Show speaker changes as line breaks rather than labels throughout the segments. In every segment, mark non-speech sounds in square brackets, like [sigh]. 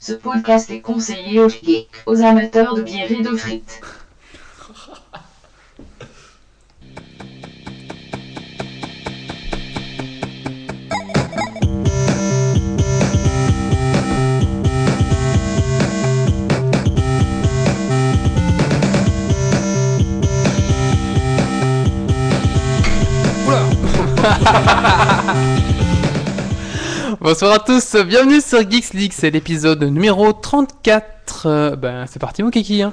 Ce podcast est conseillé aux geeks, aux amateurs de bière et de frites.
Bonsoir à tous, bienvenue sur Geeks League, c'est l'épisode numéro 34. Euh, ben c'est parti mon kiki. Hein.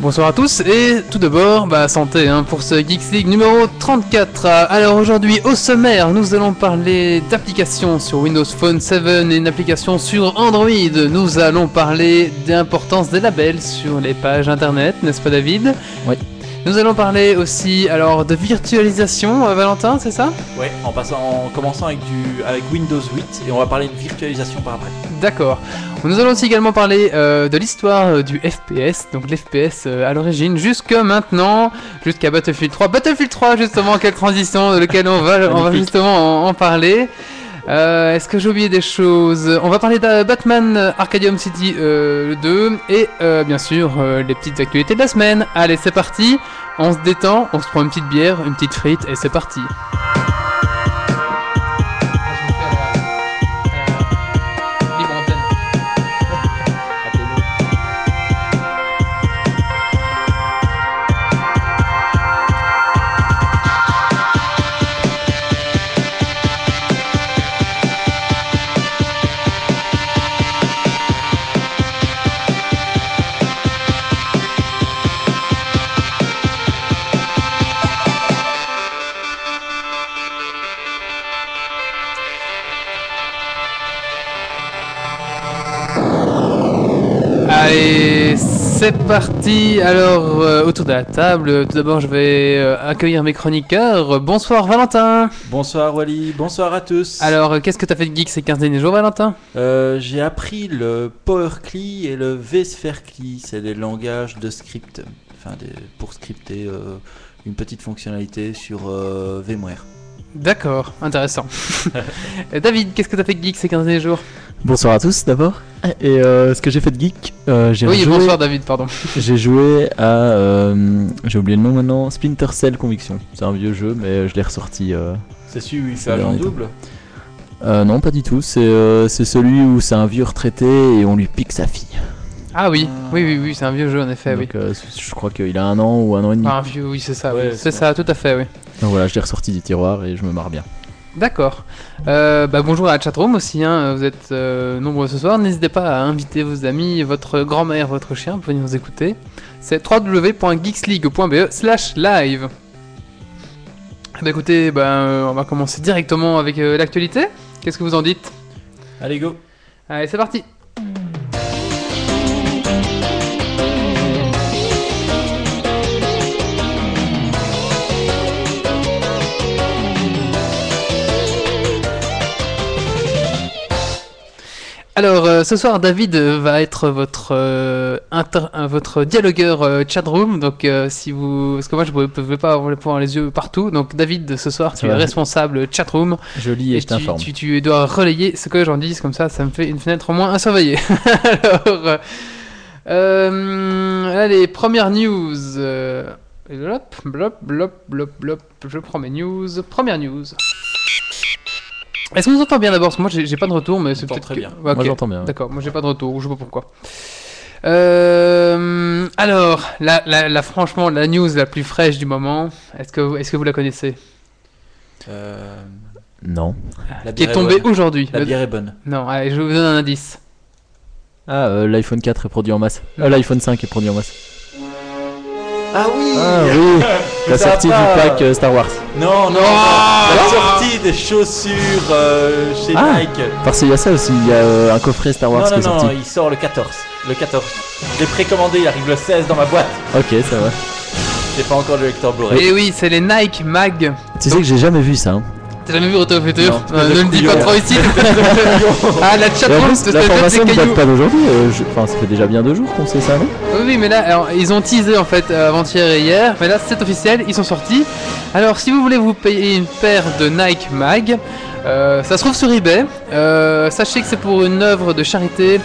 Bonsoir à tous et tout d'abord, bah santé hein, pour ce Geeks League numéro 34. Euh, Alors aujourd'hui au sommaire, nous allons parler d'applications sur Windows Phone 7 et une application sur Android. Nous allons parler d'importance des labels sur les pages internet, n'est-ce pas David
Oui.
Nous allons parler aussi alors de virtualisation, euh, Valentin, c'est ça
Ouais, en passant, en commençant avec du, avec Windows 8 et on va parler de virtualisation par après.
D'accord. Nous allons aussi également parler euh, de l'histoire euh, du FPS, donc l'FPS euh, à l'origine jusque maintenant, jusqu'à Battlefield 3. Battlefield 3 justement, quelle transition de lequel on va, on va
Magnifique.
justement en, en parler. Euh, Est-ce que j'ai oublié des choses On va parler de Batman euh, Arcadium City euh, le 2 et euh, bien sûr euh, les petites actualités de la semaine. Allez, c'est parti. On se détend, on se prend une petite bière, une petite frite et c'est parti. Allez, c'est parti. Alors, euh, autour de la table, tout d'abord, je vais euh, accueillir mes chroniqueurs. Bonsoir, Valentin.
Bonsoir Wally, bonsoir à tous.
Alors, euh, qu'est-ce que t'as fait de geek ces 15 derniers jours, Valentin
Euh, j'ai appris le PowerCli et le VSphereCli, c'est des langages de script, enfin des, pour scripter euh, une petite fonctionnalité sur euh, VMware.
D'accord, intéressant. [laughs] Euh, David, qu'est-ce que t'as fait de geek ces 15 derniers jours
Bonsoir à tous d'abord. Et euh, ce que j'ai fait de geek, euh, j'ai
Ah. Oui,
joué,
bonsoir, David, pardon.
j'ai joué à, euh, j'ai oublié le nom maintenant, Splinter Cell Conviction. C'est un vieux jeu, mais je l'ai ressorti. euh.
C'est celui où il
fait agent
double
Euh, non, pas du tout. C'est euh, c'est celui où c'est un vieux retraité et on lui pique sa fille.
Ah oui, oui, oui, oui, c'est un vieux jeu en effet, Eh oui.
Donc, euh, je crois qu'il a un an ou un an et demi.
Ah.
Enfin, un vieux, oui, c'est ça, oui.
Ouais,
c'est
c'est
ça, tout à fait, oui.
Donc voilà, je l'ai ressorti du tiroir et je me marre bien.
D'accord. Euh, bah, bonjour à la chatroom aussi, hein. vous êtes euh, nombreux ce soir. N'hésitez pas à inviter vos amis, votre grand-mère, votre chien pour venir nous écouter. C'est www.geeksleague.be slash live. Eh ben, écoutez, ben, euh, on va commencer directement avec euh, l'actualité. Qu'est-ce que vous en dites
Allez go
Allez, c'est parti Alors, euh, ce soir, David euh, va être votre, euh, inter- euh, votre dialogueur euh, chatroom. Donc, euh, si vous. Parce que moi, je ne pouvais pas avoir pouvoir les yeux partout. Donc, David, ce soir, tu
Ça va.
es responsable chatroom.
Joli et,
Et
je
tu,
t'informe.
tu- tu dois relayer ce que j'en dis, comme ça, ça me fait une fenêtre en moins à surveiller. [laughs] Alors, euh, euh, allez, première news. euh, Blop, blop, blop, blop, blop, je prends mes news. Première news. Est-ce qu'on nous entend bien d'abord Parce que Moi, j'ai j'ai pas de retour, mais c'est
t'entend
peut-être
très
que-
bien.
Ouais, ok.
Moi j'entends bien.
D'accord, moi j'ai pas de retour, je sais pas pourquoi. Euh, alors, là, là, là, franchement, la news la plus fraîche du moment, est-ce que, est que vous la connaissez
Non.
Euh, La
Ah, Qui
bière
est tombée
bonne.
aujourd'hui.
La
Le-
bière est bonne.
Non, allez, je vous donne un indice.
Ah, euh, l'iPhone 4 est produit en masse. Ah, l'iPhone 5 est produit en masse.
Ah oui
Ah
[laughs]
oui, la
Ça va
sortie du
pas.
pack euh, Star Wars.
Non, non, non,
Ah.
La sortie des chaussures euh, chez
Ah.
Nike
Parce qu'il y a ça aussi, il y a euh, un coffret Star Wars
Non,
qui
non,
est sorti.
non, il sort le 14. Le 14. Je l'ai précommandé, il arrive le 16 dans ma boîte.
Ok, ça va.
J'ai pas encore le lecteur Blu-ray.
Et Eh oui, c'est les Nike Mag.
Tu sais que j'ai jamais vu ça. hein.
T'as T'as jamais vu Retour au futur
Non.
Euh, Ne le dis pas trop
[laughs]
ici Ah, la
Et en
chatroom,
plus,
c'est
la formation ne
des
date
cailloux
pas d'aujourd'hui. euh, je- Enfin, ça fait déjà bien deux jours qu'on sait ça, non
Oui, Oui, mais là, alors, ils ont teasé en fait euh, avant-hier et hier, mais là c'est officiel, ils sont sortis. Alors, si vous voulez vous payer une paire de Nike Mag, euh, ça se trouve sur eBay. Euh, sachez que c'est pour une œuvre de charité,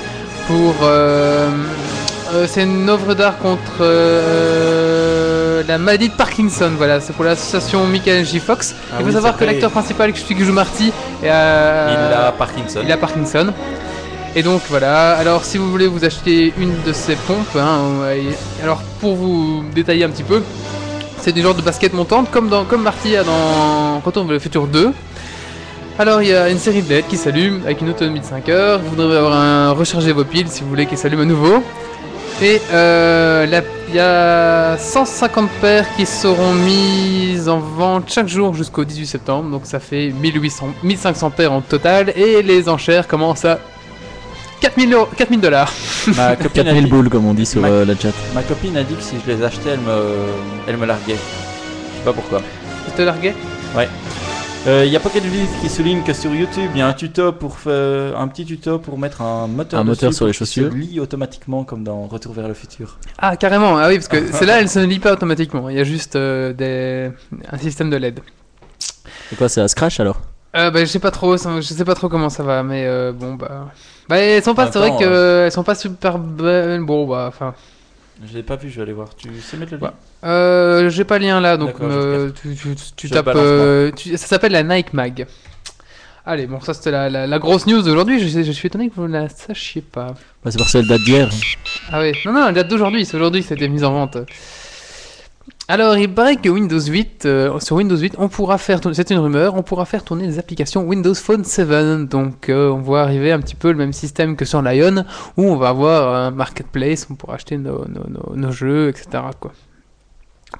pour. euh, euh, c'est une œuvre d'art contre euh, la maladie de Parkinson, voilà, c'est pour l'association Michael J. Fox.
Ah
Il faut
oui,
savoir
c'est
que
vrai.
l'acteur principal, celui qui joue Marty, est, euh,
Il a Parkinson.
[laughs] il a Parkinson. Et donc voilà, alors si vous voulez vous acheter une de ces pompes, hein, ouais, alors pour vous détailler un petit peu, c'est des genres de basket montantes comme, dans, comme Marty a dans Retour vers le futur 2. Alors il y a une série de LED qui s'allume avec une autonomie de 5 heures, vous devrez avoir un recharger vos piles si vous voulez qu'elles s'allument à nouveau. Et euh, la- il y a 150 paires qui seront mises en vente chaque jour jusqu'au 18 septembre, donc ça fait 1800, 1500 paires en total, et les enchères commencent à 4000 euros- 4000 dollars. Ah,
Ma copine, a
4000
dit,
boules, comme on dit sur
Ma-
euh, la chat.
ma copine a dit que si je les achetais, elle me, elle me larguait. Je sais pas pourquoi.
Je te larguais
Il y a Pocket Viz qui souligne que sur YouTube, il y a un tuto pour fa- un petit tuto pour mettre un moteur
Un
dessus
moteur sur
pour
les
qu'il se
chaussures.
lie automatiquement comme dans Retour vers le futur.
Ah, carrément, ah oui, parce que celle-là, elle se lit pas automatiquement, il y a juste euh, des... un système de LED.
C'est quoi, c'est à Scratch alors
Euh, bah, je sais pas trop, ça- je sais pas trop comment ça va, mais euh, bon bah, bah elles sont pas, c'est
Attends,
vrai que elles sont pas super bonnes. Bon bah, enfin,
Je l'ai pas vu, je vais aller voir. Tu sais mettre le lien
Ouais. euh, j'ai pas le lien là, donc
D'accord, je
euh, tu, tu, tu
Je
tapes,
balance
euh, tu- ça s'appelle la Nike Mag. Allez, bon ça c'était la, la, la grosse news d'aujourd'hui. Je, sais- je suis étonné que vous la sachiez pas.
Bah, C'est parce qu'elle date d'hier.
Ah oui, non, non, elle date d'aujourd'hui, c'est aujourd'hui que ça a été mis en vente. Alors, il paraît que Windows 8, euh, sur Windows 8, on pourra faire tourner, c'est une rumeur, on pourra faire tourner les applications Windows Phone 7. Donc, euh, on voit arriver un petit peu le même système que sur Lion, où on va avoir un marketplace, on pourra acheter nos, nos- nos- nos jeux, etc. quoi.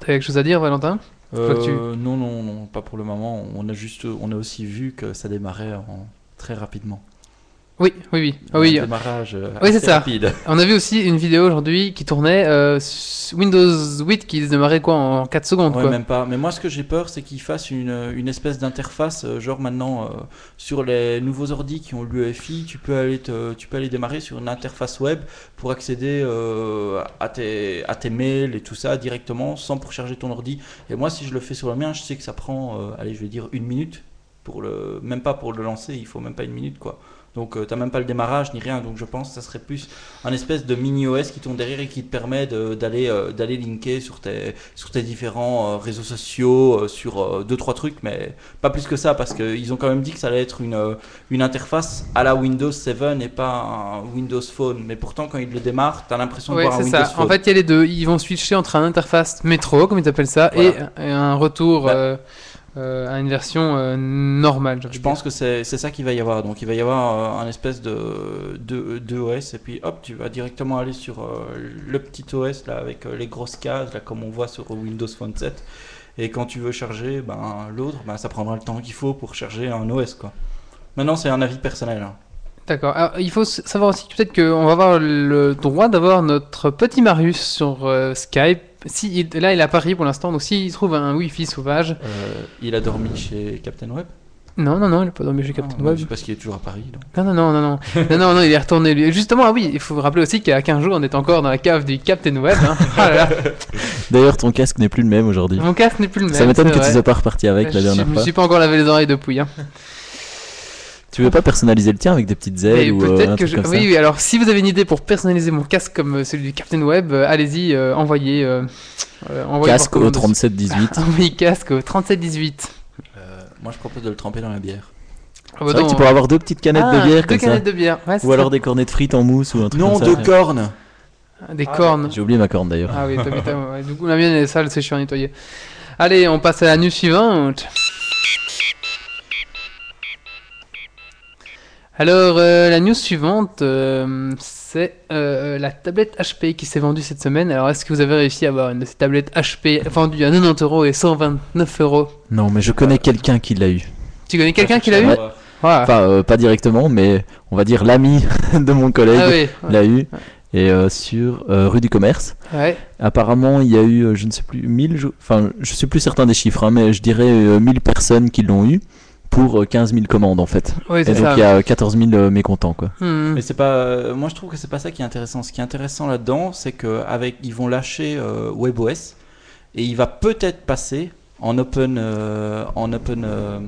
T'as quelque chose à dire, Valentin
Euh,
Faut que tu-
Non, non, non, pas pour le moment. On a juste, on a aussi vu que ça démarrait en- très rapidement.
Oui, oui, oui. Ah
Un
oui,
démarrage euh,
Oui, c'est
assez
ça.
rapide.
on a vu aussi une vidéo aujourd'hui qui tournait euh, s- Windows 8 qui se démarrait quoi en 4 secondes
Ouais,
quoi.
même pas. Mais moi, ce que j'ai peur, c'est qu'ils fassent une, une espèce d'interface, euh, genre maintenant, euh, sur les nouveaux ordi qui ont l'UEFI, tu peux aller, te- tu peux aller démarrer sur une interface web pour accéder euh, à, tes, à tes mails et tout ça directement, sans pourcharger ton ordi. Et moi, si je le fais sur le mien, je sais que ça prend, euh, allez, je vais dire une minute, pour le, même pas pour le lancer, il faut même pas une minute, quoi. Donc, tu t'as même pas le démarrage ni rien. Donc, je pense que ça serait plus un espèce de mini OS qui tourne derrière et qui te permet de- d'aller euh, d'aller linker sur tes sur tes différents euh, réseaux sociaux euh, sur euh, deux trois trucs mais pas plus que ça parce qu'ils ont quand même dit que ça allait être une euh, une interface à la Windows 7 et pas un Windows Phone mais pourtant quand ils le démarrent t'as l'impression
Ouais,
de voir un
c'est
Windows
ça.
Phone
En fait, il y a les deux. Ils vont switcher entre un interface métro, comme ils appellent ça, et, et un retour
Bah.
euh, euh, à une version euh, normale. j'ai envie
je
de
pense que c'est c'est ça qu'il va y avoir donc il va y avoir euh, un espèce de de, de OS et puis hop tu vas directement aller sur euh, le petit OS là avec euh, les grosses cases là comme on voit sur Windows Phone 7 et quand tu veux charger ben l'autre ben ça prendra le temps qu'il faut pour charger un OS quoi maintenant c'est un avis personnel hein.
dire. D'accord. Alors, Il faut s- savoir aussi que peut-être qu'on va avoir le droit d'avoir notre petit Marius sur euh, Skype. Si il- là, il est à Paris pour l'instant, donc s'il trouve un Wi-Fi sauvage.
Euh, il a dormi chez Captain Web
Non, non, non, il est pas dormi chez Captain
Ah,
Web.
je sais pas qu'il est toujours à Paris donc.
Non, non, non, non, non.
[laughs]
non, non, non, il est retourné lui. Et Justement, ah oui, il faut rappeler aussi qu'il y a 15 jours, on était encore dans la cave du Captain Web.
[laughs]
hein. Ah là là,
D'ailleurs, ton casque n'est plus le même aujourd'hui.
mon casque n'est plus le même.
Ça m'étonne
c'est
que tu
vrai.
sois pas reparti avec la
Je-
dernière
Je me
fois.
suis pas encore lavé les oreilles depuis. Hein.
Tu veux pas personnaliser le tien avec des petites
Et
ailes ou euh,
peut-être
un
que
truc
je...
comme ça
Oui, oui, alors si vous avez une idée pour personnaliser mon casque comme euh, celui du Captain Web, euh, allez-y, euh, envoyez. euh, euh, envoyez
Casque
par
au
commande. [laughs]
3718.
Envoyez casque au 3718.
Euh, moi je propose de le tremper dans la bière
Ah, bah,
C'est vrai que
non.
tu pourras avoir deux petites canettes
Ah,
de bière
Deux
comme ça.
canettes de bière. Ouais,
Ou
c'est
alors des cornets de frites en mousse ou un truc
non
comme ça.
de cornes
très- des cornes.
J'ai oublié ma corne d'ailleurs.
Ah oui, t'as vu, t'as- ouais, du coup la mienne elle est sale, c'est chiant à nettoyer. Allez, on passe à la news suivante. Alors, euh, la news suivante, euh, c'est euh, la tablette HP qui s'est vendue cette semaine. Alors, est-ce que vous avez réussi à avoir une de ces tablettes HP vendues à 90 euros et 129 euros
Non,
Euh,
mais je connais quelqu'un qui l'a eu.
Tu connais quelqu'un qui l'a eu
Ouais.
Ah,
Enfin, euh, pas directement, mais on va dire l'ami [laughs] de mon collègue
ah oui,
l'a eu. Et euh, sur euh, rue du commerce.
ouais.
Apparemment, il y a eu, euh, je ne sais plus, 1000, je- enfin, je suis plus certain des chiffres, hein, mais je dirais euh, 1000 personnes qui l'ont eu. pour euh, 15 000 commandes en fait.
Oui,
Et
c'est
donc
ça.
il y a euh, 14 000 euh, mécontents quoi.
Hmm.
Mais c'est pas. euh, moi, je trouve que c'est pas ça qui est intéressant. Ce qui est intéressant là-dedans, c'est que avec, ils vont lâcher euh, WebOS et il va peut-être passer en open, euh, en open, euh,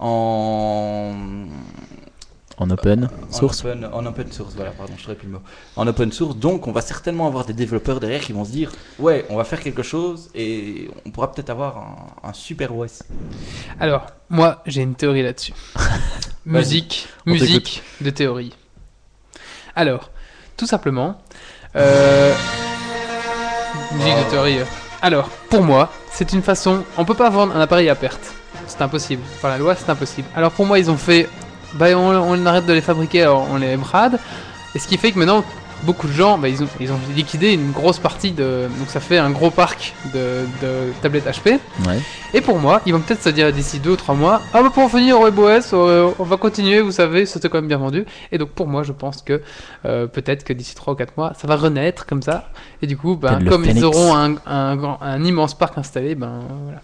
en,
En open
Euh,
en
source.
open, en open source. Voilà, pardon, je trouvais plus le mot. En open source. Donc, on va certainement avoir des développeurs derrière qui vont se dire, ouais, on va faire quelque chose et on pourra peut-être avoir un, un super OS.
Alors, moi, j'ai une théorie
[laughs]
là-dessus. musique,
on t'écoute.
musique de théorie. Alors, tout simplement, euh, musique de théorie. euh. Alors, pour moi, c'est une façon. On peut pas vendre un appareil à perte. C'est impossible. Par la loi, c'est impossible. Alors pour moi, ils ont fait. Bah, on, on arrête de les fabriquer, alors on les brade. Et ce qui fait que maintenant, beaucoup de gens, bah, ils, ont, ils ont liquidé une grosse partie de. Donc ça fait un gros parc de, de tablettes HP.
Ouais.
Et pour moi, ils vont peut-être se dire d'ici 2 ou 3 mois Ah bah pour en finir au WebOS, euh, on va continuer, vous savez, c'était quand même bien vendu. Et donc pour moi, je pense que euh, peut-être que d'ici 3 ou 4 mois, ça va renaître comme ça. Et du coup, ben,
Tel le
comme ils
phénix.
auront un, un grand- un immense parc installé, ben voilà.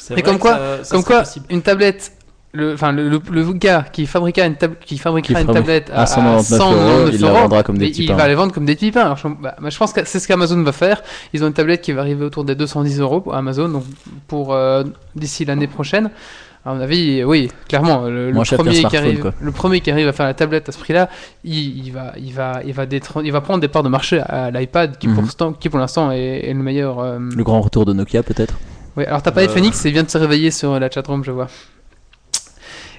C'est
Mais
vrai
comme
que
quoi-
ça- ça
comme
serait
quoi,
possible.
une tablette. Le, enfin, le, le- le gars qui fabriquera une, table, qui fabriquera
Qui
une
fabrique-
tablette à,
à 199 euros, il la vendra comme des
mais
petits
il
pains.
va les vendre comme des petits pains. Alors, je, bah, bah, je pense que c'est ce qu'Amazon va faire. Ils ont une tablette qui va arriver autour des 210 euros pour Amazon, donc pour euh, d'ici l'année prochaine. À mon avis, oui, clairement, le, le
Moins cher qu'un
premier qui
smartphone,
arrive,
quoi.
le premier qui arrive à faire la tablette à ce prix-là, il, il va, il va, il va, détron- il va prendre des parts de marché à l'iPad, qui, pour
Mhm.
l'instant- qui pour l'instant est, est le meilleur. euh,
Le grand retour de Nokia peut-être.
oui, alors t'as pas de
Euh.
Phoenix et vient de se réveiller sur la chatroom, je vois.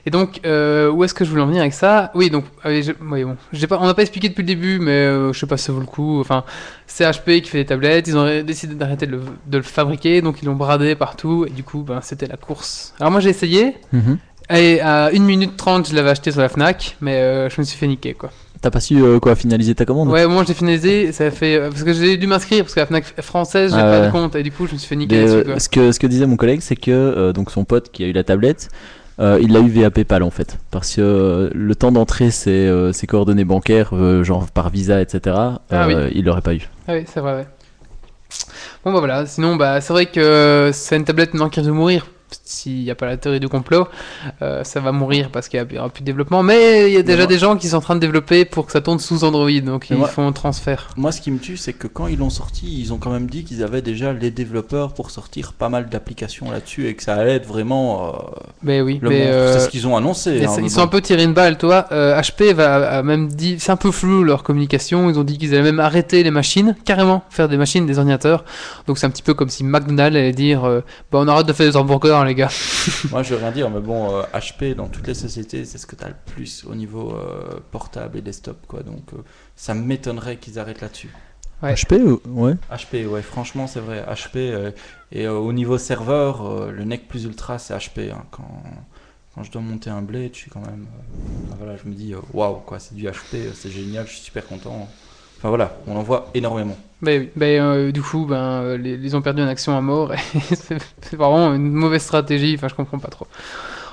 Et donc, euh, où est-ce que je voulais en venir avec ça Oui, donc, ah oui, je- oui, bon. J'ai pas, on n'a pas expliqué depuis le début, mais euh, je sais pas si ça vaut le coup. Enfin, c'est HP qui fait des tablettes, ils ont ré- décidé d'arrêter de le, de le fabriquer, donc ils l'ont bradé partout, et du coup, ben, c'était la course. Alors moi j'ai essayé,
Mhm.
et à 1 minute 30, je l'avais acheté sur la Fnac, mais euh, je me suis fait niquer, quoi.
T'as pas su euh, quoi finaliser ta commande
Ouais, au moment où j'ai finalisé, ça a fait... euh, Parce que j'ai dû m'inscrire, parce que la Fnac française, j'ai
Ah
pas
ouais.
de compte, et du coup, je me suis fait niquer
Mais,
dessus,
euh,
quoi.
ce, que, ce que disait mon collègue, c'est que euh, donc son pote qui a eu la tablette, euh, il l'a eu via PayPal en fait. Parce que euh, le temps d'entrée, ses, euh, ses coordonnées bancaires, euh, genre par Visa, etc.,
Ah
euh, il l'aurait pas eu.
Ah oui, c'est vrai, ouais. Bon, bah voilà, sinon, bah, c'est vrai que c'est une tablette maintenant qui risque de mourir. S'il n'y a pas la théorie du complot, euh, ça va mourir parce qu'il n'y aura plus de développement. Mais il y a déjà
moi-
des gens qui sont en train de développer pour que ça tourne sous Android, donc
Mais
ils
moi-
font transfert.
Moi, ce qui me tue, c'est que quand ils l'ont sorti, ils ont quand même dit qu'ils avaient déjà les développeurs pour sortir pas mal d'applications là-dessus et que ça allait être vraiment euh,
Mais oui,
le
mais.
monstre.
euh,
C'est ce qu'ils ont annoncé.
mais
hein,
c'est-
mais
ils sont un
bon.
peu tirés une balle, toi. Euh, HP va a même dit, c'est un peu flou leur communication. Ils ont dit qu'ils allaient même arrêter les machines, carrément faire des machines, des ordinateurs. Donc c'est un petit peu comme si McDonald's allait dire, euh, bah on arrête de faire des hamburgers, hein, les gars.
Moi, je veux rien dire, mais bon, euh, HP, dans toutes les sociétés, c'est ce que tu as le plus au niveau euh, portable et desktop. quoi. Donc, euh, ça m'étonnerait qu'ils arrêtent là-dessus.
Ouais.
HP ou- Ouais.
HP, ouais, franchement, c'est vrai. HP, euh, et euh, au niveau serveur, euh, le nec plus ultra, c'est HP. hein. Quand, quand je dois monter un blade, je suis quand même. euh, voilà, je me dis, euh, waouh, quoi, c'est du HP, euh, c'est génial, je suis super content. Enfin voilà, on en voit énormément.
Ben oui, ben, euh, du coup, ben, euh, les, les ont perdu en action à mort, [laughs] et c'est c'est vraiment une mauvaise stratégie, enfin je comprends pas trop.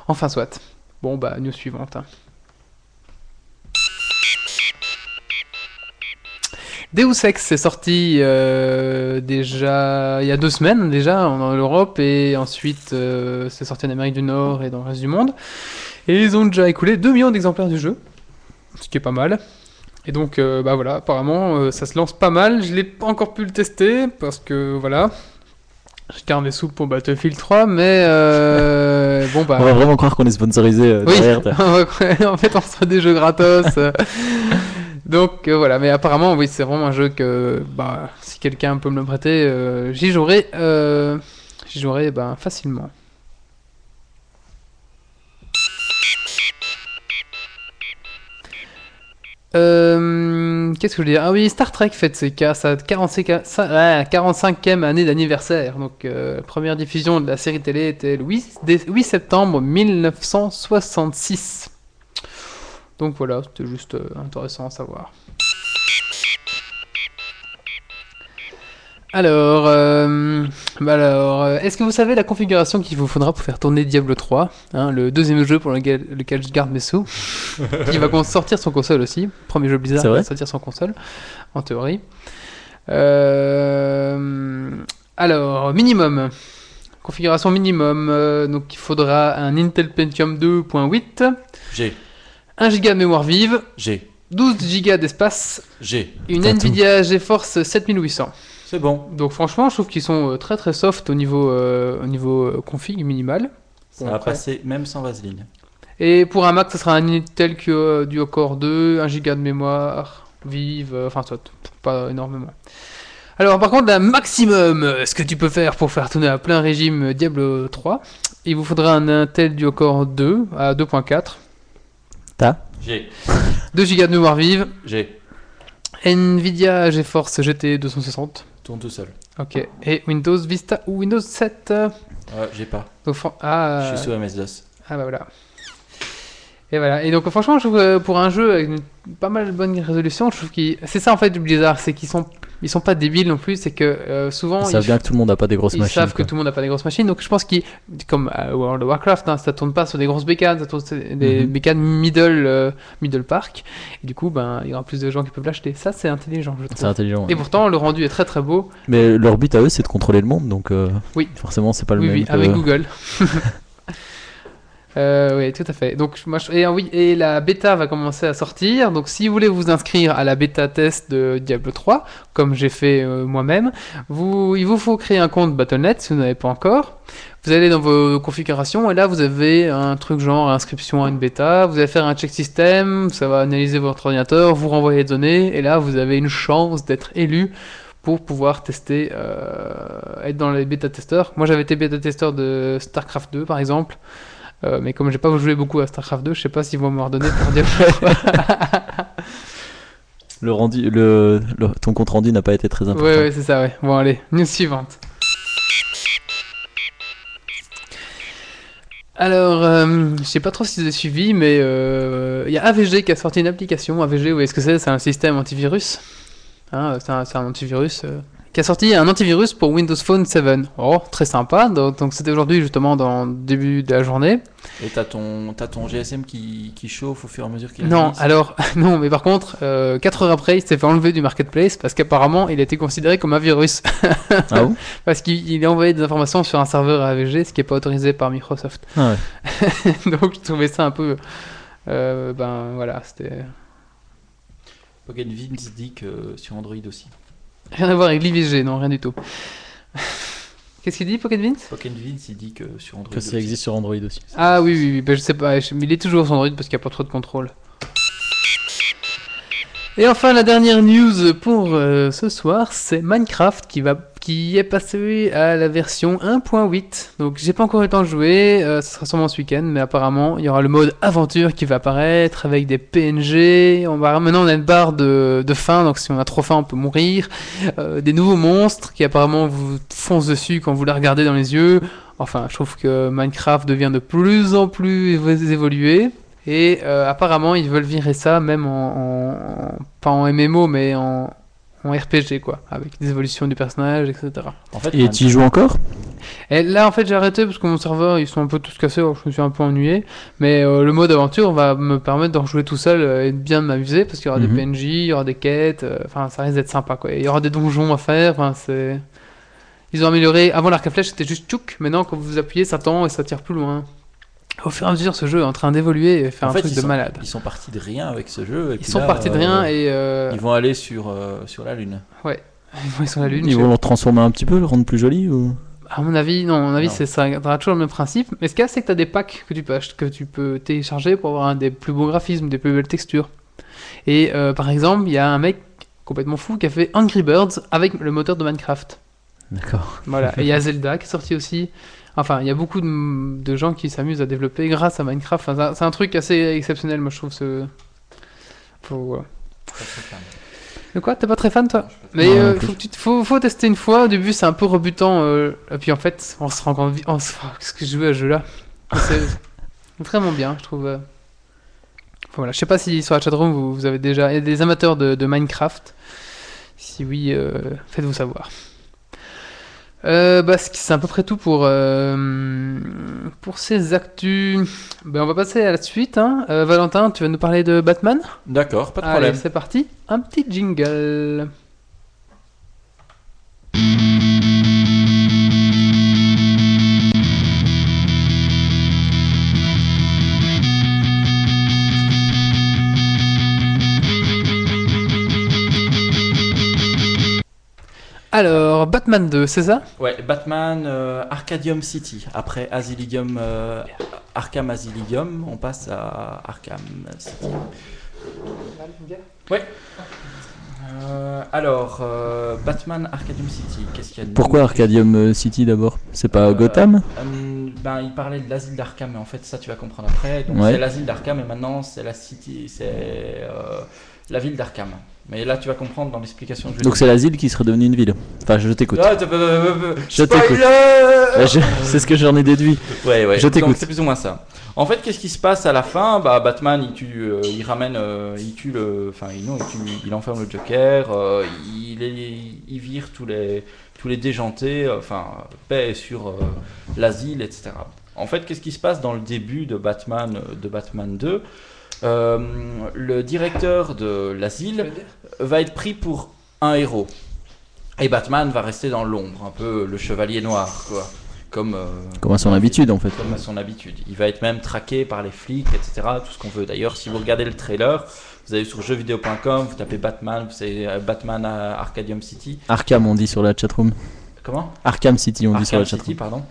Enfin soit. Bon bah, news suivante. hein. Deus Ex c'est sorti euh, déjà il y a deux semaines déjà en en Europe et ensuite euh, c'est sorti en Amérique du Nord et dans le reste du monde. Et ils ont déjà écoulé 2 millions d'exemplaires du jeu, ce qui est pas mal. Et donc, euh, bah voilà, apparemment, euh, ça se lance pas mal. Je l'ai pas encore pu le tester parce que voilà, je garde mes sous pour Battlefield 3, mais euh, bon bah.
On va vraiment croire qu'on est sponsorisé euh,
Oui,
derrière. t'as-
[laughs] en fait, on reçoit des jeux gratos.
[laughs]
euh. Donc euh, voilà, mais apparemment, oui, c'est vraiment un jeu que bah, si quelqu'un peut me le prêter, euh, j'y jouerai, euh, j'y jouerai ben, facilement. Euh, Qu'est-ce que je veux dire Ah oui, Star Trek fête ses cas, sa 45e sa- ouais, 45e année d'anniversaire. Donc, euh, première diffusion de la série télé était le 8, dé- 8 septembre 1966. Donc voilà, c'était juste euh, intéressant à savoir. Alors, euh, bah alors euh, est-ce que vous savez la configuration qu'il vous faudra pour faire tourner Diablo 3 hein, Le deuxième jeu pour lequel, lequel je garde mes
[laughs]
sous. Il va con- sortir sur console aussi. Premier jeu bizarre
C'est
qui
vrai
va sortir sur console, en théorie. Euh, alors, minimum. Configuration minimum, euh, donc il faudra un Intel Pentium 2.8,
J'ai,
1 Go de mémoire vive,
j'ai,
12 Go d'espace,
j'ai.
une
T'as tout.
Nvidia GeForce 7800.
C'est bon.
Donc franchement, je trouve qu'ils sont euh, très très soft au niveau, euh, au niveau euh, config minimal.
Ça
Bon,
va
après.
passer même sans vaseline.
Et pour un Mac, ce sera un Intel que du Core 2, 1 Go de mémoire vive, euh, enfin soit pas énormément. Alors par contre, un maximum, euh, ce que tu peux faire pour faire tourner à plein régime euh, Diablo 3, il vous faudra un Intel du Core 2 à 2.4,
J'ai,
2 Go de mémoire vive,
j'ai.
Nvidia GeForce GT 260,
Tourne tout seul.
ok, et Windows Vista ou Windows 7. euh,
Ouais, j'ai pas.
donc, fran- ah,
Je suis sous MS-DOS.
Ah bah voilà. Et voilà. Et donc franchement, je trouve que pour un jeu avec une- pas mal de bonnes résolutions, je trouve qu'ils... C'est ça en fait Blizzard, c'est qu'ils sont... Ils sont pas débiles non plus, c'est que euh, souvent
Ils
ils,
savent bien que tout le monde n'a pas des grosses
ils
machines.
savent que
quoi.
tout le monde n'a pas des grosses machines, donc je pense qu'ils, comme à World of Warcraft, hein, ça tourne pas sur des grosses bécanes, ça tourne sur des
Mhm.
bécanes middle, euh, middle park, et du coup ben, il y aura plus de gens qui peuvent l'acheter. Ça c'est intelligent, je
C'est
trouve.
intelligent. ouais.
Et pourtant le rendu est très très beau,
Mais leur but à eux, c'est de contrôler le monde, donc euh,
Oui.
forcément, c'est pas le
oui,
même.
oui,
que-
avec Google.
[laughs]
Euh, oui, tout à fait. Donc, moi, je- et, ah oui, et la bêta va commencer à sortir. Donc, si vous voulez vous inscrire à la bêta test de Diablo 3, comme j'ai fait euh, moi-même, vous, il vous faut créer un compte Battle.net si vous n'avez pas encore. Vous allez dans vos configurations et là, vous avez un truc genre inscription à une bêta. Vous allez faire un check system, ça va analyser votre ordinateur, vous renvoyer les données et là, vous avez une chance d'être élu pour pouvoir tester, euh, être dans les bêta-testeurs. Moi, j'avais été bêta-testeur de StarCraft 2, par exemple, Euh, mais comme j'ai pas joué beaucoup à StarCraft 2, je sais pas s'ils vont me redonner pour dire.
Le rendu, le, le- ton compte rendu n'a pas été très important.
ouais, ouais, c'est ça, ouais. Bon, allez, news suivante. Alors, euh, je sais pas trop si vous avez suivi, mais euh, il y a AVG qui a sorti une application. AVG, vous voyez ce que c'est C'est un système antivirus. Hein, euh, c'est un, c'est un antivirus euh, qui a sorti un antivirus pour Windows Phone 7. Oh, très sympa. Donc, donc c'était aujourd'hui, justement, dans le début de la journée.
Et t'as ton, t'as ton GSM qui, qui chauffe au fur et à mesure qu'il
Non,
avance
alors, [laughs] non, mais par contre, 4 heures après, il s'est fait enlever du marketplace parce qu'apparemment, il a été considéré comme un virus.
Ah bon
Parce qu'il il a envoyé des informations sur un serveur AVG, ce qui n'est pas autorisé par Microsoft. [laughs]
Ah ouais.
Donc je trouvais ça un peu. euh, ben voilà, c'était.
Pocket Vince dit que sur Android aussi.
Rien à voir avec l'IVG, non, rien du tout. [laughs] Qu'est-ce qu'il dit, Pocket Vince
Pocket Vince il dit que sur Android
Que ça existe sur Android aussi.
Ah oui, oui, oui, ben, je sais pas, je- mais il est toujours sur Android parce qu'il n'y a pas trop de contrôle. Et enfin, la dernière news pour euh, ce soir, c'est Minecraft qui, va, qui est passé à la version 1.8. Donc, j'ai pas encore eu le temps de jouer, euh, ce sera sûrement ce week-end, mais apparemment, il y aura le mode aventure qui va apparaître avec des PNG. On va, maintenant, on a une barre de, de faim, donc si on a trop faim, on peut mourir. Euh, des nouveaux monstres qui apparemment vous foncent dessus quand vous les regardez dans les yeux. Enfin, je trouve que Minecraft devient de plus en plus évo- évolué. Et euh, apparemment, ils veulent virer ça, même en, en- pas en MMO, mais en, en RPG, quoi, avec des évolutions du personnage, etc.
En fait,
Et
man-
tu y joues encore
Et là, en fait, j'ai arrêté parce que mon serveur, ils sont un peu tous cassés, alors je me suis un peu ennuyé. Mais euh, le mode aventure va me permettre d'en jouer tout seul euh, et de bien m'amuser parce qu'il y aura
Mhm.
des PNJ, il y aura des quêtes, euh, enfin, ça risque d'être sympa, quoi. Et Il y aura des donjons à faire, enfin, c'est. Ils ont amélioré. Avant, l'arc à flèche, c'était juste tchouk. Maintenant, quand vous appuyez, ça tend et ça tire plus loin. Au fur et à mesure, ce jeu est en train d'évoluer et faire
En
un
fait,
truc
ils
de
sont-
malade.
Ils sont partis de rien avec ce jeu. et
Ils
puis
sont
là,
partis de
euh,
rien et. euh, [laughs]
Ils vont aller sur, euh, sur la Lune.
Ils vont sur la lune.
Ils
je-
vont le transformer un petit peu, le rendre plus joli ou...
À mon avis, non, à mon avis,
Non.
c'est ça gardera toujours le même principe. Mais ce qu'il y a, c'est que tu as des packs que tu peux, ach- que tu peux télécharger pour avoir un des plus beaux graphismes, des plus belles textures. Et euh, par exemple, il y a un mec complètement fou qui a fait Angry Birds avec le moteur de Minecraft.
D'accord. [laughs]
Voilà. Et il y a Zelda qui est sorti aussi. Enfin, il y a beaucoup de, de gens qui s'amusent à développer grâce à Minecraft. Enfin, c'est un- c'est un truc assez exceptionnel, moi, je trouve. Ce... Faut- voilà. De quoi T'es pas très fan, toi mais
Non,
euh,
non plus.
faut, que tu te- faut- faut tester une fois. Au début, c'est un peu rebutant. euh, et puis en fait, on se rend compte. vi- On se... oh, Qu'est-ce que je veux à ce jeu-là C'est [laughs] vraiment bien, je trouve. euh. Enfin, voilà. Je sais pas si sur la chatroom vous, vous avez déjà. Il y a des amateurs de, de Minecraft. Si oui, euh, faites-vous savoir. Euh, bah, c'est c'est à peu près tout pour, euh, pour ces actus. Ben, on va passer à la suite. hein. Euh, Valentin, tu vas nous parler de Batman
D'accord, pas de
Allez,
problème.
c'est parti. Un petit jingle. Alors, Batman 2, c'est ça
Ouais, Batman euh, Arcadium City. Après Asylum, euh, Arkham Asylum, on passe à Arkham City. Ouais. Euh, alors, euh, Batman Arcadium City, qu'est-ce qu'il y a de
Pourquoi
nouveau
Arcadium euh, City d'abord C'est pas
Euh,
Gotham
Hum, ben, il parlait de l'asile d'Arkham, mais en fait, ça tu vas comprendre après. Donc,
Ouais.
c'est l'asile d'Arkham, et maintenant, c'est la city, c'est euh, la ville d'Arkham. Mais là, tu vas comprendre dans l'explication. que je vais
Donc
te
c'est l'asile qui serait devenu une ville. Enfin, je t'écoute.
donner. Ah, t'as- euh, euh, euh,
Je t'écoute.
spoiler
Euh, je- [laughs] C'est ce que j'en ai déduit.
Ouais, ouais.
Je t'écoute.
Donc, C'est plus ou moins ça. En fait, qu'est-ce qui se passe à la fin Bah, Batman, il tue, euh, il ramène, euh, il tue le, enfin, il- non, il, tue- il enferme le Joker. euh, il, est- il vire tous les, tous les déjantés. euh, Enfin, paix sur euh, l'asile, etc. En fait, qu'est-ce qui se passe dans le début de Batman, euh, de Batman 2 Euh, Le directeur de l'asile va être pris pour un héros. Et Batman va rester dans l'ombre, un peu le chevalier noir, quoi. Comme, euh,
Comme à son habitude en fait.
comme à son habitude. Il va être même traqué par les flics, etc. Tout ce qu'on veut. D'ailleurs, si vous regardez le trailer, vous allez sur jeuxvideo.com, vous tapez Batman, vous savez euh, Batman à Arcadium City.
Arkham on dit sur la chatroom.
Comment
Arkham City on dit sur
Arkham
la
City,
chatroom.
pardon.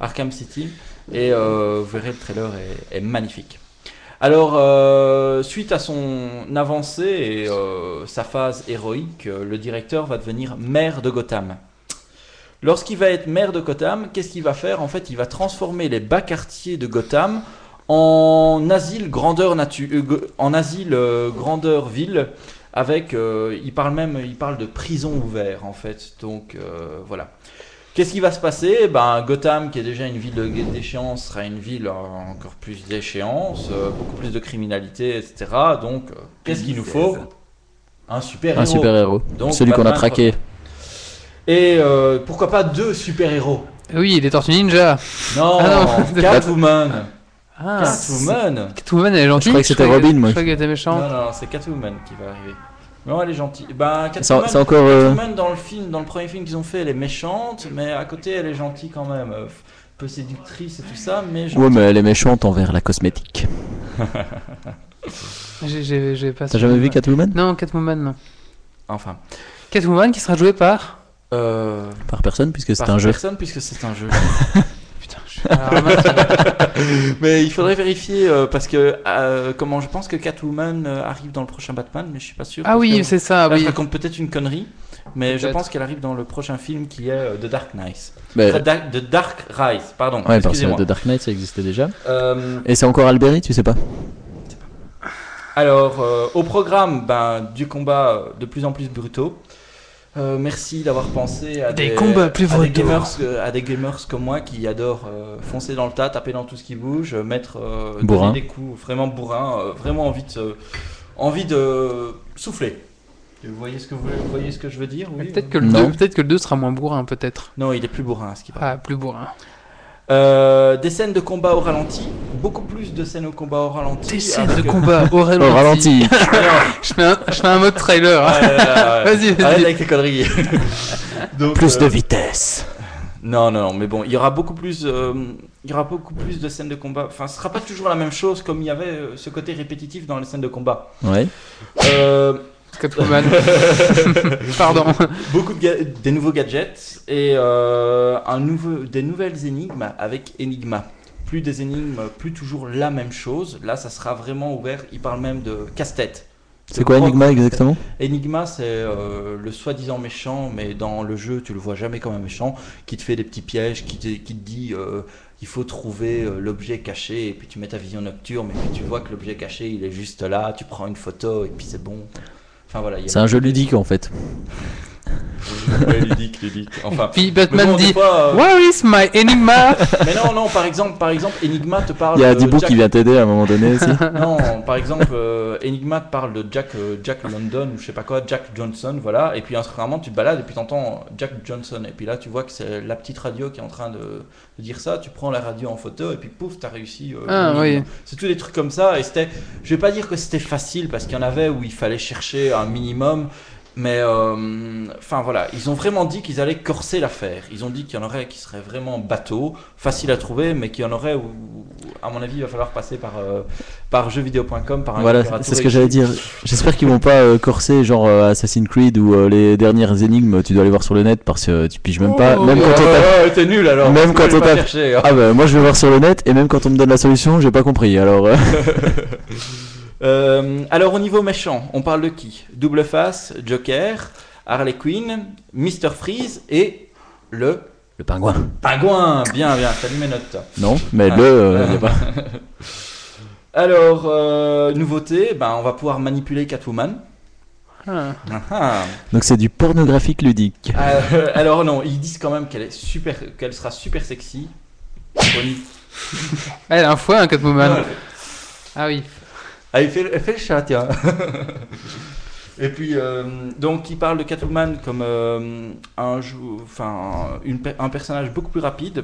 Arkham City. Et euh, vous verrez, le trailer est, est magnifique. Alors, euh, suite à son avancée et euh, sa phase héroïque, euh, le directeur va devenir maire de Gotham. Lorsqu'il va être maire de Gotham, qu'est-ce qu'il va faire En fait, il va transformer les bas quartiers de Gotham en asile grandeur nature, euh, go- en asile euh, grandeur ville. Avec, euh, il parle même, il parle de prison ouverte en fait. Donc euh, voilà. Qu'est-ce qui va se passer Ben Gotham, qui est déjà une ville de- d'échéance, sera une ville euh, encore plus d'échéance, euh, beaucoup plus de criminalité, etc. Donc, euh, qu'est-ce qu'il nous faut Un super
Un super héros.
Donc,
Celui qu'on a
Batman-
traqué.
Et euh, pourquoi pas deux super-héros
Ah Oui, les Tortues Ninja.
Non,
Ah non. [laughs]
Catwoman
Ah,
Catwoman
Catwoman, elle est gentille.
Je croyais que c'était
croyais
Robin, moi.
Je croyais qu'elle était
Non,
méchante.
non, c'est Catwoman qui va arriver. Non, elle est gentille. Ben,
C'est
Catwoman,
c'est encore. euh,
Catwoman, dans le film, dans le premier film qu'ils ont fait, elle est méchante, mais à côté, elle est gentille quand même. Euh, Peu séductrice et tout ça, mais gentille.
Ouais, mais elle est méchante envers la cosmétique.
J'ai- J'ai j'ai pas.
T'as jamais vu Catwoman
Non, Catwoman, non.
Enfin,
Catwoman qui sera jouée par.
euh,
Par personne, puisque c'est
par
un jeu.
personne puisque c'est un jeu. [laughs]
Putain, je suis. Alors, mince,
[laughs]
mais il faudrait vérifier euh, parce que euh, comment je pense que Catwoman euh, arrive dans le prochain Batman, mais je suis pas sûr.
ah
parce
oui,
que-
c'est ça,
Là, je
oui.
raconte peut-être une connerie, mais je
Peut-être.
pense qu'elle arrive dans le prochain film qui est euh, The Dark Knight.
Mais-
Enfin, Da- The Dark Rise, pardon.
Euh. Ouais, parce que
excusez-moi.
The Dark Knight ça existait déjà.
Euh,
Et c'est encore Alberi, tu sais pas
alors, euh, au programme, ben, du combat euh, de plus en plus brutaux. Euh, merci d'avoir pensé à
Des
des,
combats plus
à des,
brutaux.
gamers, euh, à des gamers comme moi qui adorent euh, foncer dans le tas, taper dans tout ce qui bouge, euh, mettre euh, donner
Bourrin.
des coups vraiment bourrin, euh, vraiment envie de, se- envie de souffler. Vous voyez ce que, vous, vous voyez ce que je veux dire oui,
Peut-être
euh
que, le
Non.
deux- peut-être que le 2 sera moins bourrin, peut-être.
Non, il est plus bourrin à ce qui paraît.
Ah, plus bourrin.
Euh, des scènes de combat au ralenti, beaucoup plus de scènes au combat au ralenti.
Des scènes de
avec-
combat au ralenti.
Au ralenti
Ah
Je fais un, je fais un mode trailer.
non,
hein.
ouais, ouais, Ah ouais, ouais.
Vas-y, vas-y.
Arrête avec tes conneries. [laughs] Donc,
Plus
euh,
de vitesse
Non, non, non, mais bon, il y aura beaucoup plus, euh, il y aura beaucoup plus de scènes de combat. Enfin, ce sera pas toujours la même chose, comme il y avait euh, ce côté répétitif dans les scènes de combat.
Ouais.
Euh, [laughs]
Catwoman. Pardon.
beaucoup de ga- des nouveaux gadgets et euh, un nouveau, des nouvelles énigmes avec Enigma. Plus des énigmes, plus toujours la même chose. Là, ça sera vraiment ouvert. Il parle même de casse-tête.
C'est quoi Enigma exactement
Enigma, c'est euh, le soi-disant méchant, mais dans le jeu, tu le vois jamais comme un méchant, qui te fait des petits pièges, qui te, qui te dit euh, il faut trouver euh, l'objet caché, et puis tu mets ta vision nocturne, et puis tu vois que l'objet caché, il est juste là, tu prends une photo, et puis c'est bon. Enfin voilà, il y a
C'est un jeu
[laughs]
ludique en fait.
Ouais, ludique, ludique. Enfin,
Puis
mais
Batman
bon, des
dit
fois, euh,
Where is my Enigma
Mais non, non, par exemple, par exemple, Enigma te parle.
Il y a
de
Dibou
Ah, Jack-
qui vient t'aider à un moment donné
[laughs]
[laughs] aussi.
Non, par exemple, euh, Enigma te parle de Jack, euh, Jack London ou je sais pas quoi, Jack Johnson, voilà. Et puis, rarement, tu te balades et puis t'entends Jack Johnson. Et puis là, tu vois que c'est la petite radio qui est en train de, de dire ça. Tu prends la radio en photo et puis pouf, t'as réussi. euh,
Ah,
l'énigme.
oui.
C'est tous des trucs comme ça. Et c'était, je vais pas dire que c'était facile parce qu'il y en avait où il fallait chercher un minimum. Mais euh, enfin voilà, ils ont vraiment dit qu'ils allaient corser l'affaire. Ils ont dit qu'il y en aurait qui seraient vraiment bateaux, faciles à trouver, mais qu'il y en aurait où, à mon avis, il va falloir passer par, euh, par jeuxvideo.com, par un
Voilà,
opérateur
c'est ce
et-
que j'allais dire.
Oh,
J'espère qu'ils vont pas euh, corser genre euh, Assassin's Creed ou euh, les dernières énigmes, tu dois aller voir sur le net parce que tu piges même pas.
Oh,
Même
Ouais,
quand on tape-
ouais, ouais, t'es nul alors.
Même
Tu
quand
peux
on
pas
tape-
chercher, hein.
Ah bah moi je vais voir sur le net et même quand on me donne la solution, j'ai pas compris. Alors euh, [laughs]
Euh, alors au niveau méchant, on parle de qui Double Face, Joker, Harley Quinn, Mr Freeze et le
le pingouin.
pingouin. Bien, bien, t'as mis mes notes.
Non, mais
Ah.
le euh, y a pas.
Alors, euh, nouveauté, ben, on va pouvoir manipuler Catwoman.
Ah.
Ah, ah.
Donc c'est du pornographique ludique.
Euh, alors non, ils disent quand même qu'elle est super, qu'elle sera super sexy. Bonnie.
Elle a un foie, un Catwoman.
Ouais.
Ah oui.
Ah, il fait, elle fait le chat, tiens. Et puis, euh, donc, il parle de Catwoman comme euh, un, jou- enfin, une pe- un personnage beaucoup plus rapide,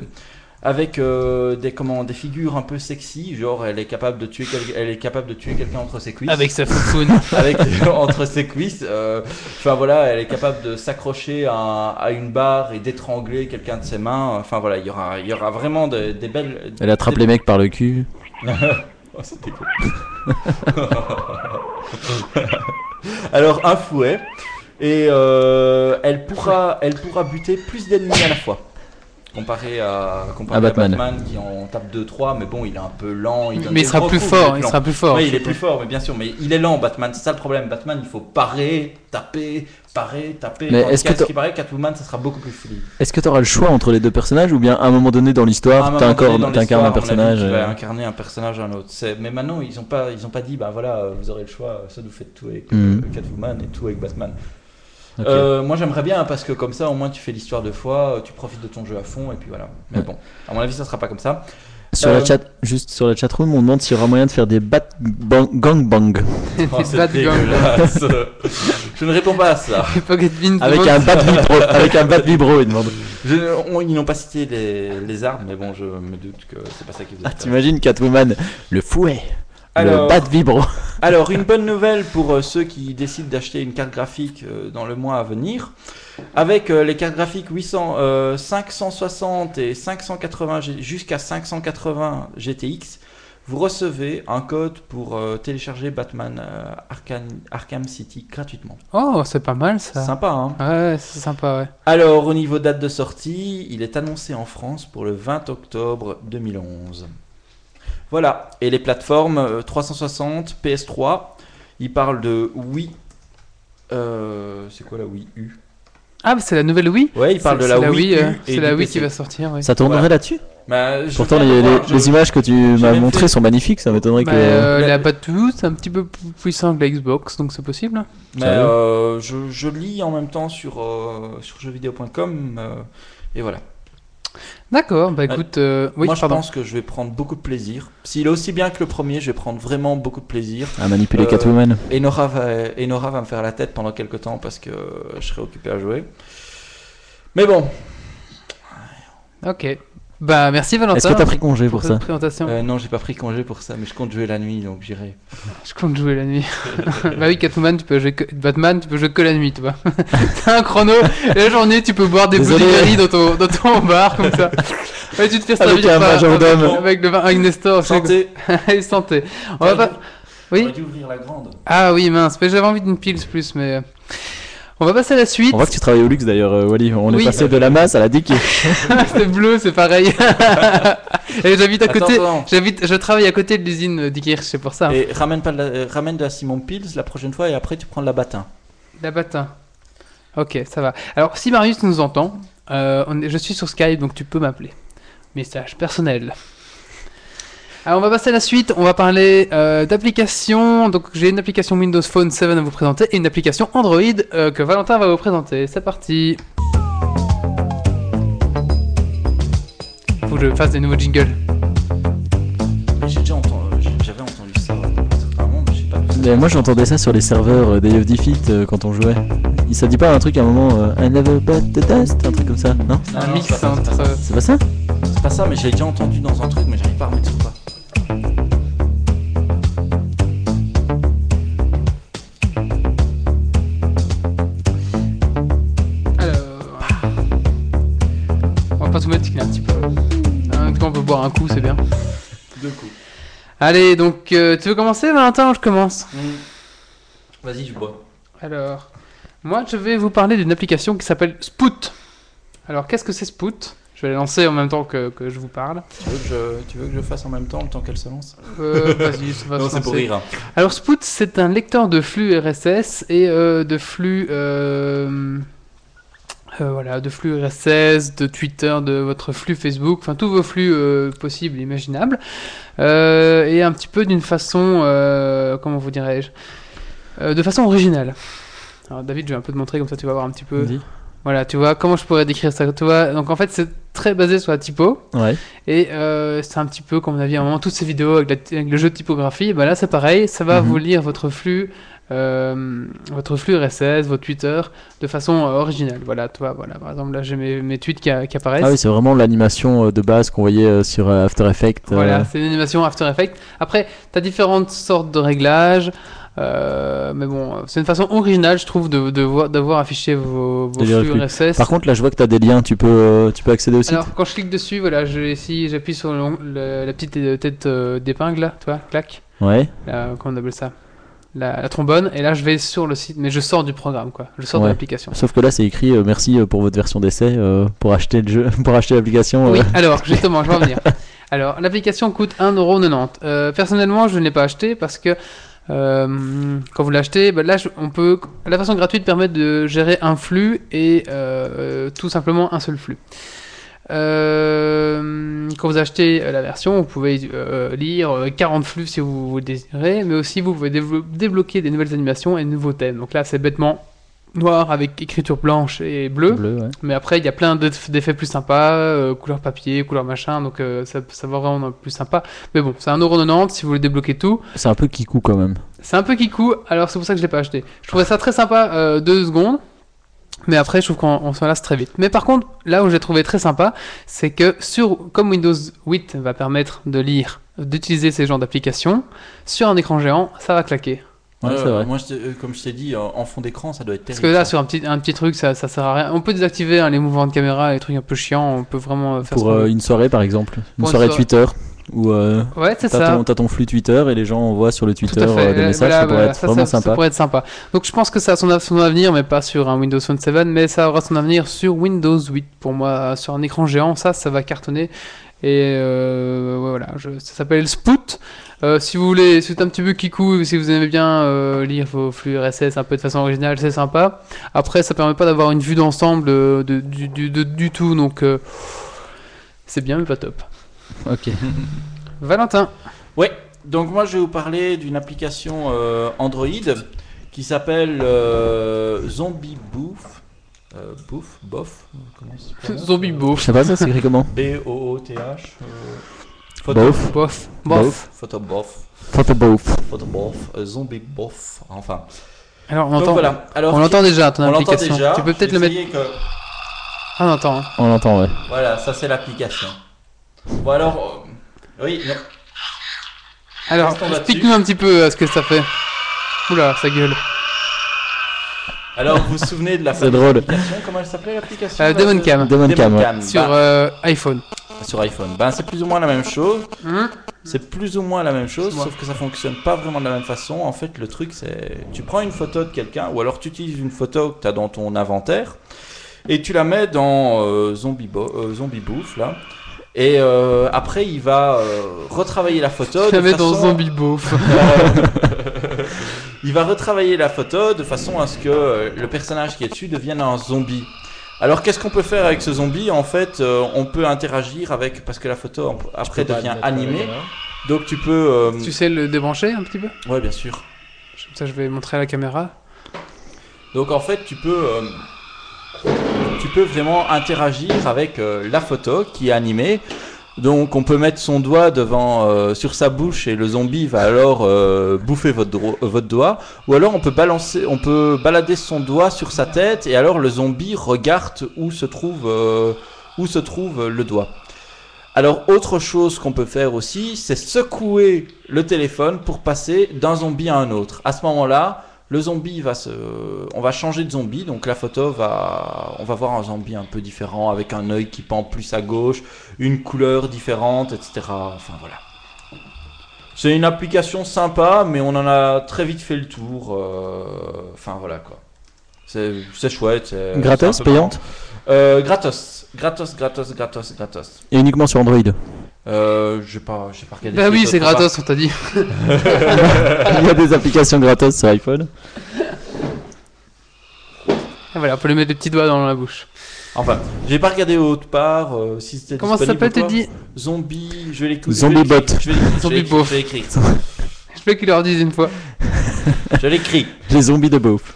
avec euh, des, comment, des figures un peu sexy, genre elle est capable de tuer, quel- elle est capable de tuer quelqu'un entre ses cuisses.
Avec sa foufoune.
avec [laughs] entre ses cuisses. euh, Enfin voilà, elle est capable de s'accrocher à, à une barre et d'étrangler quelqu'un de ses mains. Enfin voilà, il y aura, il y aura vraiment de- des belles.
Elle attrape
des-
les mecs par le cul.
Oh, c'était cool. [laughs] Alors un fouet et euh, elle pourra, elle pourra buter plus d'ennemis à la fois. Comparé à, comparé
À Batman.
qui en tape 2-3, mais bon, il est un peu lent. Il donne
mais il
des
sera
gros
plus
coups,
fort,
mais
il
lent.
sera plus fort.
Oui, il est plus fort, mais bien sûr, mais il est lent, Batman. C'est ça le problème. Batman, il faut parer, taper, parer, taper.
Mais
Tandis
est-ce que
qu'à ce
t'as-
qui paraît, Catwoman, ça sera beaucoup plus fluide.
Est-ce que t'auras le choix entre les deux personnages ou bien à un moment donné dans
À un
l'histoire
moment donné, dans
t'incornes- Ah, t'incarnes un
l'histoire, on a vu
personnage
Qui va
euh,
incarner un personnage à un autre. C'est- Mais maintenant, ils n'ont pas, ils ont pas dit, bah voilà, euh, vous aurez le choix, ça vous faites tout avec euh,
Mhm.
Catwoman et tout avec Batman.
ok.
Euh, moi, j'aimerais bien parce que comme ça, au moins, tu fais l'histoire deux fois, euh, tu profites de ton jeu à fond et puis voilà. Mais
Ouais.
bon, à mon avis, ça sera pas comme
[laughs]
ça.
Sur
euh,
la chat, juste sur la chatroom, on demande s'il y aura moyen de faire des bat bang gang bang
[laughs]
Oh,
Bad
c'est
gang.
dégueulasse. [laughs] Je ne réponds pas à ça.
Pocket Bean
avec
demande-
un bat
[laughs]
vibro avec un bat vibro il demande.
Je- on- ils n'ont pas cité les, les armes, mais bon, je me doute que c'est pas ça qui vous
Ah,
intéresse.
t'imagines Catwoman, le fouet,
Alors-
le bat vibro.
Alors, une bonne nouvelle pour euh, ceux qui décident d'acheter une carte graphique euh, dans le mois à venir. Avec euh, les cartes graphiques 800, euh, 560 et 580 G- jusqu'à 580 GTX, vous recevez un code pour euh, télécharger Batman euh, Arkham, Arkham City gratuitement.
Oh, c'est pas mal ça.
Sympa, hein
Ouais, c'est sympa, ouais.
Alors, au niveau date de sortie, il est annoncé en France pour le 20 octobre 2011. Voilà, et les plateformes euh, 360, PS3, il parle de Wii. euh, c'est quoi la Wii U
Ah, mais c'est la nouvelle Wii
Ouais, il parle de
C'est-
la
c'est
Wii, U.
euh,
et
C'est
du
la Wii
PC.
qui va sortir, oui.
Ça tournerait
Voilà.
là-dessus
Bah, je
Pourtant,
viens
les,
de
les-
voir, je-
les images que tu m'as
même fait-
montrées sont magnifiques, ça m'étonnerait que.
Bah, euh,
Mais-
la Batouth, c'est un petit peu plus puissant que la Xbox, donc c'est possible. hein.
Mais
Sérieux
euh, je, je lis en même temps sur, euh, sur jeuxvideo.com. euh, et voilà.
D'accord, bah écoute, euh, oui,
Moi, je
pardon.
pense que je vais prendre beaucoup de plaisir. S'il est aussi bien que le premier, je vais prendre vraiment beaucoup de plaisir.
à manipuler
euh,
Catwoman.
Et Nora, va, et Nora va me faire la tête pendant quelques temps parce que je serai occupé à jouer. Mais bon,
Ok. Bah merci Valentin.
Est-ce que t'as pris congé
pour
pour
cette
ça
présentation
euh, non, j'ai pas pris congé pour ça, mais je compte jouer la nuit, donc j'irai.
Je compte jouer la nuit. [laughs] bah oui, Catwoman, tu peux jouer que... Batman, tu peux jouer que la nuit, tu vois. [laughs] T'as un chrono, et la journée, tu peux boire des
Désolé.
bouteilles dans ton, dans ton bar, comme
[laughs]
ça. Ouais, tu te fais
Avec
servir
un
par-
majordome.
Avec, avec le vin, avec Nestor. tu sais,
Santé.
Allez, [laughs] santé. Ah, On va pas... Oui.
J'aurais dû ouvrir la grande.
Ah oui, mince, mais j'avais envie d'une pils plus, mais... euh, On va passer à la suite.
On voit que tu travailles au luxe d'ailleurs, euh, Wally. On
Oui.
est passé de la masse à la déquille.
[laughs] c'est bleu, c'est pareil. [laughs] et j'habite à
Attends,
côté...
attends.
J'habite, je travaille à côté de l'usine euh, d'Ikirch, c'est pour ça.
Et ramène, pas de la, euh, ramène de la Simon Pils la prochaine fois et après tu prends de la Batin.
La batin. Ok, ça va. Alors, si Marius nous entend, euh, on est- je suis sur Skype, donc tu peux m'appeler. Message personnel. Alors, on va passer à la suite. On va parler euh, d'applications. Donc, j'ai une application Windows Phone 7 à vous présenter et une application Android euh, que Valentin va vous présenter. C'est parti. Faut que je fasse des nouveaux jingles.
Mais j'ai déjà entendu, j'avais entendu ça certainement, mais je sais pas.
Mais moi j'entendais ça sur les serveurs euh, Day of Defeat euh, quand on jouait. Il ça dit pas un truc à un moment euh, I never but the dust, un truc comme ça, non
Un
non,
mix
c'est pas ça,
entre.
c'est pas ça.
C'est pas ça
C'est pas ça, mais j'ai déjà entendu dans un truc, mais j'arrive pas à remettre sur quoi.
euh, Ah, Allez, donc euh, tu veux commencer, Valentin ou Je commence.
Vas-y, je bois.
Alors, moi, je vais vous parler d'une application qui s'appelle Spout. Alors, qu'est-ce que c'est Spout Je vais la lancer en même temps que, que je vous parle.
Tu veux, que je, tu veux que je fasse en même temps, le temps qu'elle se lance
Euh, Vas-y, ça va se lancer.
rire.
Alors, Spout, c'est un lecteur de flux RSS et euh, de flux. euh, euh, voilà, de flux RSS, de Twitter, de votre flux Facebook, enfin tous vos flux euh, possibles, imaginables, Euh, et un petit peu d'une façon, euh, comment vous dirais-je, Euh, de façon originale. Alors David, je vais un peu te montrer, comme ça tu vas voir un petit peu. Voilà, tu vois, comment je pourrais décrire ça Tu vois, donc en fait c'est très basé sur la typo,
Ouais.
et euh, c'est un petit peu, comme on a vu à un moment, toutes ces vidéos avec, la- avec le jeu de typographie, bah là c'est pareil, ça va
Mhm.
vous lire votre flux, euh, votre flux RSS, votre Twitter, de façon euh, originale. Voilà, toi, voilà, par exemple, là j'ai mes, mes tweets qui, a- qui apparaissent.
Ah oui, c'est vraiment l'animation euh, de base qu'on voyait euh, sur euh, After Effects. euh,
Voilà, c'est une animation After Effects. Après, tu as différentes sortes de réglages. euh, mais bon, euh, c'est une façon originale, je trouve, de, de voir- d'avoir affiché vos, vos
De lire le
flux
flux.
RSS.
Par contre, là, je vois que tu as des liens, tu peux, euh, tu peux accéder au site.
Alors, quand je clique dessus, voilà, je, si j'appuie sur le- le- la petite euh, tête euh, d'épingle, là, tu vois, clac,
ouais.
la- comment on appelle ça la, la trombone, et là, je vais sur le site, mais je sors du programme, quoi. Je sors
Ouais.
de l'application.
Sauf que là, c'est écrit euh, merci euh, pour votre version d'essai, euh, pour acheter le jeu, [laughs] pour acheter l'application.
Oui,
euh.
alors, justement, je vais en venir. Alors, l'application coûte 1,90€. Euh, personnellement, je ne l'ai pas acheté parce que euh, quand vous l'achetez, bah, là, je- on peut. La façon gratuite permet de gérer un flux et euh, euh, tout simplement un seul flux. Euh, quand vous achetez euh, la version, vous pouvez euh, lire euh, 40 flux si vous le désirez, mais aussi vous pouvez dévelop- débloquer des nouvelles animations et de nouveaux thèmes. Donc là, c'est bêtement noir avec écriture blanche et bleue.
Bleu, ouais.
Mais après, il y a plein d'eff- d'effets plus sympas, euh, couleur papier, couleur machin, donc euh, ça, ça va vraiment dans le plus sympa. Mais bon, c'est 1,90€ si vous voulez débloquer tout.
C'est un peu kikou quand même.
C'est un peu kikou, alors c'est pour ça que je l'ai pas acheté. Je trouvais ça très sympa euh, deux secondes, mais après, je trouve qu'on on s'en lasse très vite. Mais par contre, là où j'ai trouvé très sympa, c'est que sur, comme Windows 8 va permettre de lire, d'utiliser ces genres d'applications, sur un écran géant, ça va claquer.
Ouais, c'est vrai.
Moi, je t'ai- euh, comme je t'ai dit, en- en fond d'écran, ça doit être
Parce
terrible.
que là,
ça.
sur un petit, un petit truc, ça, ça sert à rien. On peut désactiver hein, les mouvements de caméra, les trucs un peu chiants, on peut vraiment euh, faire ce
Pour
qu'on
euh,
veut.
une soirée, par exemple. Une
Pour une
soirée
soirée.
Twitter, où euh,
Ouais, c'est
t'as
ça.
ton, t'as ton flux Twitter et les gens envoient sur le Twitter
Tout à fait.
euh, des
Voilà,
messages,
voilà,
ça pourrait
voilà.
être
Ça, ça-
vraiment
ça
sympa.
pourrait être sympa. Donc je pense que ça a son, av- son avenir, mais pas sur un Windows Phone 7, mais ça aura son avenir sur Windows 8 pour moi, sur un écran géant, ça, ça va cartonner. Et euh, ouais, voilà, je- ça s'appelle Spout. Euh, si vous voulez, c'est un petit peu kikou, si vous aimez bien euh, lire vos flux RSS un peu de façon originale, c'est sympa. Après, ça permet pas d'avoir une vue d'ensemble euh, de- du, du- de- du tout, donc euh, c'est bien, mais pas top.
Ok.
Valentin,
Ouais, donc moi je vais vous parler d'une application euh, Android qui s'appelle euh, Zombie Bouffe. Euh, bouffe, bof, comment ça se prononce
[laughs] zombie
Je
beauf.
sais pas, ça c'est écrit comment
B-O-O-T-H. euh, photo,
Bof.
Bof, bof.
Bof.
Photo bof,
Photo bah, bof.
photo bof, euh, zombie bof, enfin.
Alors on
Donc
entend,
voilà, alors.
on l'entend déjà ton
on l'entend
application.
déjà.
Tu peux peut-être
J'ai
le mettre.
essayé que-
Ah, on entend. hein.
On l'entend, ouais.
Voilà, ça c'est l'application. Bon alors. euh, Oui, non,
Alors,
Restons là-dessus.
explique-nous un petit peu euh, ce que ça fait. Oula, ça gueule.
alors vous vous
[laughs]
souvenez de la
C'est drôle.
l'application, Comment elle s'appelait l'application
Euh, Demon Cam.
Demon Cam, ouais.
Bah,
Sur euh, iPhone.
sur iPhone. Ben, c'est plus ou moins la même chose.
Hein
C'est plus ou moins la même chose,
Excuse-moi.
sauf que ça fonctionne pas vraiment de la même façon. En fait, le truc, c'est tu prends une photo de quelqu'un, ou alors tu utilises une photo que tu as dans ton inventaire, et tu la mets dans euh, Zombie, Bo- euh, Zombie Bouffe, là. Et euh, après, il va euh, retravailler la photo.
Je
de
la mets dans
façon- Hmm.
Zombie Beauf.
Euh, il va retravailler la photo de façon à ce que euh, le personnage qui est dessus devienne un zombie. Alors qu'est-ce qu'on peut faire avec ce zombie En fait, euh, on peut interagir avec parce que la photo en- après devient
euh,
animée. Donc tu peux. euh,
tu sais le débrancher un petit peu
Ouais, bien sûr.
Comme ça, je vais montrer à la caméra.
Donc en fait, tu peux, euh, tu peux vraiment interagir avec euh, la photo qui est animée. Donc on peut mettre son doigt devant euh, sur sa bouche et le zombie va alors euh, bouffer votre, dro- euh, votre doigt. Ou alors on peut balancer, on peut balader son doigt sur sa tête et alors le zombie regarde où se trouve euh, où se trouve euh, le doigt. Alors autre chose qu'on peut faire aussi, c'est secouer le téléphone pour passer d'un zombie à un autre. À ce moment-là, le zombie va se. euh, On va changer de zombie, donc la photo va. On va voir un zombie un peu différent, avec un œil qui pend plus à gauche, une couleur différente, etc. Enfin voilà. C'est une application sympa, mais on en a très vite fait le tour. euh, Enfin voilà quoi. C'est c'est chouette. c'est-
Gratos,
Euh, c'est un peu
payante
marrant. Euh, Gratos, gratos, gratos, gratos, gratos.
Et uniquement sur
[laughs]
Android.
Euh, j'ai pas, j'ai pas regardé.
Bah
si
oui,
ça
c'est
te parle.
gratos, on t'a dit.
Il y a des applications gratos sur iPhone.
Ah, Voilà, faut lui mettre des petits doigts dans la bouche.
Enfin, j'ai pas regardé autre part. euh, si c'était
Comment ça
disponible
s'appelle,
ou
tu
pas.
dis
Zombie, je vais l'écouter.
Zombie
je vais l'écrire,
bot.
Je vais l'écrire, je vais
Zombie
l'écrire, je vais l'écrire.
Je veux qu'ils leur disent une fois.
Je l'écris.
Les zombies de beauf.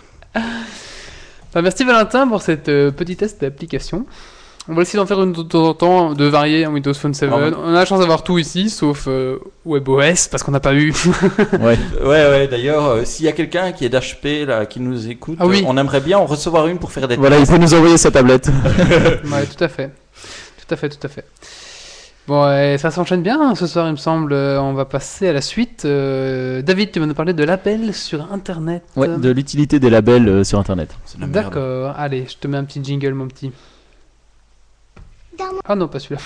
Bah, merci Valentin pour cette euh, petite test d'application. On va essayer d'en faire une de temps en temps, de varier en Windows Phone 7.
Ah ouais.
On a la chance d'avoir tout ici, sauf euh, WebOS, parce qu'on n'a pas eu. [laughs]
Ouais.
Ouais, ouais, d'ailleurs, euh, s'il y a quelqu'un qui est d'HP, là, qui nous écoute,
Ah oui.
euh, on aimerait bien en recevoir une pour faire des
Voilà, il faut nous envoyer sa tablette.
ouais, tout à fait. Tout à fait, tout à fait. Bon, et ça s'enchaîne bien hein, ce soir, il me semble. Euh, On va passer à la suite. Euh, David, tu vas nous parler de l'appel sur Internet.
Ouais, de l'utilité des labels euh, sur internet.
C'est de la merde.
D'accord. Allez, je te mets un petit jingle, mon petit. Ah non, pas celui-là.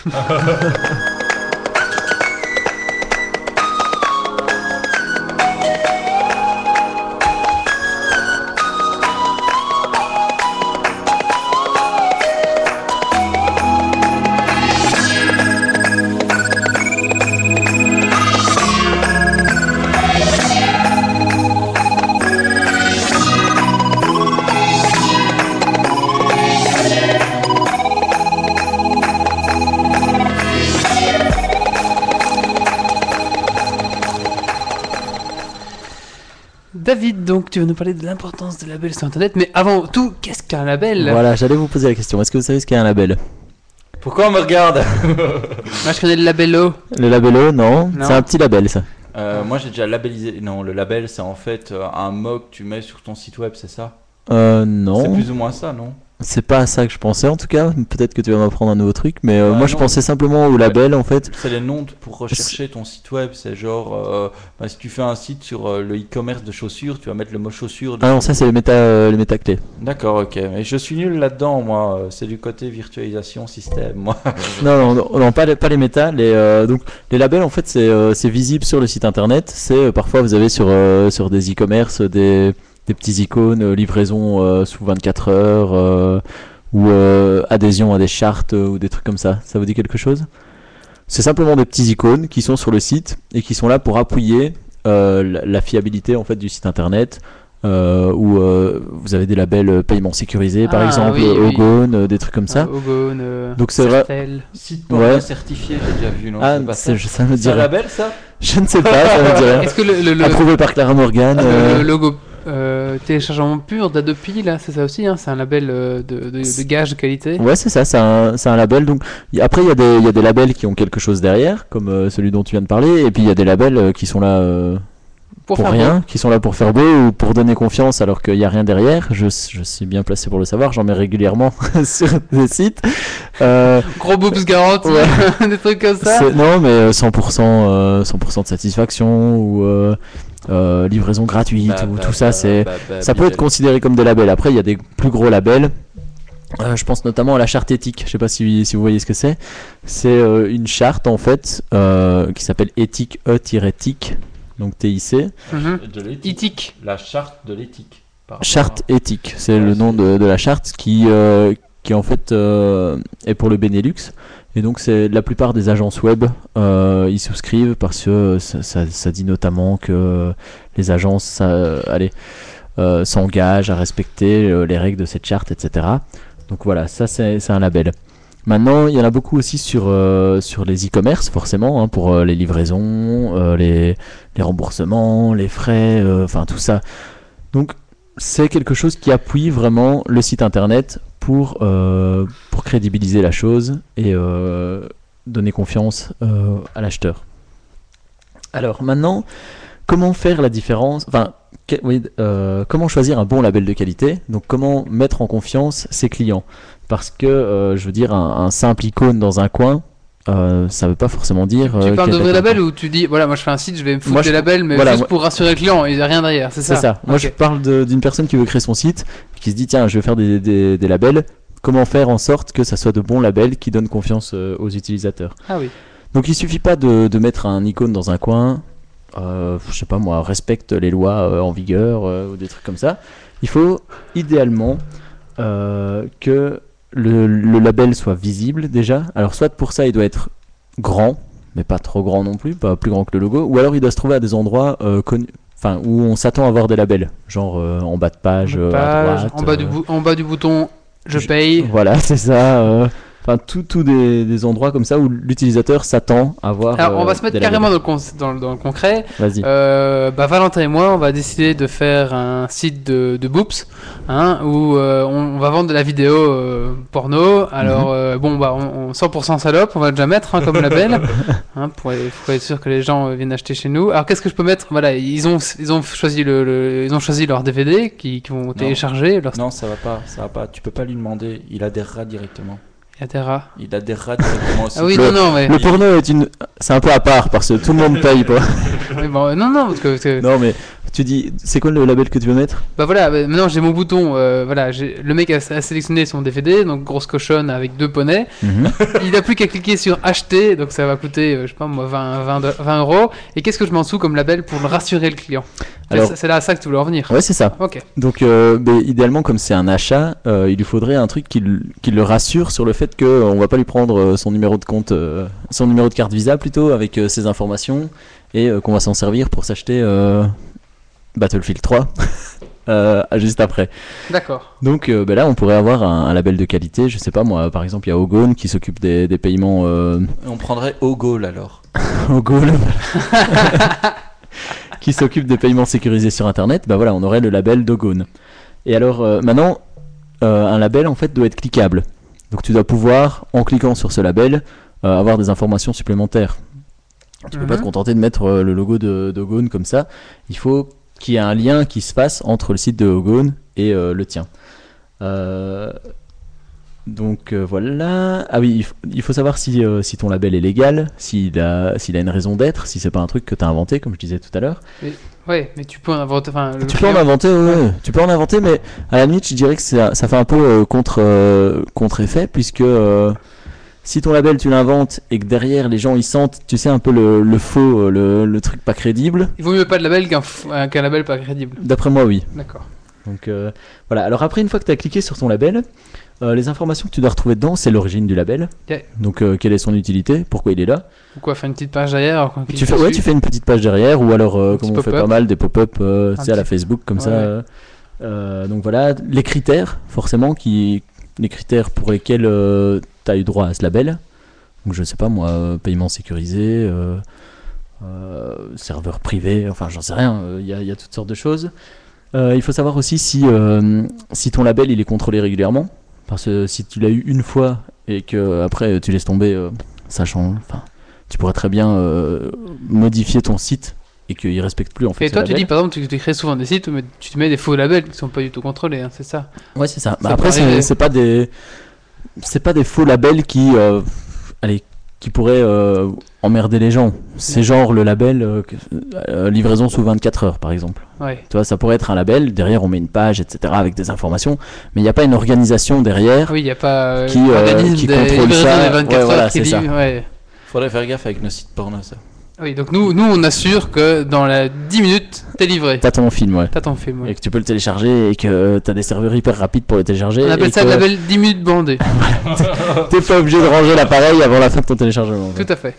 David, donc, tu vas nous parler de l'importance des labels sur Internet. Mais avant tout, qu'est-ce qu'un label
Voilà, j'allais vous poser la question. Est-ce que vous savez ce qu'est un label
Pourquoi on me regarde
Moi, je connais le labello.
Le labello, non,
Non.
C'est un petit label, ça.
Euh, Moi, j'ai déjà labellisé. Non, le label, c'est en fait euh, un mot que tu mets sur ton site web, c'est ça
Euh,
C'est
non.
plus ou moins ça, non
C'est pas à ça que je pensais en tout cas. Peut-être que tu vas m'apprendre un nouveau truc, mais euh,
Ah,
moi je
non.
pensais simplement au label en fait.
C'est les noms de- pour rechercher ton site web. C'est genre, euh, bah, si tu fais un site sur euh, le e-commerce de chaussures, tu vas mettre le mot chaussures.
Ah non, ça c'est les méta, euh, les métaclés.
Ah. D'accord, ok. Mais je suis nul là-dedans, moi. Euh, C'est du côté virtualisation système, [laughs] moi.
Non, non, non, non, pas les, pas les méta. Les, euh, donc les labels en fait c'est euh, c'est visible sur le site internet. C'est euh, parfois vous avez sur euh, sur des e-commerce euh, des des petits icônes euh, livraison euh, sous 24 heures euh, ou euh, adhésion à des chartes euh, ou des trucs comme ça. Ça vous dit quelque chose C'est simplement des petits icônes qui sont sur le site et qui sont là pour appuyer euh, la, la fiabilité en fait du site internet. euh, où euh, vous avez des labels euh, paiement sécurisé par
Ah,
exemple,
oui,
euh,
oui.
Ogone, euh, des trucs comme ça.
Ogone, euh,
Donc c'est vrai-
Sertel.
Site
porno Ouais.
certifié, j'ai déjà vu, non
Ah,
ça.
c'est- je- ça me
C'est un
dirait.
label, ça
Je ne sais pas, ça me
[laughs]
dirait.
Est-ce que le, le- le-
Approuvé par Clara Morgan.
le- le
euh,
logo euh, téléchargement pur date depuis là C'est ça aussi, hein, c'est un label euh, de, de- de gage de qualité.
euh, Ouais, c'est ça, c'est un, c'est un label. Donc, y- après, il y, a des- il y a des labels qui ont quelque chose derrière, comme euh, celui dont tu viens de parler, et puis il y a des labels euh, qui sont là euh,
Pour,
pour
faire
rien, qui sont là pour faire beau ou pour donner confiance alors qu'il n'y a rien derrière. Je, je suis bien placé pour le savoir, j'en mets régulièrement [laughs] sur des sites. Euh,
beau. Gros boobs garanti, [laughs] des trucs comme ça.
c'est- non, mais euh, 100%, euh, 100 de satisfaction ou euh, euh, livraison gratuite
Bah,
ou tout ça, c'est.
Bah,
Ça peut être considéré comme des labels. Après, il y a des plus gros labels. Euh, je pense notamment à la charte éthique. Je sais pas si, si vous voyez ce que c'est. C'est euh, une charte en fait euh, qui s'appelle éthique E-éthique, donc TIC.
Mhm.
De l'éthique.
Itik.
La charte de l'éthique. par rapport
Charte éthique, c'est
Ouais,
le
c'est-
nom de, de la charte qui, euh, qui en fait euh, est pour le Benelux. Et donc c'est la plupart des agences web, euh, ils souscrivent parce que euh, ça, ça- ça dit notamment que euh, les agences ça, euh, allez, euh, s'engagent à respecter euh, les règles de cette charte, etc. Donc voilà, ça c'est c'est un label. Maintenant, il y en a beaucoup aussi sur, euh, sur les e-commerce, forcément, hein, pour euh, les livraisons, euh, les, les remboursements, les frais, euh, enfin tout ça. Donc c'est quelque chose qui appuie vraiment le site internet pour, euh, pour crédibiliser la chose et euh, donner confiance euh, à l'acheteur. Alors maintenant, comment faire la différence Enfin, que- oui, euh, comment choisir un bon label de qualité Donc comment mettre en confiance ses clients Parce que, euh, je veux dire, un, un simple icône dans un coin, euh, ça ne veut pas forcément dire...
Tu
euh,
parles de
qu'il y a
vrai
quelqu'un.
label ou tu dis voilà, moi je fais un site, je vais me foutre
Moi,
des
je-
labels, mais
voilà,
juste
moi-
pour rassurer le client, il n'y a rien derrière, c'est ça
C'est ça. Moi,
Ok.
je parle de- d'une personne qui veut créer son site, qui se dit tiens, je vais faire des, des- des labels. Comment faire en sorte que ça soit de bons labels qui donnent confiance euh, aux utilisateurs
Ah oui.
Donc, il suffit pas de, de mettre un icône dans un coin, euh, je sais pas moi, respectent les lois euh, en vigueur euh, ou des trucs comme ça, il faut idéalement euh, que le, le label soit visible déjà. Alors soit pour ça il doit être grand, mais pas trop grand non plus, pas plus grand que le logo, ou alors il doit se trouver à des endroits euh, connus. Enfin, où on s'attend à avoir des labels, genre euh, en bas de page, euh, à
Page,
droite.
en, bas du
euh,
bou- en bas du bouton, je
je-
paye.
[laughs] voilà, c'est ça. euh, Enfin, tout, tout des, des endroits comme ça où l'utilisateur s'attend à voir.
Alors, on
euh,
va se mettre
des labels.
carrément dans le, con- dans le- dans le concret.
Vas-y.
Euh, bah, Valentin et moi, on va décider de faire un site de, de boops hein, où euh, on, on va vendre de la vidéo euh, porno. Alors, euh, bon, bah, on, on- 100% salope, on va déjà mettre hein, comme label hein, pour, être- pour être sûr que les gens euh, viennent acheter chez nous. Alors, qu'est-ce que je peux mettre Voilà, ils ont, ils ont choisi le, le- ils ont choisi leur DVD qui, qui vont télécharger leur
Non, ça va pas, ça va pas. Tu peux pas lui demander. Il adhérera directement.
etc.
Il adhérera directement aussi.
Ah oui, non,
Le-
non,
[laughs]
mais,
Le porno est une, c'est un peu à part parce que tout le monde paye pas.
mais bon, non, non, parce que- parce que
[laughs] non mais tu dis, c'est quoi le label que tu veux mettre
Bah voilà, bah maintenant j'ai mon bouton. euh, voilà, j'ai- le mec a, a sélectionné son DVD, donc grosse cochonne avec deux poneys. Il n'a plus qu'à cliquer sur acheter, donc ça va coûter, euh, je sais pas moi, 20, 20, do- 20 euros. Et qu'est-ce que je m'en sous comme label pour le rassurer le client
Alors-
C'est- C'est là à ça que tu voulais en venir.
Ouais, c'est ça.
Ok.
Donc, euh, mais idéalement, comme c'est un achat, euh, il lui faudrait un truc qui, l- qui le rassure sur le fait qu'on on va pas lui prendre euh, son numéro de compte, euh, son numéro de carte Visa plutôt, avec euh, ses informations, et euh, qu'on va s'en servir pour s'acheter euh, Battlefield 3 [laughs] euh, juste après.
D'accord.
Donc euh, ben là, on pourrait avoir un, un label de qualité. Je sais pas moi, par exemple, il y a Ogone qui s'occupe des, des paiements euh, [laughs]
On prendrait Ogol alors.
au goal qui s'occupe des paiements sécurisés sur internet, bah voilà, on aurait le label Dogon. Et alors euh, maintenant, euh, un label en fait doit être cliquable. Donc tu dois pouvoir, en cliquant sur ce label, euh, avoir des informations supplémentaires. Tu peux pas te
Mhm.
contenter de mettre euh, le logo de Dogon comme ça. Il faut qu'il y ait un lien qui se fasse entre le site de Dogon et euh, le tien. Euh, donc euh, voilà. Ah oui, il f- il faut, savoir si, euh, si ton label est légal, s'il a, s'il a une raison d'être, si c'est pas un truc que tu as inventé, comme je disais tout à l'heure.
Ouais, mais tu peux inventer. Enfin, le
Tu peux en
client-
inventer, ouais, ouais. tu peux en inventer, mais à la limite, je dirais que ça, ça fait un peu euh, contre, euh, contre-effet, puisque euh, si ton label tu l'inventes et que derrière les gens ils sentent, tu sais, un peu le, le faux, euh, le, le truc pas crédible,
Il vaut mieux pas de label qu'un f- euh, qu'un label pas crédible.
d'après moi, oui.
D'accord.
Donc euh, voilà, alors après une fois que tu as cliqué sur ton label, euh, les informations que tu dois retrouver dedans, c'est l'origine du label.
Ok.
Donc euh, quelle est son utilité, pourquoi il est là.
Pourquoi faire une petite page derrière alors qu'on clique
Tu fais, ouais,
dessus
tu fais une petite page derrière, ou alors euh,
Un
comme
petit
on fait
pop-up.
pas mal des pop-up euh, tu
Un
sais, à la
petit-
Facebook comme ça.
Ouais, ouais.
euh, euh, donc voilà, les critères forcément qui, les critères pour lesquels tu as eu droit à ce label. Donc je sais pas moi, euh, paiement sécurisé, euh, euh, serveur privé, enfin j'en sais rien. euh, Il y, a- il y a toutes sortes de choses. Euh, il faut savoir aussi si euh, si ton label il est contrôlé régulièrement, parce que si tu l'as eu une fois et que euh, après euh, tu laisses tomber, euh, ça change. Enfin, tu pourrais très bien euh, modifier ton site et qu'il respecte plus en fait.
Et
ce
toi, tu
label.
dis par exemple, tu, tu crées souvent des sites où mais tu te mets des faux labels qui sont pas du tout contrôlés, hein, c'est ça
Ouais, c'est ça. Bah,
peut
après,
arriver.
c'est c'est pas des, c'est pas des faux labels qui, euh, allez, qui pourraient euh, emmerder les gens. C'est genre le label euh, que- euh, livraison sous 24 heures, par exemple.
Ouais.
Tu vois, ça pourrait être un label. Derrière, on met une page, etc., avec des informations, mais il n'y a pas une organisation derrière.
Oui, il n'y a pas euh,
Qui, euh,
organisme
qui
des
contrôle
livraisons
ça,
des 24
ouais, voilà,
heures qui
c'est ça.
dit- ouais.
Faudrait faire gaffe avec nos sites porno ça.
Oui, donc nous, nous, on assure que dans la 10 minutes, t'es livré.
T'as ton film, ouais.
T'as ton film. ouais.
Et que tu peux le télécharger et que euh, t'as des serveurs hyper rapides pour le télécharger.
On
et
appelle ça le
que
label 10 minutes bandé.
[laughs] T'es pas obligé de ranger l'appareil avant la fin de ton téléchargement. en fait.
Tout à fait.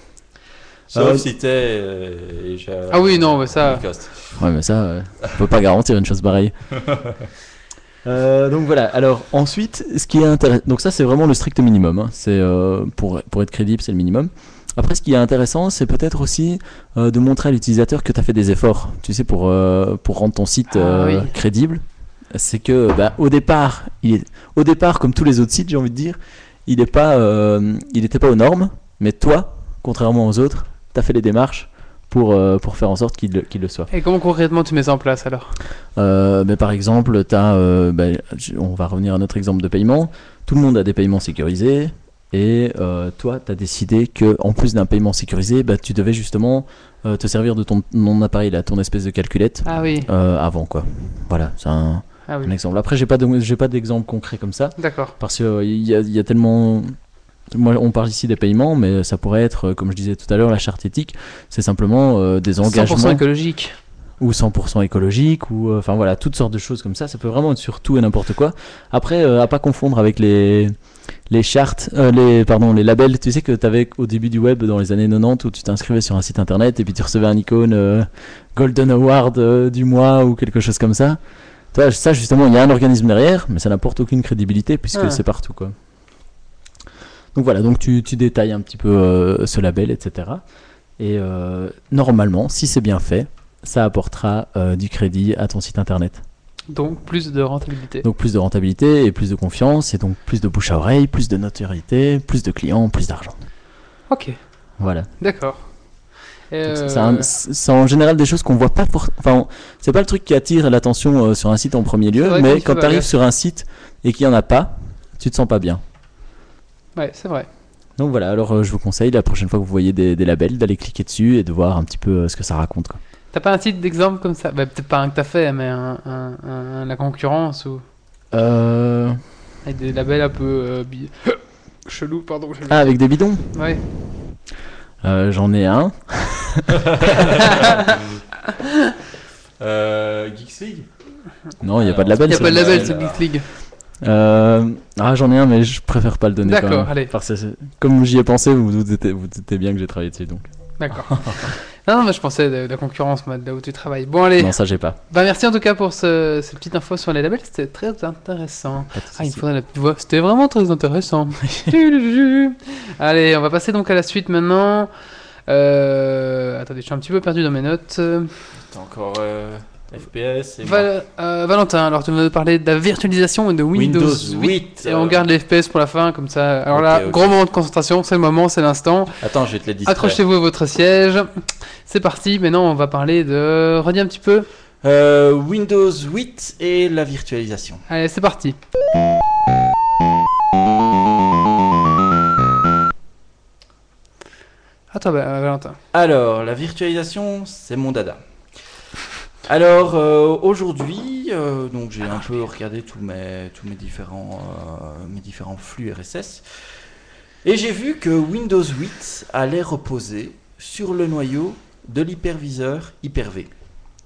Sauf
Euh,
si t'es. euh, j'ai-
Ah oui, non, mais ça-
Lacoste.
[laughs]
Ouais, mais ça, euh, on peut pas garantir une chose pareille. Euh, donc voilà, alors ensuite, ce qui est intéressant, donc ça c'est vraiment le strict minimum, hein. c'est euh, pour, pour être crédible, c'est le minimum. Après, ce qui est intéressant, c'est peut-être aussi euh, de montrer à l'utilisateur que tu as fait des efforts, tu sais, pour, euh, pour rendre ton site
Ah,
euh,
oui.
crédible. C'est que bah, au départ, il est, au départ, comme tous les autres sites, j'ai envie de dire, il est pas, euh, il n'était pas aux normes, mais toi, contrairement aux autres, tu as fait les démarches pour, euh, pour faire en sorte qu'il le- qu'il le soit.
Et comment concrètement tu mets ça en place alors
Euh, mais par exemple, t'as, euh, ben, j- on va revenir à notre exemple de paiement. Tout le monde a des paiements sécurisés. Et euh, toi, tu as décidé que en plus d'un paiement sécurisé, bah, tu devais justement euh, te servir de ton, mon appareil, là, ton espèce de calculette,
Ah oui,
euh, avant. quoi. Voilà, c'est un,
ah
un
oui.
exemple. Après, j'ai pas de- j'ai pas d'exemple concret comme ça, euh,
D'accord.
parce qu'il y, a- y a tellement Moi, on parle ici des paiements, mais ça pourrait être, euh, comme je disais tout à l'heure, la charte éthique. C'est simplement euh, des engagements
100% écologique.
ou 100% écologique ou euh, enfin voilà toutes sortes de choses comme ça ça peut vraiment être sur tout et n'importe quoi après euh, à pas confondre avec les les chartes euh, les pardon les labels tu sais que t'avais au début du web dans les années 90 où tu t'inscrivais sur un site internet et puis tu recevais un icône euh, golden award euh, du mois ou quelque chose comme ça Toi, ça justement il y a un organisme derrière mais ça n'apporte aucune crédibilité puisque
Ah.
c'est partout quoi donc voilà donc tu, tu détailles un petit peu euh, ce label etc et euh, normalement si c'est bien fait ça apportera euh, du crédit à ton site internet.
Donc plus de rentabilité.
Donc plus de rentabilité et plus de confiance et donc plus de bouche à oreille, plus de notoriété, plus de clients, plus d'argent.
Ok,
Voilà.
d'accord.
Donc,
Euh,
c'est- c'est un- C'est c'est en général des choses qu'on voit pas. for- Enfin, on- c'est pas le truc qui attire l'attention euh, sur un site en premier
C'est
lieu,
vrai qu'on y
mais
fait
quand
pas
tu arrives
gaffe.
sur un site et qu'il y en a pas, tu te sens pas bien.
Ouais, c'est vrai.
Donc voilà. Alors euh, je vous conseille la prochaine fois que vous voyez des, des labels d'aller cliquer dessus et de voir un petit peu euh, ce que ça raconte. quoi.
T'as pas un site d'exemple comme ça Bah, Peut-être pas un que t'as fait, mais un, un- un- la concurrence ou
Euh,
avec des labels un peu euh, bi- [coughs] chelou, pardon. chelou.
Ah, avec des bidons.
Ouais.
Euh, J'en ai un.
Euh, Geeks League
Non, il y a
Alors,
pas de label.
Il y a
c'est
pas de
le-
label,
label,
c'est
alors.
Geeks League.
Euh, ah, j'en ai un, mais je préfère pas le donner. quand
D'accord,
même.
allez.
Parce que c'est- comme j'y ai pensé, vous vous doutez, vous doutez bien que j'ai travaillé dessus, donc. [laughs]
D'accord. non, non, mais je pensais de de la concurrence, moi, de là où tu travailles. Bon, allez.
Non, ça j'ai pas.
Bah, merci en tout cas pour ce, cette petite info sur les labels, c'était très intéressant.
Pas de soucis.
Ah, il me faudrait la petite voix. C'était vraiment très [laughs] intéressant. Tududu. Allez, on va passer donc à la suite maintenant. Euh, Attendez, je suis un petit peu perdu dans mes notes. Euh,
T'as encore euh, FPS et moi.
Val- euh, Valentin, alors tu vas nous parler de la virtualisation et de Windows, 8. Et on
euh,
garde les FPS pour la fin, comme ça. Alors
Ok,
là,
ok.
gros moment de concentration, c'est le moment, c'est l'instant.
Attends, je vais te les distraire.
Accrochez-vous à votre siège. C'est parti, maintenant on va parler de. Redis un petit peu.
Euh, Windows 8 et la virtualisation.
Allez, c'est parti. Attends, bah, euh, Valentin.
Alors, la virtualisation, c'est mon dada. Alors, euh, aujourd'hui, euh, donc j'ai un peu regardé tous mes, tous mes, différents, euh, mes différents flux RSS. Et j'ai vu que Windows 8 allait reposer sur le noyau de l'hyperviseur Hyper-V.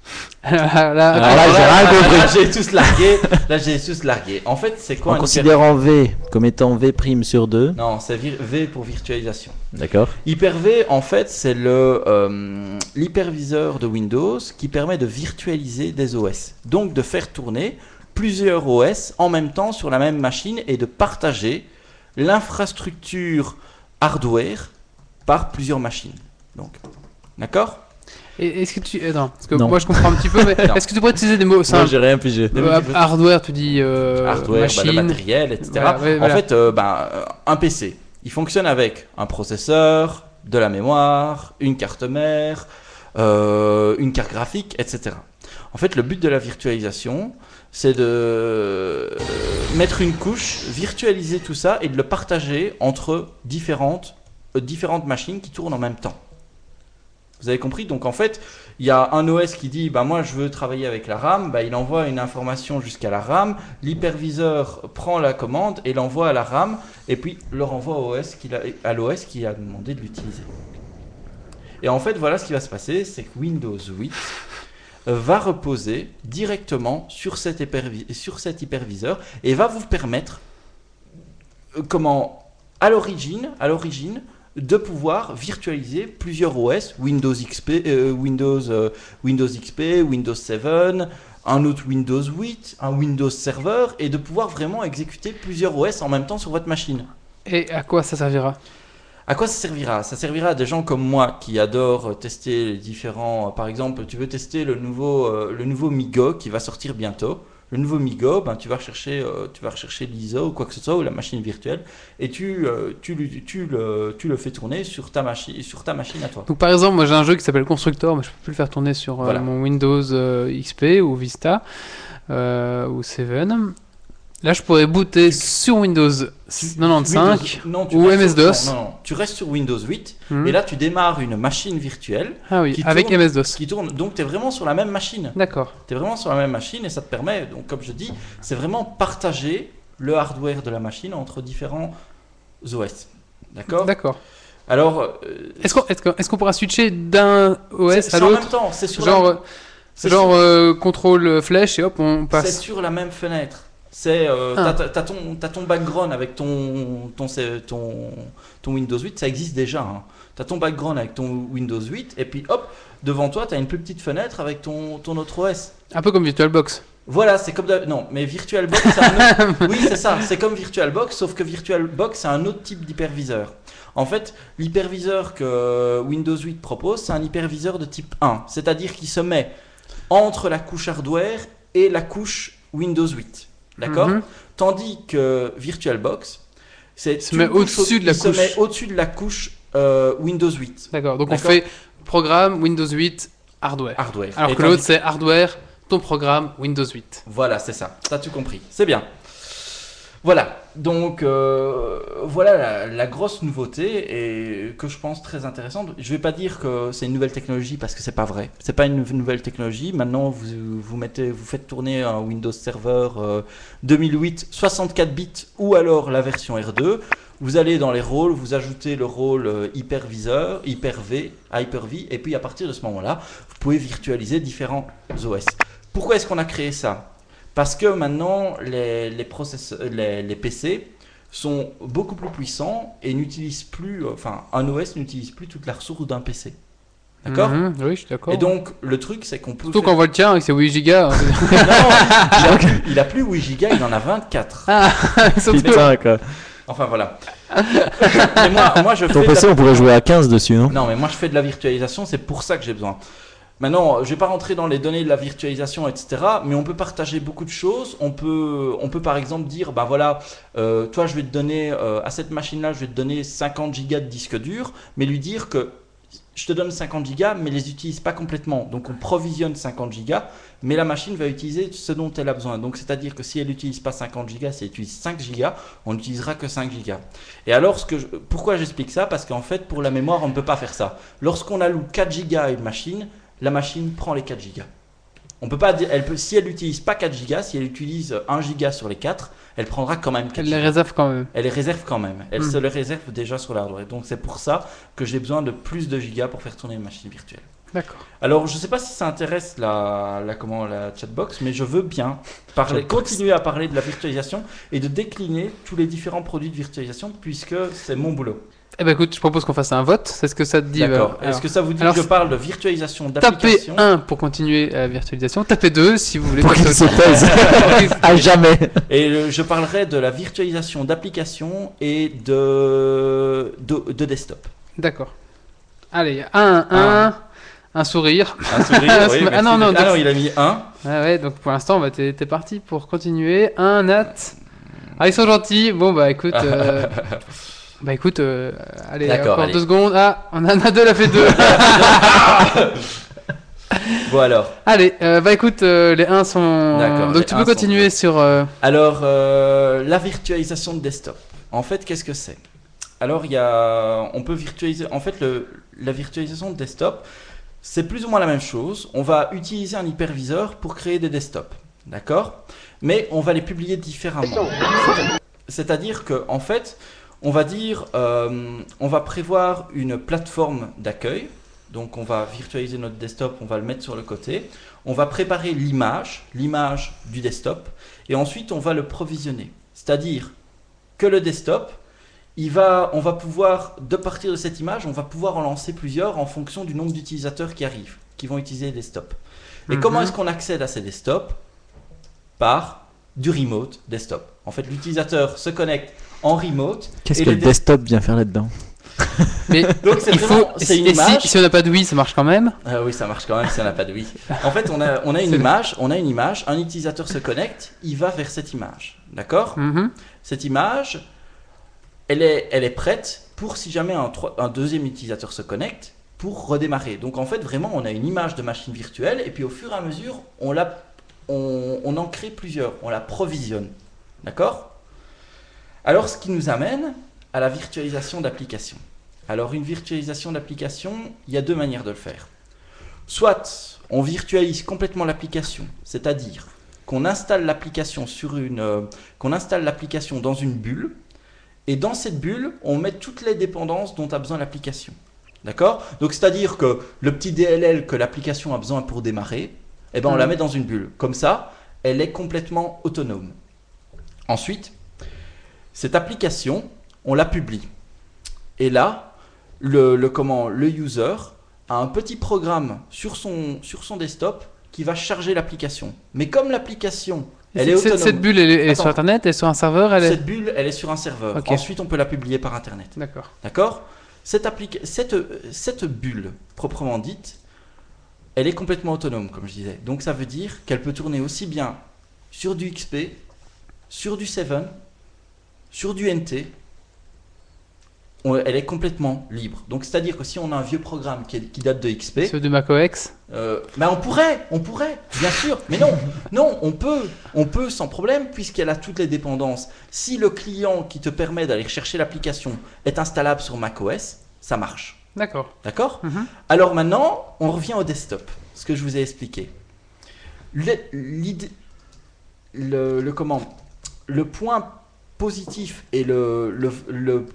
[laughs] Là, là,
Ah, là, j'ai rien compris.
Là, j'ai tous largué. Là, j'ai tous largué. En fait, c'est quoi
En
un
considérant V comme étant V prime sur 2.
hyper- Non, c'est vir- V pour virtualisation.
D'accord.
Hyper-V, en fait, c'est le euh, l'hyperviseur de Windows qui permet de virtualiser des OS. Donc de faire tourner plusieurs OS en même temps sur la même machine et de partager l'infrastructure hardware par plusieurs machines. Donc, d'accord
Et- Est-ce que tu. Attends, parce que
Non.
moi je comprends un petit peu, mais
Non.
est-ce que tu pourrais utiliser des mots
Moi
simples
j'ai rien pigé.
j'ai-
Euh, Hardware, tu dis euh,
hardware, bah, le
machine.
matériel, etc.
Voilà, ouais,
en
voilà.
fait, euh, bah, euh, un PC, il fonctionne avec un processeur, de la mémoire, une carte mère, euh, une carte graphique, etc. En fait, le but de la virtualisation, c'est de euh, mettre une couche, virtualiser tout ça et de le partager entre différentes, euh, différentes machines qui tournent en même temps. Vous avez compris Donc en fait, il y a un OS qui dit bah moi je veux travailler avec la RAM, bah il envoie une information jusqu'à la RAM, l'hyperviseur prend la commande et l'envoie à la RAM et puis le renvoie au OS qu'il a- à l'OS qui a demandé de l'utiliser. Et en fait, voilà ce qui va se passer, c'est que Windows 8 va reposer directement sur cet, hypervi- sur cet hyperviseur et va vous permettre euh, comment à l'origine, à l'origine de pouvoir virtualiser plusieurs OS, Windows XP, euh, Windows, euh, Windows XP, Windows 7, un autre Windows 8, un Windows Server, et de pouvoir vraiment exécuter plusieurs OS en même temps sur votre machine.
Et à quoi ça servira
À quoi ça servira Ça servira à des gens comme moi qui adorent euh, tester les différents. euh, Par exemple, tu veux tester le nouveau, euh, le nouveau Migo qui va sortir bientôt. Le nouveau Migo, ben, tu vas rechercher, euh, tu vas rechercher l'ISO ou quoi que ce soit ou la machine virtuelle et tu, euh, tu, le- tu le, tu le fais tourner sur ta machine, sur ta machine à toi.
Donc par exemple, moi j'ai un jeu qui s'appelle Constructor, mais je peux plus le faire tourner sur euh,
Voilà.
mon Windows euh, XP ou Vista euh, ou 7. Là, je pourrais booter sur Windows 95.
Windows- non, tu
ou
restes sur-
MS-DOS.
Non, non, non. tu restes sur Windows 8
Hmm.
et là tu démarres une machine virtuelle
ah oui,
qui
avec
tourne-
MS-DOS.
qui tourne. Donc tu es vraiment sur la même machine.
D'accord.
Tu es vraiment sur la même machine et ça te permet, donc comme je dis, c'est vraiment partager le hardware de la machine entre différents OS. D'accord
D'accord.
Alors, euh,
Est-ce qu'on est-ce qu'on- est-ce qu'on pourra switcher d'un
c'est-
OS
c'est
à
en même
l'autre
temps, c'est sur,
Genre,
la-
euh,
c'est sur-
genre euh, contrôle euh, flèche et hop, on
c'est
passe.
sur la même fenêtre. C'est euh,
Ah.
t'as- t'as ton t'as ton background avec ton ton ton, ton Windows 8, ça existe déjà. Hein. T'as ton background avec ton Windows 8 et puis hop devant toi t'as une plus petite fenêtre avec ton ton autre OS.
Un peu comme VirtualBox.
Voilà, c'est comme d'hab- non mais VirtualBox. c'est un
[laughs]
autre- oui c'est ça, c'est comme VirtualBox sauf que VirtualBox c'est un autre type d'hyperviseur. En fait, l'hyperviseur que Windows 8 propose, c'est un hyperviseur de type 1, c'est-à-dire qui se met entre la couche hardware et la couche Windows 8. D'accord
Mhm.
Tandis que VirtualBox, c'est
se
une
met au-dessus de la
il se
couche.
met au-dessus de la couche euh, Windows 8
D'accord. Donc on
D'accord.
fait programme Windows 8 hardware.
hardware.
Alors
Et
que
tandis-
l'autre c'est hardware, ton programme Windows 8.
Voilà, c'est ça. T'as tout compris. C'est bien. Voilà. Donc euh, voilà la, la grosse nouveauté et que je pense très intéressante. Je vais pas dire que c'est une nouvelle technologie parce que c'est pas vrai. C'est pas une nou- nouvelle technologie. Maintenant, vous vous mettez, vous faites tourner un Windows Server euh, 2008 64 bits ou alors la version R2. Vous allez dans les rôles, vous ajoutez le rôle euh, hyperviseur, hyper-V, hyper-V, et puis à partir de ce moment-là, vous pouvez virtualiser différents OS. Pourquoi est-ce qu'on a créé ça Parce que maintenant, les, les, processeurs- les, les PC sont beaucoup plus puissants et n'utilisent plus, euh, enfin, un OS n'utilise plus toute la ressource d'un PC. D'accord
Mhm. Oui, je suis d'accord.
Et donc, le truc, c'est qu'on peut.
Surtout
faire-
quand on voit le tien et que c'est 8 gigas. hein.
[laughs] Non,
[laughs]
il, a plus, il a plus 8 gigas, il en a 24.
Surtout- [laughs]
Putain, quoi.
Enfin, voilà. [laughs] Mais moi, moi, je fais
Ton
de la-
PC, on pourrait jouer à 15 dessus, non
Non, mais moi je fais de la virtualisation, c'est pour ça que j'ai besoin. Maintenant, je vais pas rentrer dans les données de la virtualisation, etc. Mais on peut partager beaucoup de choses. On peut, on peut par exemple dire, bah voilà, euh, toi je vais te donner euh, à cette machine-là, je vais te donner 50 gigas de disque dur, mais lui dire que je te donne 50 gigas, mais les utilise pas complètement. Donc on provisionne 50 gigas, mais la machine va utiliser ce dont elle a besoin. Donc c'est-à-dire que si elle n'utilise pas 50 gigas, si elle utilise 5 gigas, on n'utilisera que 5 gigas. Et alors, ce que je- pourquoi j'explique ça Parce qu'en fait, pour la mémoire, on ne peut pas faire ça. Lorsqu'on alloue 4 gigas à une machine, la machine prend les 4 gigas. On peut pas dire, elle peut, si elle n'utilise pas 4 gigas, si elle utilise 1 giga sur les 4, elle prendra quand même 4
Elle les
gigas.
réserve quand même.
Elle les réserve quand même. Elle
Hmm.
se les réserve déjà sur l'hardware. Donc c'est pour ça que j'ai besoin de plus de gigas pour faire tourner une machine virtuelle.
D'accord.
Alors je sais pas si ça intéresse la, la, comment, la chatbox, mais je veux bien parler, continuer à parler de la virtualisation et de décliner tous les différents produits de virtualisation puisque c'est mon boulot.
Eh ben écoute, je propose qu'on fasse un vote. C'est ce que ça te dit.
D'accord.
Val.
Est-ce que ça vous dit
bah, alors,
que je parle de virtualisation
Tapez
d'application
1 pour continuer la virtualisation, tapez 2 si vous voulez
Pour
passer
qu'il se
au-
taise.
[laughs]
à jamais.
et euh, je parlerai de la virtualisation d'application et de, de, de desktop.
D'accord. Allez, 1, 1, un sourire.
Un sourire,
Ah
oui, merci.
non, non,
ah
donc-
non, il a mis un.
Ah ouais, donc pour l'instant, bah, t'es t'es parti pour continuer. 1, Nat. Ah, ils sont gentils. Bon, bah écoute.
[laughs]
euh, Bah écoute, euh, allez,
D'accord,
encore
allez.
deux secondes. Ah, on en a deux, elle a fait
[laughs]
deux.
Bon alors.
allez, euh, bah écoute, euh, les 1 sont.
D'accord, les
Donc tu
uns
peux
sont
continuer sur. euh,
Alors, euh, la virtualisation de desktop. En fait, qu'est-ce que c'est Alors, il y a, on peut virtualiser. En fait, le, la virtualisation de desktop, c'est plus ou moins la même chose. On va utiliser un hyperviseur pour créer des desktops, d'accord Mais on va les publier différemment. C'est-à-dire que, en fait, on va dire, euh, on va prévoir une plateforme d'accueil. Donc, on va virtualiser notre desktop, on va le mettre sur le côté. On va préparer l'image, l'image du desktop et ensuite on va le provisionner. C'est-à-dire que le desktop, il va, on va pouvoir, de partir de cette image, on va pouvoir en lancer plusieurs en fonction du nombre d'utilisateurs qui arrivent, qui vont utiliser les desktops. Et
Mhm.
comment est-ce qu'on accède à ces desktops Par du remote desktop. En fait, l'utilisateur se connecte en remote.
Qu'est-ce
et
que
les
le desktop vient faire là-dedans
Mais
des- [laughs] Donc c'est
il faut.
vraiment-
Et
c'est
si,
une
et si-
image.
si on n'a pas de oui, ça marche quand même.
Ah oui, ça marche quand même si on n'a pas de oui. En fait, on a, on a une
C'est-
image, on a une image. Un utilisateur se connecte, il va vers cette image, d'accord
Mhm.
cette image, elle est, elle est prête pour si jamais un, troi- un deuxième utilisateur se connecte, pour redémarrer. Donc en fait, vraiment, on a une image de machine virtuelle, et puis au fur et à mesure, on, la, on, on en crée plusieurs, on la provisionne. D'accord Alors ce qui nous amène à la virtualisation d'application. Alors une virtualisation d'application, il y a deux manières de le faire. Soit on virtualise complètement l'application, c'est-à-dire qu'on installe l'application sur une... euh, qu'on installe l'application dans une bulle Et dans cette bulle, on met toutes les dépendances dont a besoin l'application. D'accord Donc c'est-à-dire que le petit DLL que l'application a besoin pour démarrer, eh ben, on la met dans une bulle. Comme ça, elle est complètement autonome. Ensuite, cette application, on la publie. Et là, le, le- comment, le user a un petit programme sur son, sur son desktop qui va charger l'application. Mais comme l'application, elle est,
Cette-
autonome.
Cette bulle, elle est, elle est
Attends.
sur internet, elle est sur un serveur, elle est.
Cette bulle, elle est sur un serveur.
Ok.
Ensuite, on peut la publier par Internet.
D'accord.
D'accord cette, applique- cette, cette bulle, proprement dite, elle est complètement autonome, comme je disais. Donc ça veut dire qu'elle peut tourner aussi bien sur du XP, sur du 7, sur du NT. On- elle est complètement libre. Donc c'est-à-dire que si on a un vieux programme qui, est- qui date de XP,
Ceux de macOS.
euh, bah on pourrait, on pourrait, bien sûr. Mais non, non, on peut, on peut sans problème puisqu'elle a toutes les dépendances. Si le client qui te permet d'aller chercher l'application est installable sur macOS, ça marche.
D'accord.
D'accord
Mhm.
Alors maintenant, on revient au desktop, ce que je vous ai expliqué. Le, l'idée- le, le comment Le point positif et le, le, le-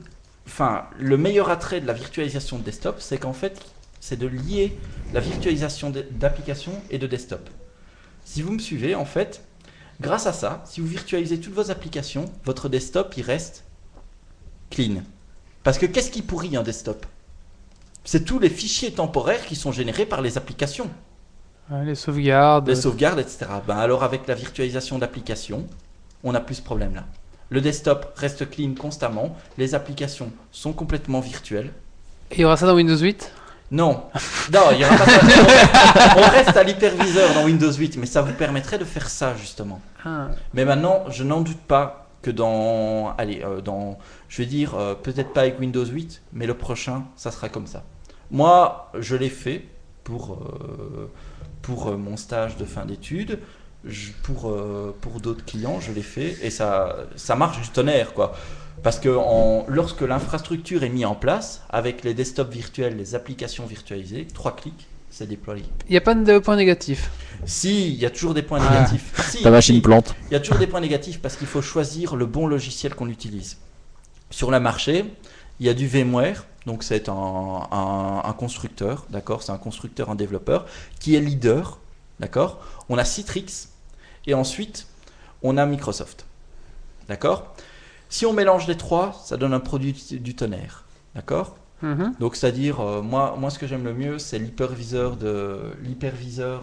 enfin, le meilleur attrait de la virtualisation de desktop, c'est qu'en fait, c'est de lier la virtualisation de- d'applications et de desktop. Si vous me suivez, en fait, grâce à ça, si vous virtualisez toutes vos applications, votre desktop, il reste clean. Parce que qu'est-ce qui pourrit un desktop C'est tous les fichiers temporaires qui sont générés par les applications,
Ouais, Les sauvegardes.
les sauvegardes, etc. Ben alors avec la virtualisation d'applications, on n'a plus ce problème-là. Le desktop reste clean constamment, les applications sont complètement virtuelles.
Et Il y aura ça dans Windows 8
Non, non, il y aura pas ça. On reste à l'hyperviseur dans Windows 8, mais ça vous permettrait de faire ça justement.
ah.
Mais maintenant, je n'en doute pas que dans, allez, euh, dans, je vais dire euh, peut-être pas avec Windows 8, mais le prochain, ça sera comme ça. Moi, je l'ai fait pour euh, pour euh, mon stage de fin d'études. Je- pour euh, pour d'autres clients, je l'ai fait et ça ça marche du tonnerre quoi. Parce que en- lorsque l'infrastructure est mise en place, avec les desktops virtuels, les applications virtualisées, trois clics, c'est déployé.
Il n'y a pas de point négatif.
Si, il y a toujours des points
Ah.
négatifs. Si, si.
Ta machine plante.
Il y a toujours des points négatifs parce qu'il faut choisir le bon logiciel qu'on utilise. Sur le marché, il y a du VMware, donc c'est un, un- un constructeur, d'accord C'est un constructeur, un développeur qui est leader, d'accord On a Citrix et ensuite on a Microsoft, d'accord Si on mélange les trois, ça donne un produit du tonnerre, d'accord
Mhm.
donc c'est-à-dire, euh, moi, moi ce que j'aime le mieux, c'est l'hyperviseur de l'hyperviseur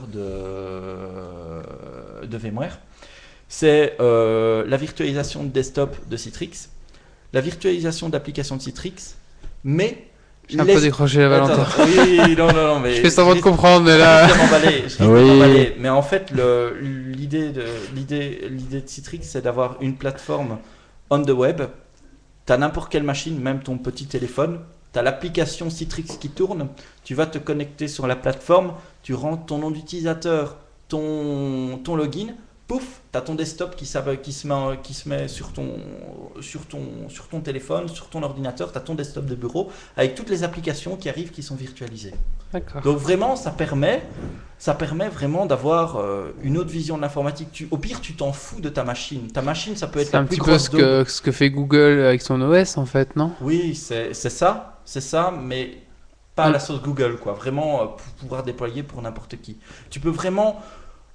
de, de VMware. C'est euh, la virtualisation de desktop de Citrix, la virtualisation d'application de Citrix, mais
J'ai un
les-
peu décroché la
Attends,
Valentin.
oui, non, non, non,
[laughs]
mais
Je fais semblant de
les-
comprendre, mais
je
là.
risque de m'emballer, je risque de
Oui.
m'emballer. Mais en fait, le- l'idée de l'idée l'idée de Citrix, c'est d'avoir une plateforme on the web. T'as n'importe quelle machine, même ton petit téléphone. T'as l'application Citrix qui tourne. Tu vas te connecter sur la plateforme. Tu rentres ton nom d'utilisateur, ton ton login. Pouf, t'as ton desktop qui, s'ab- qui se met, en- qui se met sur, ton, sur, ton, sur ton téléphone, sur ton ordinateur, t'as ton desktop de bureau, avec toutes les applications qui arrivent qui sont virtualisées.
D'accord.
Donc vraiment, ça permet, ça permet vraiment d'avoir euh, une autre vision de l'informatique. Tu- Au pire, tu t'en fous de ta machine. Ta machine, ça peut être
C'est
la
un
plus
petit peu
grosse
ce que,
daube.
ce que fait Google avec son OS en fait, non
Oui, c'est c'est ça, c'est ça, mais
Mm.
pas à la sauce Google, quoi. Vraiment euh, pour pouvoir déployer pour n'importe qui. Tu peux vraiment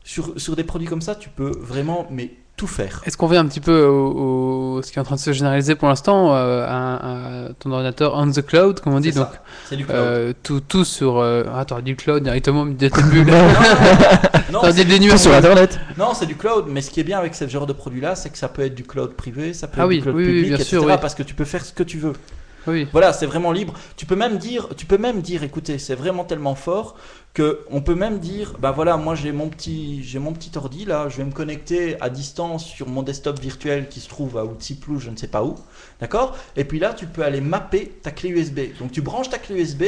sur, sur des produits comme ça, tu peux vraiment mais tout faire.
Est-ce qu'on vient un petit peu au, au- ce qui est en train de se généraliser pour l'instant euh, à, à ton ordinateur on the cloud, comme on dit
C'est
donc
ça. c'est du cloud.
euh, tout, tout sur. euh, attends, du cloud directement,
[laughs]
de tes bulles. [laughs]
Non,
Attends, des
c'est-
des
Tout
nuages.
sur internet.
Non, c'est du cloud, mais ce qui est bien avec ce genre de produit-là, c'est que ça peut être du cloud privé, ça peut
Ah
être
oui,
du cloud
oui, oui,
public,
bien
etc.
sûr, oui.
Parce que tu peux faire ce que tu veux.
Oui.
Voilà, c'est vraiment libre. Tu peux même dire, tu peux même dire, écoutez, c'est vraiment tellement fort que on peut même dire, bah voilà, moi j'ai mon petit, j'ai mon petit ordi là, je vais me connecter à distance sur mon desktop virtuel qui se trouve à Outsiplou, je ne sais pas où, d'accord Et puis là, tu peux aller mapper ta clé USB. Donc tu branches ta clé USB,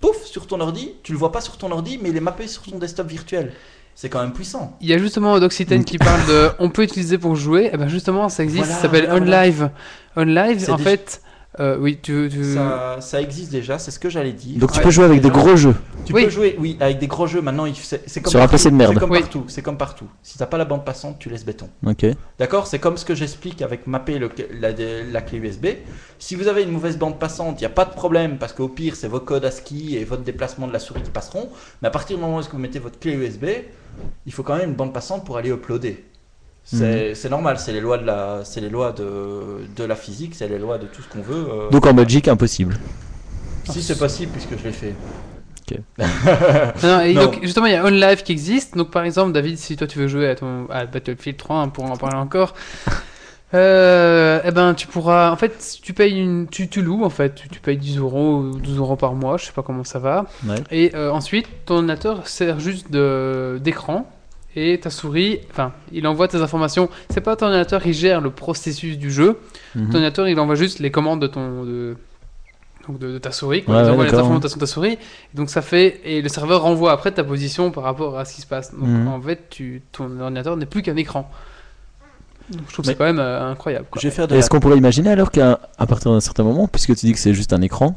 pouf, sur ton ordi, tu le vois pas sur ton ordi, mais il est mappé sur ton desktop virtuel. C'est quand même puissant.
Il y a justement Odoxyten qui parle
[laughs]
de on peut utiliser pour jouer. Et ben justement, ça existe,
Voilà,
ça s'appelle
voilà, voilà.
OnLive. OnLive,
C'est
en
des-
fait, Euh, oui, tu. tu-
Ça, ça existe déjà, c'est ce que j'allais dire.
Donc tu
Ouais,
peux jouer avec des
déjà.
gros jeux.
Tu
Oui.
peux jouer, oui, avec des gros jeux. Maintenant, il- c'est c'est comme
Sur un
partout,
PC de merde.
C'est comme
Oui.
partout. C'est comme partout. Si t'as pas la bande passante, tu laisses béton.
Ok.
D'accord C'est comme ce que j'explique avec mapper le- la, la clé USB. Si vous avez une mauvaise bande passante, il n'y a pas de problème parce qu'au pire, c'est vos codes ASCII et votre déplacement de la souris qui passeront. Mais à partir du moment où est-ce que vous mettez votre clé USB, il faut quand même une bande passante pour aller uploader.
Mhm.
C'est c'est normal, c'est les lois de la, c'est les lois de, de la physique, c'est les lois de tout ce qu'on veut. euh,
Donc en Belgique, impossible.
si c'est possible, puisque je l'ai fait.
Non, non, et
Non.
donc, justement, il y a OnLive qui existe. Donc, par exemple, David, si toi tu veux jouer à, ton, à Battlefield 3, hein, pour en parler encore, euh, eh ben, tu pourras. En fait, tu payes une, tu, tu loues en fait, tu, tu payes 10 euros ou 12 euros par mois, je sais pas comment ça va.
Ouais.
Et euh, ensuite, ton ordinateur sert juste de- d'écran. Et ta souris, enfin, il envoie tes informations. C'est pas ton ordinateur qui gère le processus du jeu.
Mhm. Hmm.
Ton ordinateur, il envoie juste les commandes de ton de, donc de, de ta souris. Quoi.
Ouais,
il
ouais,
envoie les
d'accord,
informations de ta souris. Donc ça fait et le serveur renvoie après ta position par rapport à ce qui se passe. Donc
Mhm.
en fait, tu, ton ordinateur n'est plus qu'un écran. Donc, je trouve que
Mais-
c'est quand même euh, incroyable. quoi.
Je vais faire de
Et
la
Est-ce qu'on pourrait imaginer alors qu'à à partir d'un certain moment, puisque tu dis que c'est juste un écran,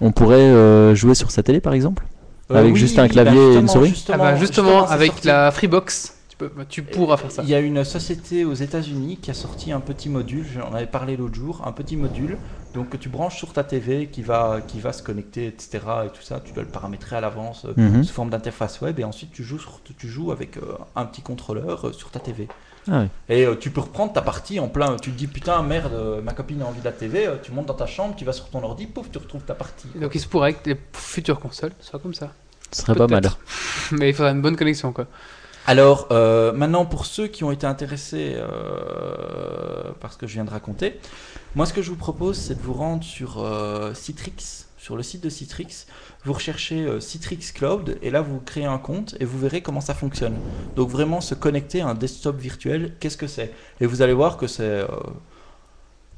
on pourrait euh, jouer sur sa télé par exemple Avec juste un clavier et une
Euh, justement,
souris
Ah
justement,
bah, justement,
justement, c'est
avec
sorti.
la Freebox, tu, peux, bah, tu pourras faire ça.
Il y a une société aux États-Unis qui a sorti un petit module, j'en avais parlé l'autre jour, un petit module donc que tu branches sur ta TV qui va, qui va se connecter, etc. Et tout ça, tu dois le paramétrer à l'avance euh,
Mhm.
sous forme d'interface web et ensuite tu joues, sur- tu joues avec euh, un petit contrôleur euh, sur ta TV.
Ah oui.
Et euh, tu peux reprendre ta partie en plein. Tu te dis putain, merde, euh, ma copine a envie de la TV, euh, tu montes dans ta chambre, tu vas sur ton ordi, pouf, tu retrouves ta partie.
Et Donc il se pourrait que les futures consoles soient comme ça. [laughs]
Ce serait pas mal.
Peut-être. Mais il faudra une bonne connexion quoi.
Alors, euh, maintenant, pour ceux qui ont été intéressés euh, par ce que je viens de raconter, moi, ce que je vous propose, c'est de vous rendre sur euh, Citrix, sur le site de Citrix. Vous recherchez euh, Citrix Cloud et là, vous créez un compte et vous verrez comment ça fonctionne. Donc, vraiment, se connecter à un desktop virtuel, qu'est-ce que c'est Et vous allez voir que c'est. euh,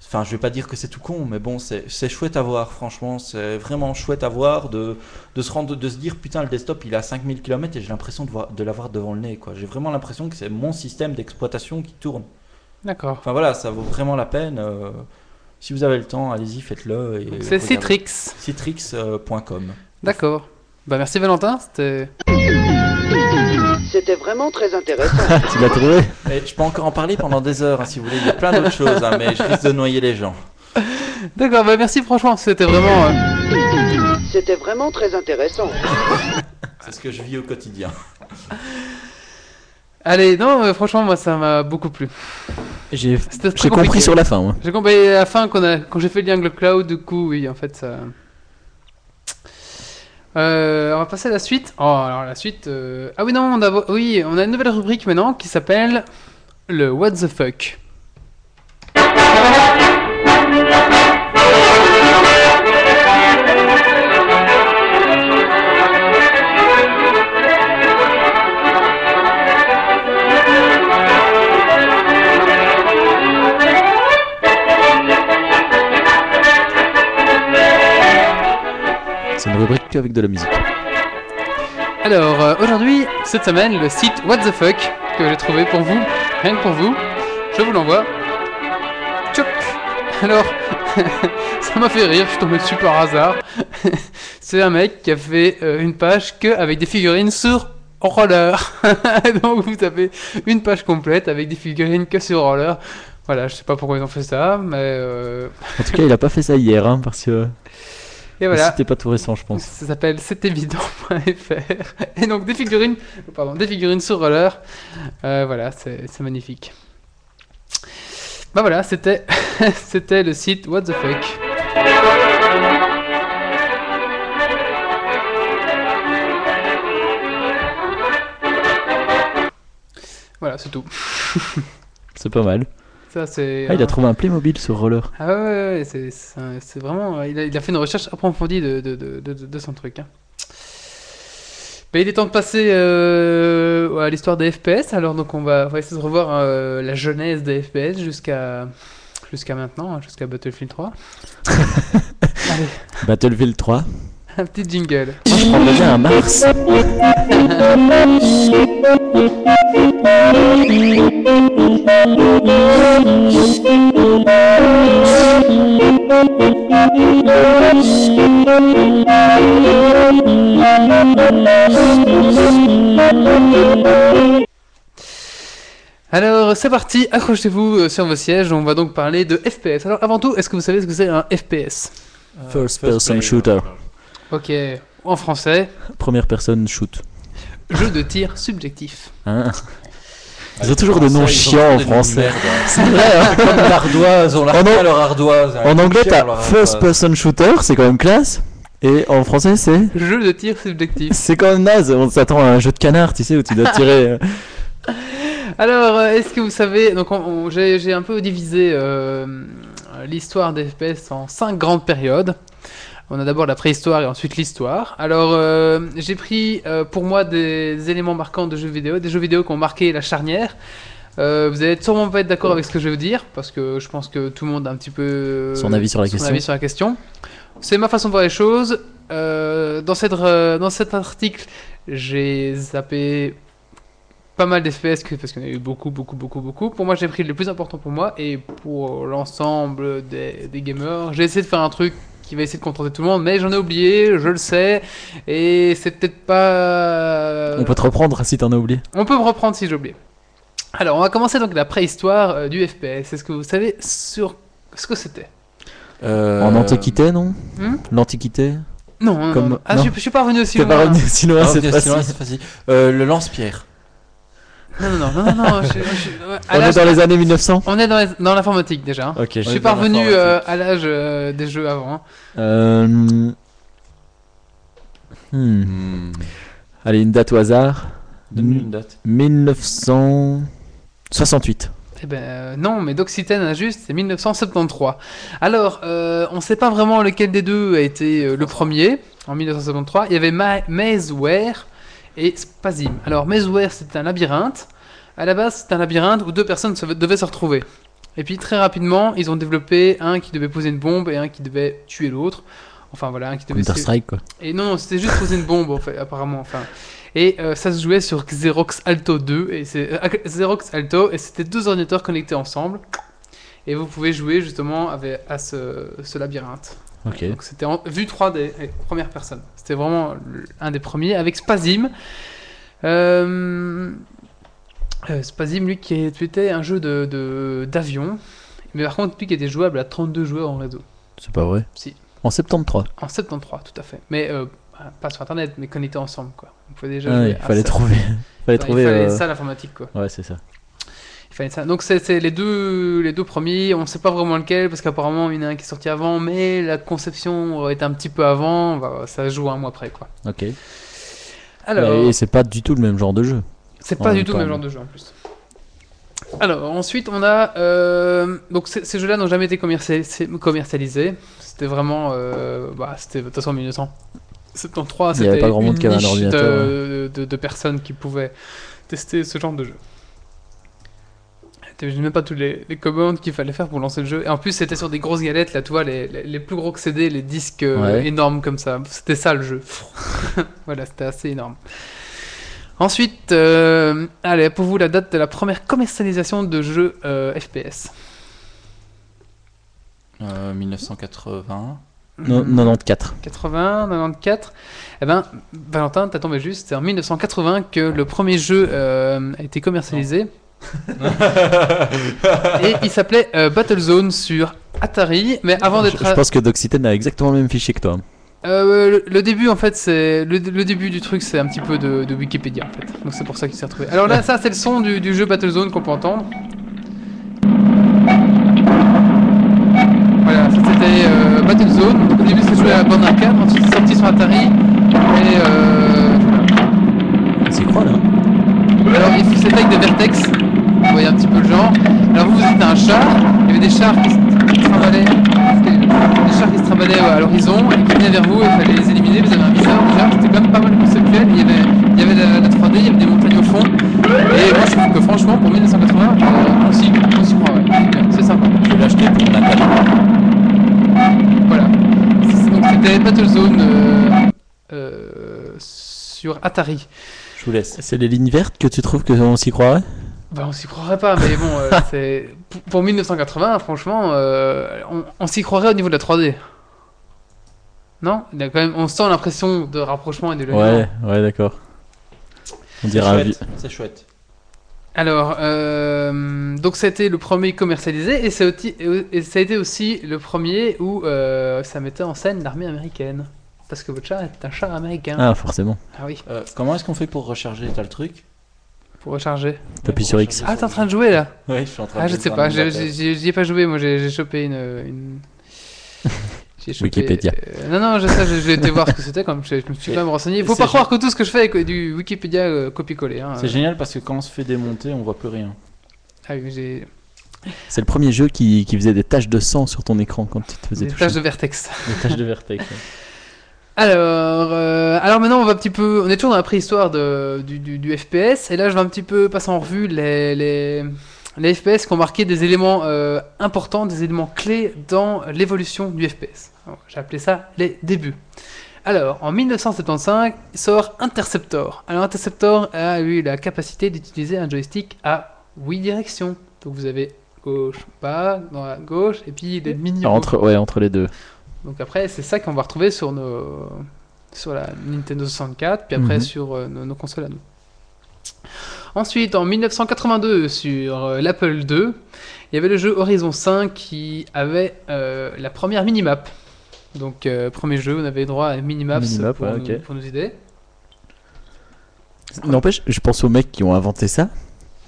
Enfin, je vais pas dire que c'est tout con, mais bon, c'est c'est chouette à voir, franchement. C'est vraiment chouette à voir de, de se rendre, de se dire putain le desktop il est à 5000 km et j'ai l'impression de, voir- de l'avoir devant le nez quoi. J'ai vraiment l'impression que c'est mon système d'exploitation qui tourne.
D'accord.
Enfin voilà, ça vaut vraiment la peine. euh, si vous avez le temps, allez-y, faites-le. et
C'est
regardez. euh,
Citrix.
Citrix.com.
D'accord. Bah merci Valentin,
[laughs]
c'était
C'était vraiment très intéressant.
Ah, [laughs] tu l'as trouvé
Et je peux encore en parler pendant des heures hein, si vous voulez. Il y a plein d'autres choses, hein, mais je risque de noyer les gens.
D'accord, bah merci franchement, c'était vraiment euh,
C'était vraiment très intéressant.
C'est ce que je vis au quotidien.
Allez, non, euh, franchement, moi, ça m'a beaucoup plu.
Euh,
J'ai
C'était très
j'ai compris
compliqué.
sur la fin. hein. moi.
J'ai compris à la fin qu'on a, quand j'ai fait le lien avec le cloud, du coup, oui, en fait, ça. Euh, on va passer à la suite. Oh, alors la suite. euh, Ah oui, non, on a, oui, on a une nouvelle rubrique maintenant qui s'appelle le What the fuck.
C'est une rubrique qu'avec de la musique.
Alors euh, aujourd'hui, cette semaine, le site What the fuck que j'ai trouvé pour vous, rien que pour vous, je vous l'envoie. Tchoup Alors, [laughs] ça m'a fait rire, je suis tombé dessus par hasard. [laughs] C'est un mec qui a fait euh, une page que avec des figurines sur roller. [laughs] Donc vous avez une page complète avec des figurines que sur roller. Voilà, je sais pas pourquoi ils ont fait ça, mais euh,
En tout cas, il a pas fait ça hier, hein, parce que
et
c'était
voilà.
pas tout récent, je pense.
Ça s'appelle c'estevident.fr. Et donc des figurines, oh, pardon, des figurines sur roller. Euh, voilà, c'est c'est magnifique. Bah voilà, c'était [laughs] c'était le site What the fuck. Voilà, c'est tout.
C'est pas mal.
Ça c'est.
Ah, il
un-
a trouvé un Playmobil sur roller.
ah ouais, ouais, ouais, c'est- c'est un- c'est vraiment. euh, Il a, il a fait une recherche approfondie de, de, de, de, de son truc. hein. Ben, il est temps de passer euh, à l'histoire des FPS. Alors, donc, on va, on va essayer de revoir euh, la genèse des FPS jusqu'à jusqu'à maintenant, hein, jusqu'à Battlefield 3. Allez,
Battlefield 3.
un petit jingle.
Moi, je prends déjà un Mars.
Alors c'est parti, accrochez-vous euh, sur vos sièges, on va donc parler de FPS. Alors avant tout, est-ce que vous savez ce que c'est un FPS
Euh,
First person
player.
shooter.
Ok, en français,
Première personne shoot.
jeu de tir subjectif.
Hein
Ah,
Ils
les
ont toujours des
Français, ils
noms
ont
chiants en
des noms de
français.
merde, hein.
C'est vrai, [laughs] hein
Comme l'ardoise, on l'a
En
refait
an-
à leur ardoise. hein.
En anglais,
Cher,
t'as
leur
first
ardoise.
person shooter, c'est quand même classe. Et en français, c'est.
Jeu de tir subjectif.
C'est quand même naze. On s'attend à un jeu de canard, tu sais, où tu dois
[laughs]
tirer. euh.
Alors euh, est-ce que vous savez, donc on- on- j'ai j'ai un peu divisé euh, l'histoire des FPS en cinq grandes périodes. On a d'abord la préhistoire et ensuite l'histoire. Alors euh, j'ai pris euh, pour moi des éléments marquants de jeux vidéo, des jeux vidéo qui ont marqué la charnière. Euh, vous allez sûrement pas être d'accord avec ce que je vais vous dire, parce que je pense que tout le monde a un petit peu euh,
Son avis sur la question.
avis sur la question. C'est ma façon de voir les choses. Euh, dans, cette, euh, dans cet article, j'ai zappé pas mal d'FPS que- parce qu'il y en a eu beaucoup, beaucoup, beaucoup, beaucoup. Pour moi, j'ai pris les plus importants pour moi et pour l'ensemble des, des gamers. J'ai essayé de faire un truc qui va essayer de contenter tout le monde, mais j'en ai oublié, je le sais, et c'est peut-être pas.
On peut te reprendre si t'en as oublié.
On peut me reprendre si j'ai oublié. Alors, on va commencer donc la préhistoire euh, du FPS. Est-ce que vous savez sur ce que c'était
Euh,
En Antiquité, non
Hmm
L'Antiquité
Non, non,
Comme-
non. Ah,
non.
Je, je suis pas revenu aussi
T'es
loin.
pas revenu si loin,
Ah,
c'est
ok,
facile.
sinon, c'est facile. Euh, le lance-pierre.
Non, non, non, non, non, non, je- je- ouais, à
[laughs] On est
l'âge-
dans les années 1900
on est dans, les- dans l'informatique déjà. hein.
Ok.
Je
On
suis
est dans
pas revenu
l'informatique.
euh, à l'âge euh, des jeux avant. hein.
Euh... hmm. Allez, une date au hasard.
Donne-lui une date.
1968.
Eh ben euh, non, mais d'Occitane injuste, c'est 1973. Alors, euh, on ne sait pas vraiment lequel des deux a été euh, le premier. En 1973, il y avait Ma- Mazeware et Spazim. Alors, Mazeware, c'est un labyrinthe. À la base, c'est un labyrinthe où deux personnes se- devaient se retrouver. Et puis, très rapidement, ils ont développé un qui devait poser une bombe et un qui devait tuer l'autre. Enfin, voilà, un qui devait... se-
Counter-Strike, quoi.
Et non, non, c'était juste poser une bombe, en fait, apparemment. Enfin. Et euh, ça se jouait sur Xerox Alto 2. Et c'est euh, Xerox Alto, et c'était deux ordinateurs connectés ensemble. Et vous pouvez jouer justement avec, à ce, ce labyrinthe.
Ok.
Donc c'était en vue 3D, et première personne. euh, C'était vraiment le- un des premiers, avec Spazim. Euh, euh, Spazim, lui, qui était un jeu d'avion. De, d'avion mais par contre, lui, qui était jouable à 32 joueurs en réseau.
C'est pas vrai.
Si.
En septembre 3.
En 73, tout à fait. Mais euh, pas sur Internet, mais connectés ensemble, quoi. On pouvait déjà
Ah,
jouer
il
à
fallait
ça.
trouver. fallait
Enfin,
trouver.
il fallait
euh,
ça, l'informatique, quoi.
Ouais, c'est ça.
Il fallait ça. Donc, c'est c'est les deux, les deux premiers. On ne sait pas vraiment lequel, parce qu'apparemment, il y en a un qui est sorti avant, mais la conception est un petit peu avant. Bah, ça se joue un mois après, quoi.
Ok.
Alors,
Et c'est pas du tout le même genre de jeu.
c'est
en
pas du
même
tout le même
temps.
genre de jeu, en plus. Alors, ensuite, on a. euh, donc, ces ces jeux-là n'ont jamais été commercialis- commercialisés. C'était vraiment. euh, bah, c'était de toute façon 1973.
Il y avait
c'était
pas grand monde
une
qui avait un
niche de-
ordinateur,
De, de personnes qui pouvaient tester ce genre de jeu. T'imagines même pas toutes les, les commandes qu'il fallait faire pour lancer le jeu. Et en plus, c'était sur des grosses galettes, là, tu vois, les, les- les plus gros que CD, les disques euh,
Ouais.
énormes comme ça. C'était ça le jeu. [laughs] voilà, c'était assez énorme. Ensuite, euh, allez, pour vous, la date de la première commercialisation de jeux euh, FPS.
Euh, 1980.
Non,
Hmm.
94.
80, 94. Eh ben, Valentin, t'as tombé juste. C'est en 1980 que le premier jeu euh, a été commercialisé. Et il s'appelait euh, Battlezone sur Atari. Mais avant
Je,
d'être.
je pense que Doxyten a exactement le même fichier que toi.
Euh, le, le début, en fait, c'est. Le, le début du truc, c'est un petit peu de, de Wikipédia, en fait. Donc c'est pour ça qu'il s'est retrouvé. Alors là, ça, c'est le son du, du jeu Battlezone qu'on peut entendre. Voilà, ça c'était euh, Battlezone. Donc, au début, c'est joué à la bande arcade. Ensuite, c'est sorti sur Atari. Et. Euh...
C'est quoi là
Alors, il- c'est fait avec des vertex. Vous voyez un petit peu le genre. Alors, vous, vous étiez un char. Il y avait des chars qui se qui se trimballaient. c'était Des chars qui se trimballaient à l'horizon et qui venaient vers vous et il fallait les éliminer. Vous avez un viseur déjà. C'était quand même pas mal conceptuel. Il y avait, il y avait la, la 3D, il y avait des montagnes au fond. Et moi, je trouve que franchement, pour 1980, euh, on s'y on s'y croit. ouais. C'est bien, C'est sympa.
Je l'ai acheté pour Nathalie.
Voilà. C'est- Donc, c'était Battlezone euh, euh, sur Atari.
Je vous laisse.
C'est les lignes vertes que tu trouves que on s'y croirait
Bah, on s'y croirait pas, mais bon,
[laughs]
euh, c'est pour, pour 1980, franchement, euh, on, on s'y croirait au niveau de la 3D. Non Il a quand même... On sent l'impression de rapprochement et de
Ouais, ouais, d'accord. On
C'est
dira. un
chouette, c'est chouette.
Alors, euh, donc ça a été le premier commercialisé et ça a, aussi- et ça a été aussi le premier où euh, ça mettait en scène l'armée américaine. Parce que votre char est un char américain.
vi- Ah, forcément.
Ah oui,
Euh, comment est-ce qu'on fait pour recharger T'as le truc
pour recharger.
T'appuies
Ouais,
sur
pour
X.
Ah,
recharger
t'es en
sur
train de jouer là
Ouais, je suis en train
Ah,
de
je
me
sais
faire
pas,
une
j'ai-
bataille.
j'ai- j'y ai pas joué, moi j'ai j'ai chopé une.
[laughs]
une- j'ai chopé-
Wikipédia.
euh, non, non, je, ça, je- j'ai été voir ce que c'était quand même, je, je me suis quand même renseigné. Faut
C'est
pas
gé-
croire que tout ce que je fais est du Wikipédia euh, copier-coller. Hein.
C'est génial parce que quand on se fait démonter, on voit plus rien.
Ah oui, j'ai
C'est le premier jeu qui, qui faisait des taches de sang sur ton écran quand tu te faisais
des
toucher.
tâches de vertex.
Des taches
[laughs]
de vertex.
Alors, euh, alors maintenant on va un petit peu, on est toujours dans la préhistoire de, du, du- du FPS et là je vais un petit peu passer en revue les, les, les FPS qui ont marqué des éléments euh, importants, des éléments clés dans l'évolution du FPS. Alors, J'ai appelé ça les débuts. Alors, en 1975 sort Interceptor. Alors Interceptor a eu la capacité d'utiliser un joystick à 8 directions. Donc vous avez gauche, bas, dans la gauche et puis les mini.
entre, ouais, entre les deux.
Donc après, c'est ça qu'on va retrouver sur nos sur la Nintendo 64, puis après
Mhm.
sur euh, nos, nos consoles à nous. Ensuite, en 1982, sur euh, l'Apple II, il y avait le jeu Horizon 5 qui avait euh, la première minimap. Donc, euh, premier jeu, on avait droit à une minimap
Minimap,
pour,
ouais,
nous-
ok.
pour nous aider.
N'empêche, je pense aux mecs qui ont inventé ça.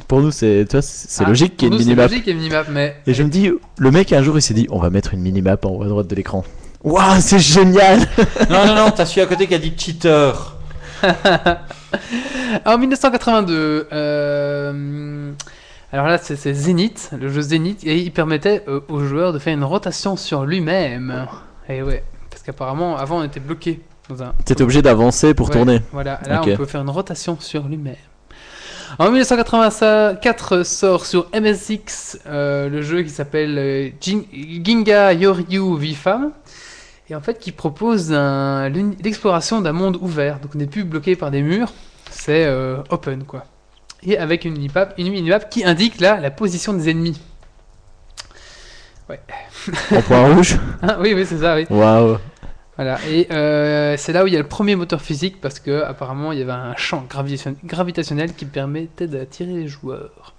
Pour nous, c'est tu vois, c'est c'est
Ah,
logique qu'il y ait
pour
une
nous, c'est
minimap.
logique qu'il y ait une minimap, mais
Et je me dis, le mec un jour il s'est dit, on va mettre une minimap en haut à droite de l'écran. Waouh, c'est génial
non, non, non, t'as celui à côté qui a dit cheater.
Ah, En 1982, euh, alors là c'est c'est Zenith, le jeu Zenith, et il permettait euh, au joueur de faire une rotation sur lui-même. Et ouais, parce qu'apparemment avant on était bloqué dans un.
T'étais obligé d'avancer pour
Ouais,
tourner.
Voilà, là
Ok.
on peut faire une rotation sur lui-même. En 1984 sort sur MSX euh, le jeu qui s'appelle euh, Jin- Ginga Yoryu Vifam. Et en fait, qui propose un- l'uni- l'exploration d'un monde ouvert. Donc, on n'est plus bloqué par des murs, c'est euh, open quoi. Et avec une minimap, une minimap qui indique là la position des ennemis. [laughs]
En
[laughs]
point rouge
Hein, oui, oui, c'est ça, oui.
Waouh
Voilà, et euh, c'est là où il y a le premier moteur physique parce que apparemment il y avait un champ gravitation- gravitationnel qui permettait d'attirer les joueurs.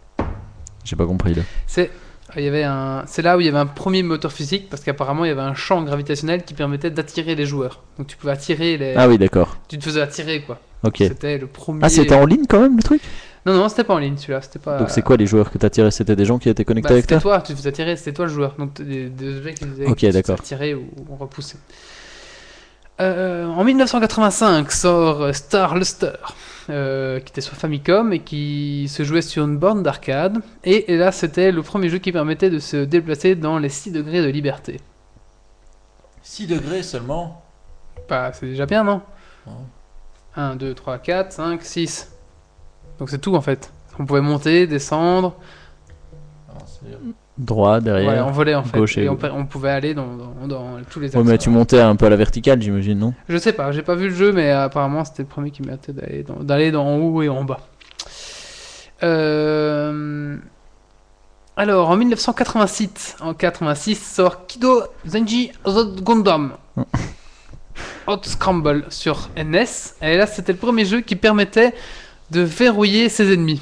J'ai pas compris là.
C'est il y avait un c'est là où il y avait un premier moteur physique parce qu'apparemment il y avait un champ gravitationnel qui permettait d'attirer les joueurs. Donc tu pouvais attirer les
Ah oui, d'accord.
tu te faisais attirer quoi.
Ok.
C'était le premier
Ah, c'était en ligne quand même le truc
Non non, c'était pas en ligne celui-là, c'était pas
Donc c'est quoi les joueurs que t'as tirés C'était des gens qui étaient connectés
Bah,
avec
c'était
toi
toi, tu faisais tirer, c'était toi le joueur. Donc t- des, des objets qui faisaient
Ok,
qui faisaient
d'accord.
tirer ou, ou repousser. Euh, en 1985 sort euh, Star Luster, euh, qui était sur Famicom et qui se jouait sur une borne d'arcade. Et, et là, c'était le premier jeu qui permettait de se déplacer dans les 6 degrés de liberté.
6 degrés seulement.
Bah, c'est déjà bien, non
Ouais.
1, 2, 3, 4, 5, 6. Donc c'est tout en fait. On pouvait monter, descendre,
Ah, c'est dur.
Droit, derrière.
ouais, on volait en fait.
gauche et
et on,
gauche.
pa- on pouvait aller dans, dans- dans tous les
Ouais,
axes.
mais tu montais un peu à la verticale, j'imagine, non
Je sais pas, j'ai pas vu le jeu, mais apparemment c'était le premier qui méritait d'aller dans, d'aller dans en haut et en bas. Euh, Alors, en 1986, en 86 sort Kido Zenji The Gundam. Hot Scramble sur NS. Et là, c'était le premier jeu qui permettait de verrouiller ses ennemis.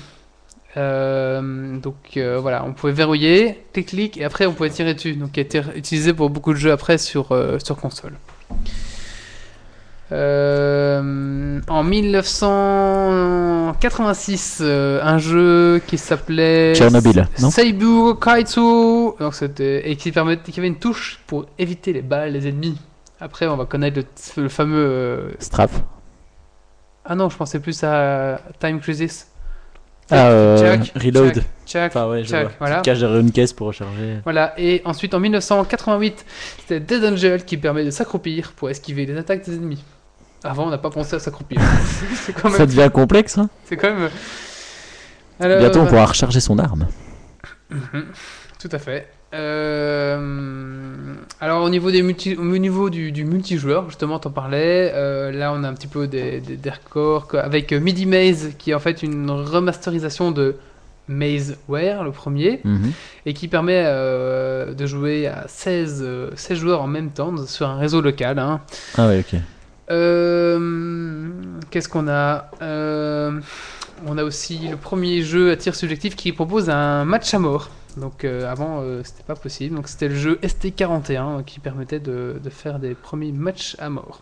Euh, donc euh, voilà, on pouvait verrouiller, clic-clic, et après on pouvait tirer dessus. Donc qui a été utilisé pour beaucoup de jeux après sur, euh, sur console. Euh, en 1986, euh, un jeu qui s'appelait
Tchernobyl, non
Seibu Kaitsu, donc c'était et qui permettait qu'il y avait une touche pour éviter les balles des ennemis. Après, on va connaître le, le fameux. euh,
Strap.
Ah non, je pensais plus à Time Crisis.
Ah, euh,
Jack,
reload.
Jack, Jack,
Enfin, ouais, je
Jack,
vois.
voilà.
Tu te caches derrière une caisse pour recharger.
Voilà, et ensuite en 1988, c'était Dead Angel qui permet de s'accroupir pour esquiver les attaques des ennemis. Avant, on n'a pas pensé à s'accroupir. [laughs] c'est [laughs] quand
Ça
même.
devient complexe, hein
C'est quand même... euh, Alors,
Bientôt, on pourra recharger
[laughs]
son arme.
Tout à fait. Euh, Alors au niveau, des multi... au niveau du, du multijoueur, justement, t'en parlais. euh, là, on a un petit peu des, des, des records quoi, avec euh, Midi Maze, qui est en fait une remasterisation de Mazeware, le premier,
Mhm.
et qui permet euh, de jouer à 16, euh, 16 joueurs en même temps sur un réseau local. hein.
Ah ouais, ok.
Euh, Qu'est-ce qu'on a Euh, On a aussi le premier jeu à tir subjectif qui propose un match à mort. Donc euh, avant, euh, c'était pas possible. Donc c'était le jeu ST41 euh, qui permettait de, de faire des premiers matchs à mort.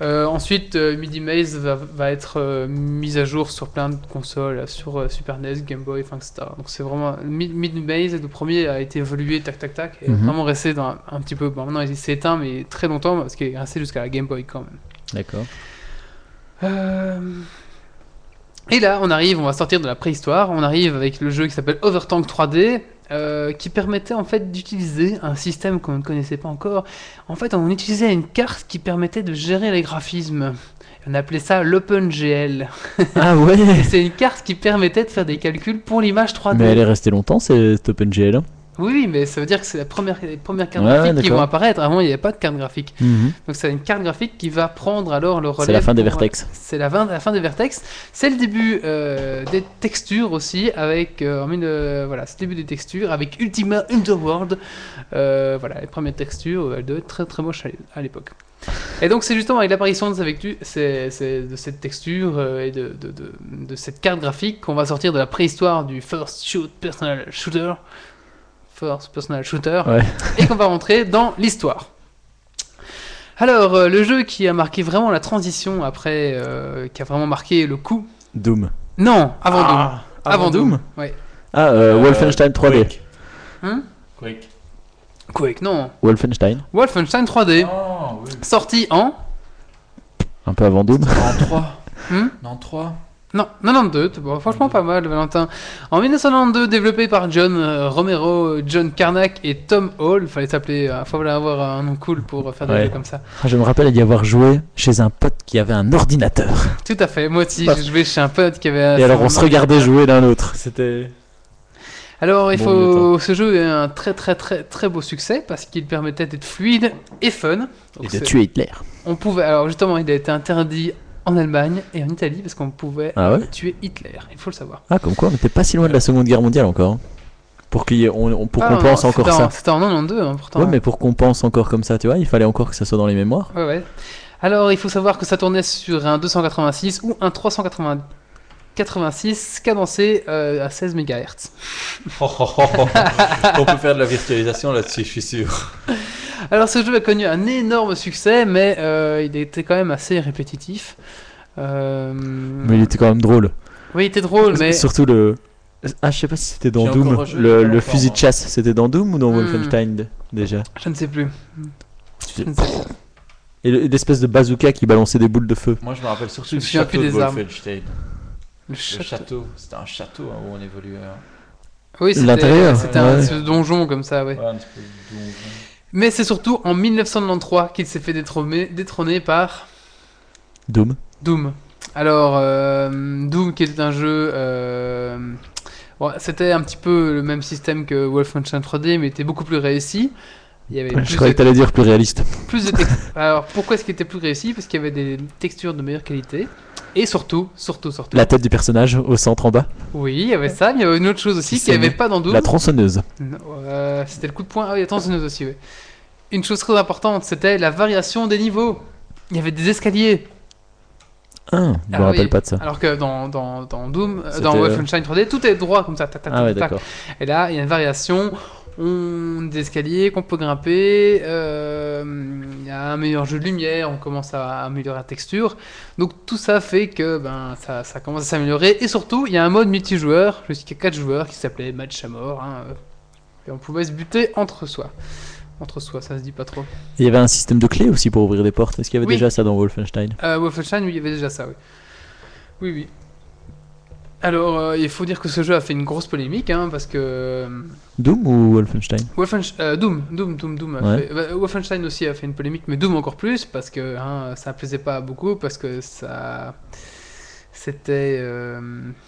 Euh, ensuite, euh, Midi Maze va, va être euh, mis à jour sur plein de consoles, euh, sur euh, Super NES, Game Boy, enfin, etc. Donc c'est vraiment Mi- Midi Maze, le premier a été évolué tac tac tac et
Mhm.
vraiment resté dans un, un petit peu. Bon, maintenant il s'est éteint, mais très longtemps parce qu'il est resté jusqu'à la Game Boy quand même.
D'accord.
Euh, Et là, on arrive, on va sortir de la préhistoire, on arrive avec le jeu qui s'appelle Overtank 3D, euh, qui permettait en fait d'utiliser un système qu'on ne connaissait pas encore. En fait, on utilisait une carte qui permettait de gérer les graphismes. On appelait ça l'OpenGL. [laughs]
Ah ouais
C'est une carte qui permettait de faire des calculs pour l'image 3D.
Mais elle est restée longtemps, cette OpenGL. hein
Oui, oui, mais ça veut dire que c'est la première, les premières cartes
Ouais, ouais,
graphiques qui
d'accord.
vont apparaître. Avant, il n'y avait pas de carte graphique.
Mhm.
Donc c'est une carte graphique qui va prendre alors le relais.
C'est la fin des
pour- euh,
vertex.
C'est la fin, la fin des vertex. C'est le début euh, des textures aussi, avec euh, en mille- euh, voilà, c'est le début des textures avec Ultima Underworld. Euh, voilà, les premières textures, euh, elles devaient être très très moches à l'é- à l'époque. Et donc c'est justement avec l'apparition de, cette vectu- c'est- c'est- de cette texture euh, et de, de- de- de cette carte graphique qu'on va sortir de la préhistoire du first shoot personal shooter, first personal shooter,
Ouais.
et qu'on va rentrer dans l'histoire. Alors, euh, le jeu qui a marqué vraiment la transition après, euh, qui a vraiment marqué le coup.
Doom.
Non, avant Doom.
Ah,
Avant Doom. Ouais.
Ah, euh,
Euh,
Wolfenstein 3D.
Quake.
Hein
Quake.
Quake, non.
Wolfenstein,
Wolfenstein 3D,
Ah, oui.
sorti en.
un peu avant Doom.
En 3.
Hmm
En 3.
Non, 92, bon, franchement pas mal, Valentin. En 1992, développé par John euh, Romero, John Karnak et Tom Hall, fallait s'appeler, euh, fallait avoir un nom cool pour faire des
Ouais.
jeux comme ça.
Ah, je me rappelle y avoir joué chez un pote qui avait un ordinateur.
Tout à fait, moi aussi,
Ah.
je vais chez un pote qui avait.
Et alors on se regardait jouer l'un l'autre.
C'était.
Alors, il
Bon
faut... ce jeu est un très très très très beau succès parce qu'il permettait d'être fluide et fun.
Et
Donc,
de
c'est-
tuer Hitler.
On pouvait, alors justement, il a été interdit en Allemagne et en Italie parce qu'on pouvait
Ah ouais
tuer Hitler. Il faut le savoir.
Ah, comme quoi, on n'était pas si loin de la Seconde Guerre mondiale encore. hein. Pour qu'il y ait- on- on- pour
Ah,
qu'on
non,
pense
non,
encore
c'était en-
ça.
C'était en 92, hein, pourtant.
Ouais, mais pour qu'on pense encore comme ça, tu vois, il fallait encore que ça soit dans les mémoires.
Ouais, ouais. Alors, il faut savoir que ça tournait sur un 286 ou un 386 cadencé euh, à 16 MHz.
Oh, On peut faire de la virtualisation là-dessus, je suis sûr.
Alors ce jeu a connu un énorme succès, mais euh, il était quand même assez répétitif. Euh,
Mais il était quand même drôle.
Oui, il était drôle, mais
Surtout le. Ah, je sais pas si c'était dans
J'ai encore
Doom.
rejoué il y a
Le, le
longtemps,
fusil de
moi.
chasse, c'était dans Doom ou dans
Hmm.
Wolfenstein d-
[laughs]
déjà
je ne sais plus. Je ne sais plus.
Et le- et l'espèce de bazooka qui balançait des boules de feu.
Moi, je me rappelle surtout
me
le
souviens plus
château de
des armes.
Wolfenstein.
Le
Le
château.
château, c'était un château hein, où on évoluait. hein.
Oui, c'était
L'intérieur,
c'était un
ouais.
ce donjon comme ça, ouais.
Ouais, un petit peu de donjon.
Mais c'est surtout en 1993 qu'il s'est fait détrôner, détrôner par
Doom.
Doom. Alors, euh, Doom qui était un jeu... euh, bon, c'était un petit peu le même système que Wolfenstein 3D, mais était beaucoup plus réussi. Il y avait plus
Je
de
croyais que t'allais dire plus réaliste.
plus de tex- [laughs] Alors pourquoi est-ce qu'il était plus réussi Parce qu'il y avait des textures de meilleure qualité. Et surtout, surtout, surtout.
La tête du personnage au centre en bas.
Oui, il y avait ça, mais il y avait une autre chose aussi
Ça
qu'il n'y avait
n'est-
pas dans Doom.
La tronçonneuse.
Non, euh, c'était le coup de poing. Ah oui, attends, c'est nous aussi. ouais. Une chose très importante, c'était la variation des niveaux. Il y avait des escaliers.
Ah, je
Ah
me
oui.
rappelle pas de ça.
Alors que dans, dans, dans Doom, euh,
C'était,
dans
euh,
Wolfenstein 3D, tout est droit comme ça. tac, tac,
Ah ouais,
tac, tac.
d'accord.
Et là, il y a une variation. On des escaliers qu'on peut grimper. euh, Il y a un meilleur jeu de lumière. On commence à améliorer la texture. Donc tout ça fait que ben ça, ça commence à s'améliorer. Et surtout, il y a un mode multijoueur jusqu'à 4 joueurs qui s'appelait match à mort. hein, euh. et on pouvait se buter entre soi. Entre soi, ça se dit pas trop.
Et Il y avait un système de clés aussi pour ouvrir des portes. Est-ce qu'il y avait
Oui.
déjà ça dans Wolfenstein
Euh, Wolfenstein, oui, il y avait déjà ça, oui. Oui, oui. Alors, euh, il faut dire que ce jeu a fait une grosse polémique, hein, parce que euh,
Doom ou Wolfenstein
Wolfenstein, euh, Doom, Doom, Doom, Doom. a
Ouais.
fait- bah, Wolfenstein aussi a fait une polémique, mais Doom encore plus parce que hein, ça plaisait pas à beaucoup parce que ça, C'était euh,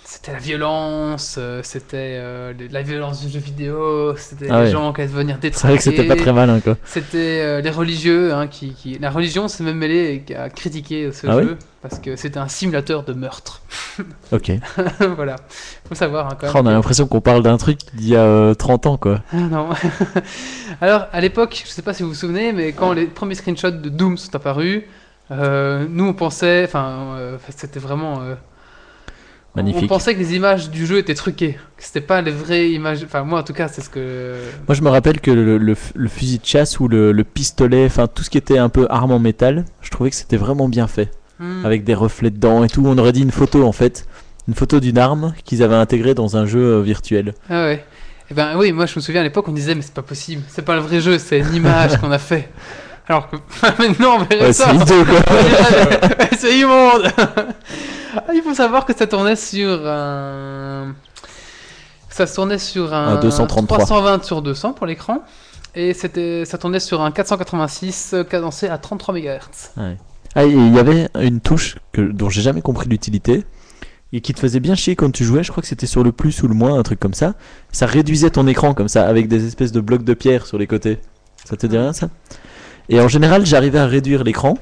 c'était la violence, euh, c'était euh, les- la violence du jeu vidéo, c'était
Ah
les
ouais.
gens qui allaient devenir
C'est vrai
détraqués.
que c'était pas très malin quoi.
C'était euh, les religieux hein, qui, qui- La religion s'est même mêlée à critiquer ce
Ah
jeu parce que c'était un simulateur de meurtre. [laughs]
Ok. Oh,
voilà. Faut le savoir hein, quand même.
on a l'impression qu'on parle d'un truc d'il y a euh, 30 ans quoi.
Ah, non. [laughs] Alors, à l'époque, je sais pas si vous vous souvenez, mais quand les premiers screenshots de Doom sont apparus, euh, nous on pensait. Enfin, euh, c'était vraiment. euh, On
Magnifique.
pensait que les images du jeu étaient truquées, que c'était pas les vraies images. Enfin, moi en tout cas, c'est ce que.
Moi je me rappelle que le, le f- le fusil de chasse ou le, le pistolet, enfin tout ce qui était un peu arme en métal, je trouvais que c'était vraiment bien fait.
Hmm.
Avec des reflets dedans et tout. On aurait dit une photo en fait. Une photo d'une arme qu'ils avaient intégrée dans un jeu euh, virtuel.
Ah ouais. Eh ben oui, moi je me souviens à l'époque on disait mais c'est pas possible, c'est pas le vrai jeu, c'est une
[laughs]
image qu'on a fait. Alors que [laughs] maintenant on verrait
Ouais,
ça.
c'est idiot quoi.
Ouais, [laughs] c'est immonde Ah, Il faut savoir que ça tournait sur un... Ça se tournait sur un...
Un 233.
320 sur 200 pour l'écran. Et c'était, ça tournait sur un 486 euh, cadencé à 33 MHz.
Ah, et il y avait une touche que, dont j'ai jamais compris l'utilité et qui te faisait bien chier quand tu jouais. Je crois que c'était sur le plus ou le moins, un truc comme ça. Ça réduisait ton écran comme ça avec des espèces de blocs de pierre sur les côtés. Ça te dit rien ça Et en général, j'arrivais à réduire l'écran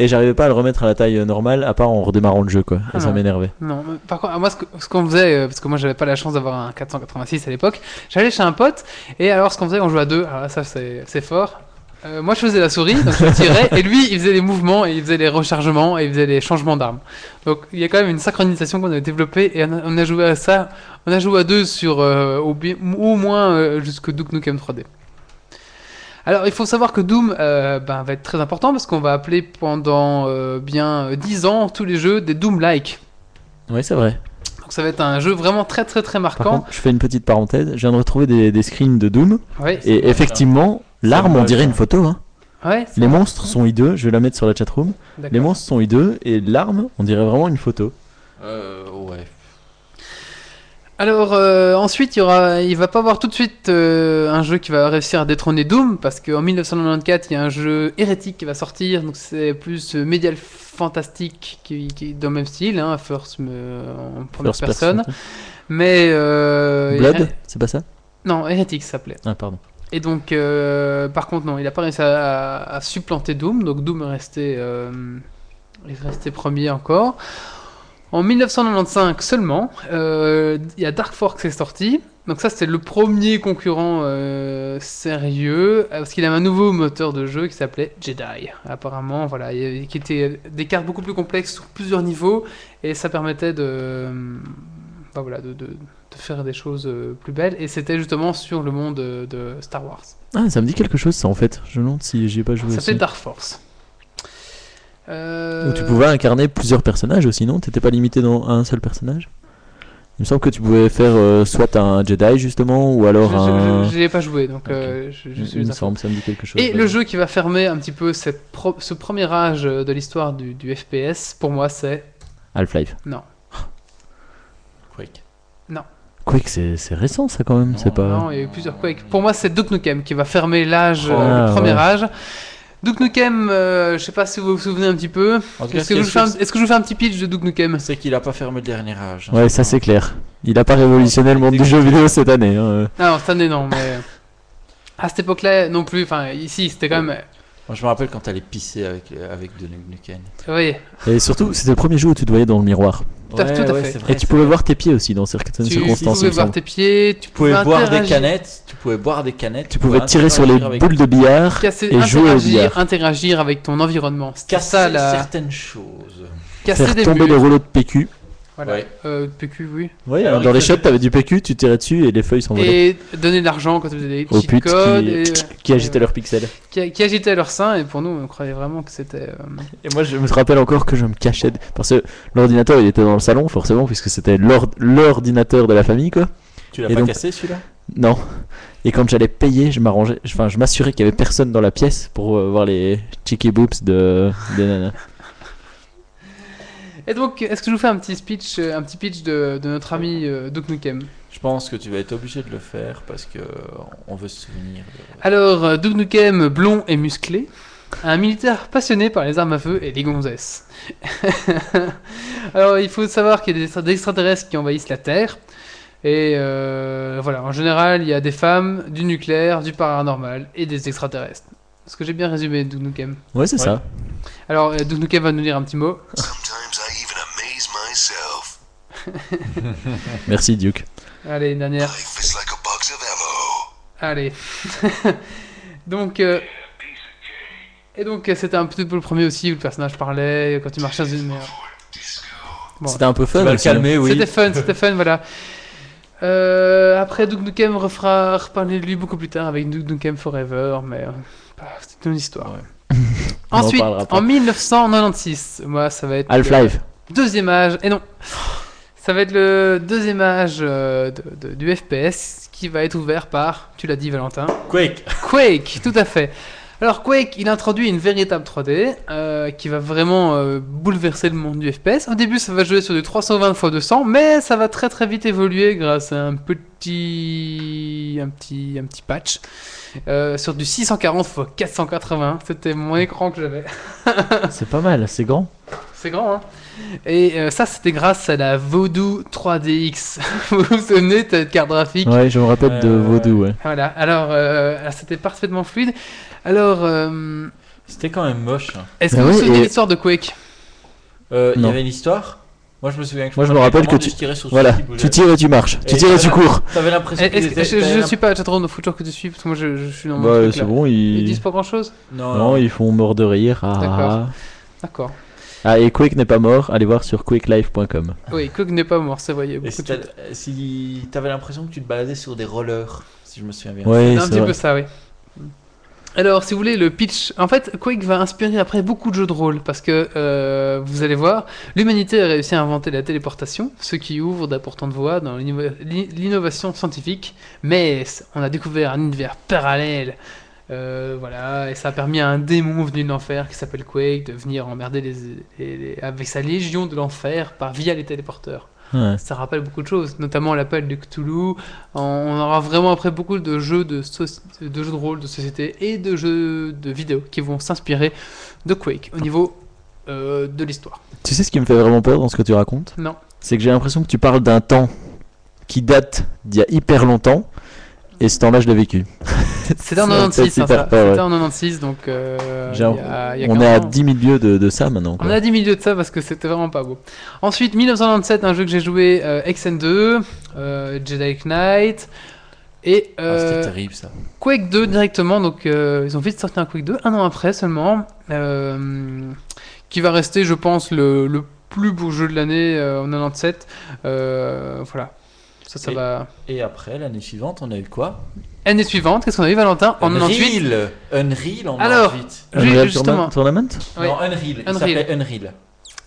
et j'arrivais pas à le remettre à la taille euh, normale à part en redémarrant le jeu quoi. Et
Ah
ça
non.
m'énervait.
Non, mais par contre, moi, ce que- ce qu'on faisait, euh, parce que moi, j'avais pas la chance d'avoir un 486 à l'époque, j'allais chez un pote, et alors, ce qu'on faisait, on jouait à deux, alors là, ça, c'est c'est fort. Euh, moi, je faisais la souris, donc je tirais, et lui, il faisait les mouvements, et il faisait les rechargements, et il faisait les changements d'armes. Donc, il y a quand même une synchronisation qu'on avait développée, et on a, on a joué à ça, on a joué à deux sur, euh, au, bi- au moins, euh, jusque Duke Nukem 3D. Alors, il faut savoir que Doom euh, ben, va être très important parce qu'on va appeler pendant euh, bien euh, 10 ans tous les jeux des Doom-like.
Oui, c'est vrai.
Donc ça va être un jeu vraiment très très très
Par
marquant.
contre, je fais une petite parenthèse. Je viens de retrouver des, des screens de Doom
Ouais,
et effectivement, l'arme on
moche,
dirait
hein.
une photo. Hein.
ouais,
Les monstres sont hideux. Je vais la mettre sur la chatroom.
d'accord.
Les monstres sont hideux et l'arme on dirait vraiment une photo.
Euh, ouais.
Alors euh, ensuite, il y aura, il va pas avoir tout de suite euh, un jeu qui va réussir à détrôner Doom parce qu'en 1994, il y a un jeu hérétique qui va sortir, donc c'est plus euh, médial fantastique qui, qui est dans le même style, hein, first euh, en première
First
personne.
person.
Mais euh,
Blood,
Héré-
c'est pas ça
non, hérétique ça s'appelait.
Ah, pardon.
Et donc, euh, par contre, non, il a pas réussi à, à- à supplanter Doom, donc Doom est resté, euh, est resté premier encore. En 1995 seulement, euh, il y a Dark Force qui est sorti. Donc ça, c'est le premier concurrent euh, sérieux, euh, parce qu'il avait un nouveau moteur de jeu qui s'appelait Jedi. Apparemment, voilà, il y avait- qui était des cartes beaucoup plus complexes sur plusieurs niveaux, et ça permettait de, euh, bah voilà, de, de- de faire des choses euh, plus belles. Et c'était justement sur le monde euh, de Star Wars.
Ah, ça me dit quelque chose, ça, en fait. Je me demande si j'y ai pas joué
Ça
aussi.
s'appelait Dark Force. Euh,
Où tu pouvais incarner plusieurs personnages aussi, non T'étais pas limité dans à un seul personnage Il me semble que tu pouvais faire euh, soit un Jedi, justement, ou
je-
alors un...
Je je- je l'ai pas joué, donc
Ok.
euh, je, je suis
Il me
d'accord.
semble, ça me dit quelque chose.
Et
ouais.
le jeu qui va fermer un petit peu cette pro- ce premier âge euh, de l'histoire du, du FPS, pour moi, c'est.
Half-Life.
Quick.
Quake, c'est c'est récent, ça, quand même.
Non,
C'est pas...
Non, il y a eu plusieurs Quake. Pour moi, c'est Duke Nukem qui va fermer l'âge, euh,
Ah,
le premier
ouais.
âge. Duke Nukem, euh, je sais pas si vous vous souvenez un petit peu.
En tout cas,
Est-ce que,
ce qui
je
est
vous fais
sûr,
un- est-ce que je vous fais un petit pitch de Duke Nukem
c'est qu'il a pas fermé le dernier âge. hein,
Ouais, ça, c'est
certain.
clair. Il a pas révolutionné le monde du jeu vidéo cette année. hein.
Ah Non, cette année, non,
[laughs]
mais. À cette époque-là, non plus. Enfin, ici, c'était quand même.
Moi, je me rappelle quand t'allais pisser avec, euh, avec de Nuken.
Oui,
Et surtout, c'était le premier jeu où tu te voyais dans le miroir.
Tout à- tout à fait.
c'est vrai,
Et tu
c'est
pouvais
vrai.
voir tes pieds aussi, dans
tu,
certaines
tu
circonstances, il
pouvais
me
voir
semble.
tes pieds, tu
Tu pouvais
pouvais
boire des
interagir.
canettes, tu pouvais boire des canettes,
Tu pouvais tirer sur les
interagir avec-
boules de billard
Casser,
et jouer au
interagir,
billard.
interagir avec ton environnement. C'était
casser
ça, la...
certaines choses.
casser
Faire
des
tomber les
murs.
rouleaux de PQ.
Voilà.
Ouais.
Euh, PQ, oui.
Oui,
Alors,
dans
il
les
faisait-
shops, t'avais du PQ, tu tirais dessus et les feuilles s'envolaient.
Et donner de l'argent quand tu faisais des
Aux
cheat
putes qui,
codes et,
qui
ouais,
agitaient
ouais.
leurs pixels.
qui, qui agitaient leur sein. Et pour nous, on croyait vraiment que c'était. euh,
Et moi, je me rappelle encore que je me cachais. de- Parce que l'ordinateur, il était dans le salon, forcément, puisque c'était l'or- l'ordinateur de la famille, quoi.
Tu l'as
Et
pas
donc-
cassé celui-là
Non. Et quand j'allais payer, je m'arrangeais. Enfin, je m'assurais qu'il y avait personne dans la pièce pour euh, voir les cheeky boobs de, des nanas.
Et donc, est-ce que je vous fais un petit speech, euh, un petit pitch de, de notre ami euh, Duke Nukem
Je pense que tu vas être obligé de le faire parce que on veut se souvenir. de-
Alors, euh, Duke Nukem, blond et musclé, Un militaire passionné par les armes à feu et les gonzesses. [laughs] Alors, il faut savoir qu'il y a des extra- des extraterrestres qui envahissent la Terre. Et euh, voilà, en général, il y a des femmes, du nucléaire, du paranormal et des extraterrestres. Est-ce que j'ai bien résumé, Dounoukhem
Ouais, c'est ça.
Alors, euh, Dounoukhem va nous dire un petit mot.
Sometimes I even amaze myself.
Merci, Duke.
Allez, une dernière.
Life is like a box of ammo.
Allez. [laughs] donc. euh, Et donc, euh, c'était un petit peu le premier aussi où le personnage parlait euh, quand il marchait dans une mer. Bon.
C'était un peu fun.
Tu vas le
aussi, hein. [laughs]
calmer, oui.
C'était fun, c'était fun, voilà. Euh, après, Duke Nukem refera reparler de lui beaucoup plus tard avec Duke Nukem Forever, mais euh, bah, c'est une histoire.
On en
Ensuite,
parlera
en
après.
1996, moi ça va être le
Half-Life.
deuxième âge, et non, ça va être le deuxième âge euh, de- de- du FPS qui va être ouvert par, tu l'as dit Valentin,
Quake.
Quake, tout à fait. Alors Quake, il introduit une véritable 3D euh, qui va vraiment euh, bouleverser le monde du FPS. Au début, ça va jouer sur du 320 x 200, mais ça va très très vite évoluer grâce à un petit, un petit, un petit patch euh, sur du 640 x 480. C'était mon écran que j'avais.
C'est pas mal, c'est grand.
C'est grand, hein Et euh, ça, c'était grâce à la Voodoo 3DX. [laughs] vous vous souvenez de cette carte graphique
Ouais, je me rappelle
Ouais,
de
Euh,
ouais, ouais.
Vaudou, ouais.
Voilà. Alors, euh, alors, c'était parfaitement fluide. Alors. euh,
C'était quand même moche. hein.
Est-ce que
Bah
vous
oui,
vous souvenez
et-
de l'histoire de Quake
Euh, Il y
Non.
avait une histoire Moi, je me souviens que
Moi, je me
prenais
rappelle
les commandes
que
et je tirais sur ceux
Voilà,
qui bougeaient.
tu tires et tu marches. Tu
Et
tires et tu
voilà.
cours.
T'avais l'impression
Eh, Est-ce
qu'ils
que-
étaient-
je,
t'avais
je
l'imp-
suis pas à Chatrone, il faut toujours que tu suis, parce que moi je, je suis dans mon
Bah,
truc,
c'est
là.
bon,
Ils disent
ils.
pas grand chose
Non,
Non, ils font mort de rire. ah,
D'accord.
Ah,
D'accord.
Ah, et Quake n'est pas mort. Allez voir sur quakelife.com.
Oui, Quake n'est pas mort, c'est vrai. il y a
Et
beaucoup
si
de choses.
t'as- si t'avais l'impression que tu te baladais sur des rollers, si je me souviens bien.
Ouais,
C'est un
c'est
petit
vrai.
peu ça, oui. Alors, si vous voulez, le pitch. En fait, Quake va inspirer après beaucoup de jeux de rôle parce que euh, vous allez voir, l'humanité a réussi à inventer la téléportation, ce qui ouvre d'importantes voies dans l'inno- l'in- l'innovation scientifique. Mais c- on a découvert un univers parallèle. euh, voilà, et ça a permis à un démon venu de l'enfer qui s'appelle Quake de venir emmerder les, les- les- avec sa légion de l'enfer par via les téléporteurs
Ouais.
ça rappelle beaucoup de choses, notamment l'appel de Cthulhu. On- On aura vraiment après beaucoup de jeux de, soci- de jeux de rôle, de société et de jeux de vidéo qui vont s'inspirer de Quake au niveau euh, de l'histoire.
Tu sais ce qui me fait vraiment peur dans ce que tu racontes
Non.
C'est que j'ai l'impression que tu parles d'un temps qui date d'il y a hyper longtemps. Et ce temps-là, je l'ai vécu.
C'était en
Ça me
96,
fait
hein,
hyper
ça.
peur,
C'était
ouais.
en 96, donc euh, il y
J'ai-
a- il y a
On
15
est à
ans.
10 000 lieues de, de ça maintenant.
On
Quoi.
a 10 milieux de ça parce que c'était vraiment pas beau. Ensuite, 1997, un jeu que j'ai joué, euh, XN2, euh, Jedi Knight, et
Ah,
euh,
C'était terrible ça.
Quake 2 directement, donc euh, ils ont vite sorti un Quake 2 un an après seulement, euh, qui va rester, je pense, le, le plus beau jeu de l'année euh, en 97. Euh, voilà, ça, ça
Et-
va.
Et après, l'année suivante, on a eu quoi
Année suivante, qu'est-ce qu'on a eu, Valentin En 98
Unreal Unreal en
Alors,
98.
J'ai-
Unreal
justement.
Tourna- Tournament
Ouais.
Non, Unreal. Il
Unreal.
s'appelait Unreal.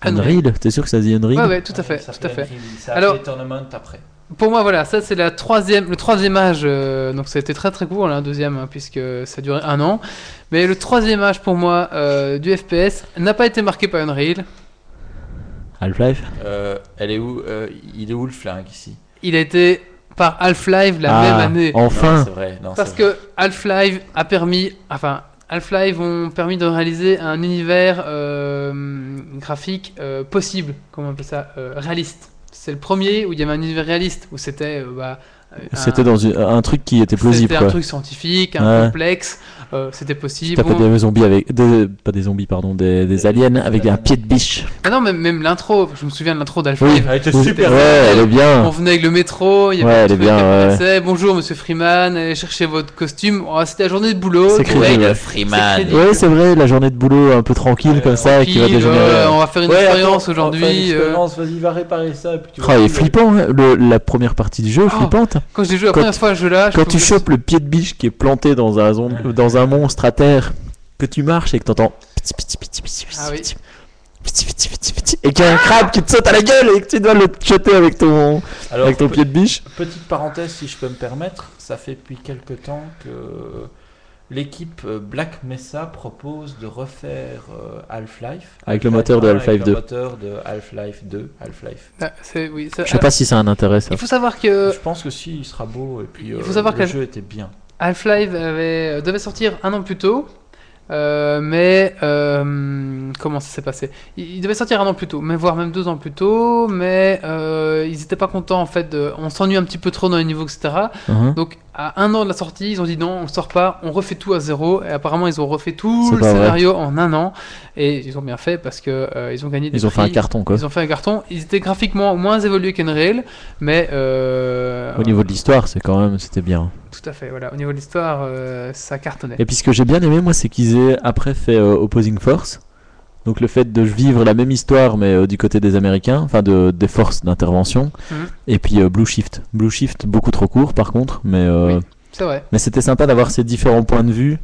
Unreal T'es sûr que ça dit Unreal
Ouais, ouais, tout à fait,
Il
tout à
s'appelait
fait.
Unreal. Il s'appelait
Alors-
Tournament après.
Pour moi, voilà, ça c'est la troisième, le troisième âge. euh, donc ça a été très très court, le deuxième, hein, puisque ça durait un an. Mais le troisième âge pour moi euh, du FPS n'a pas été marqué par Unreal.
Half-Life
Euh, elle est où euh, Il est où le flingue ici
Il a été par Half-Life la
Ah,
même année.
Non,
Enfin
C'est vrai. Non,
Parce
c'est vrai.
que Half-Life a permis, enfin, Half-Life ont permis de réaliser un univers euh, graphique euh, possible, comment on appelle ça, euh, réaliste. C'est le premier où il y avait un univers réaliste, où c'était euh, bah, euh,
C'était
un-
dans une- un truc qui était plausible.
c'était un
Quoi.
truc scientifique, un
Ouais.
complexe, euh, c'était possible.
T'as pas
Bon,
des zombies avec. des- pas des zombies, pardon, des, des aliens avec un pied de biche.
mais non, même, même l'intro, je me souviens de l'intro d'Half-Life.
Oui.
Elle était
Ouais,
super.
elle est
On
bien.
venait avec le métro, il y avait
Ouais,
un
elle est
truc
bien,
qui
ouais.
apparaissait. Bonjour monsieur Freeman, allez chercher votre costume. Oh, c'était la journée de boulot.
C'est
donc,
crédible,
ouais,
ouais.
c'est crédible.
Ouais, c'est vrai, la journée de boulot un peu tranquille
Ouais,
comme ça qui va Ah,
Tranquille,
dégénérer.
euh, on va faire une
Ouais,
expérience
attends, enfin, une
aujourd'hui. euh,
expérience, Vas-y, va réparer ça. et puis tu
Oh,
vas-
elle est flippant, hein, le- la première partie du jeu, est
Oh,
flippante.
Quand j'ai joué la
Quand-
première fois à ce jeu-là, je
Quand
peux
tu
vous-
chopes le pied de biche qui est planté dans un, zon- dans un monstre à terre, que tu marches et que t'entends. piti, piti, piti, piti, piti,
Ah oui.
piti, piti, piti, piti, piti, Et qu'il y a un crabe qui te saute à la gueule et que tu dois le jeter avec ton,
Alors,
avec ton
pe-
pied de biche.
Petite parenthèse, si je peux me permettre, ça fait depuis quelque temps que l'équipe euh, Black Mesa propose de refaire euh, Half-Life.
Avec le
Half-Life
moteur de
1,
Half-Life
avec
2.
Le moteur de Half-Life 2, Half-Life.
Ah, c'est- oui, ça- euh,
Je sais pas si ça a un intérêt ça.
Il faut savoir que
je pense que si, il sera beau et puis
il
euh,
faut savoir
le
que-
jeu était bien.
euh, Half-Life avait- devait sortir un an plus tôt, Euh, mais euh, comment ça s'est passé ils, ils devaient sortir un an plus tôt, mais voire même deux ans plus tôt, mais euh, ils n'étaient pas contents en fait. de- on s'ennuie un petit peu trop dans les niveaux, etc.
Mhm.
Donc à un an de la sortie, ils ont dit non, on sort pas, on refait tout à zéro. Et apparemment, ils ont refait tout
C'est
le
pas vrai.
scénario en un an, et ils ont bien fait parce que euh, ils ont gagné des
Ils ont fait un
prix.
carton, quoi.
Ils ont fait un carton. Ils étaient graphiquement moins évolués qu'Unreal, mais euh,
Au niveau de l'histoire, c'est quand même, c'était bien.
tout à fait. Voilà, au niveau de l'histoire, euh, ça cartonnait.
Et puis ce que j'ai bien aimé, moi, c'est qu'ils aient après fait euh, Opposing Force. Donc le fait de vivre la même histoire, mais euh, du côté des Américains, enfin de, des forces d'intervention.
Mhm.
Et puis euh, Blue Shift. Blue Shift, beaucoup trop court par contre, mais, euh,
Oui. C'est vrai.
mais c'était sympa d'avoir ces différents points de vue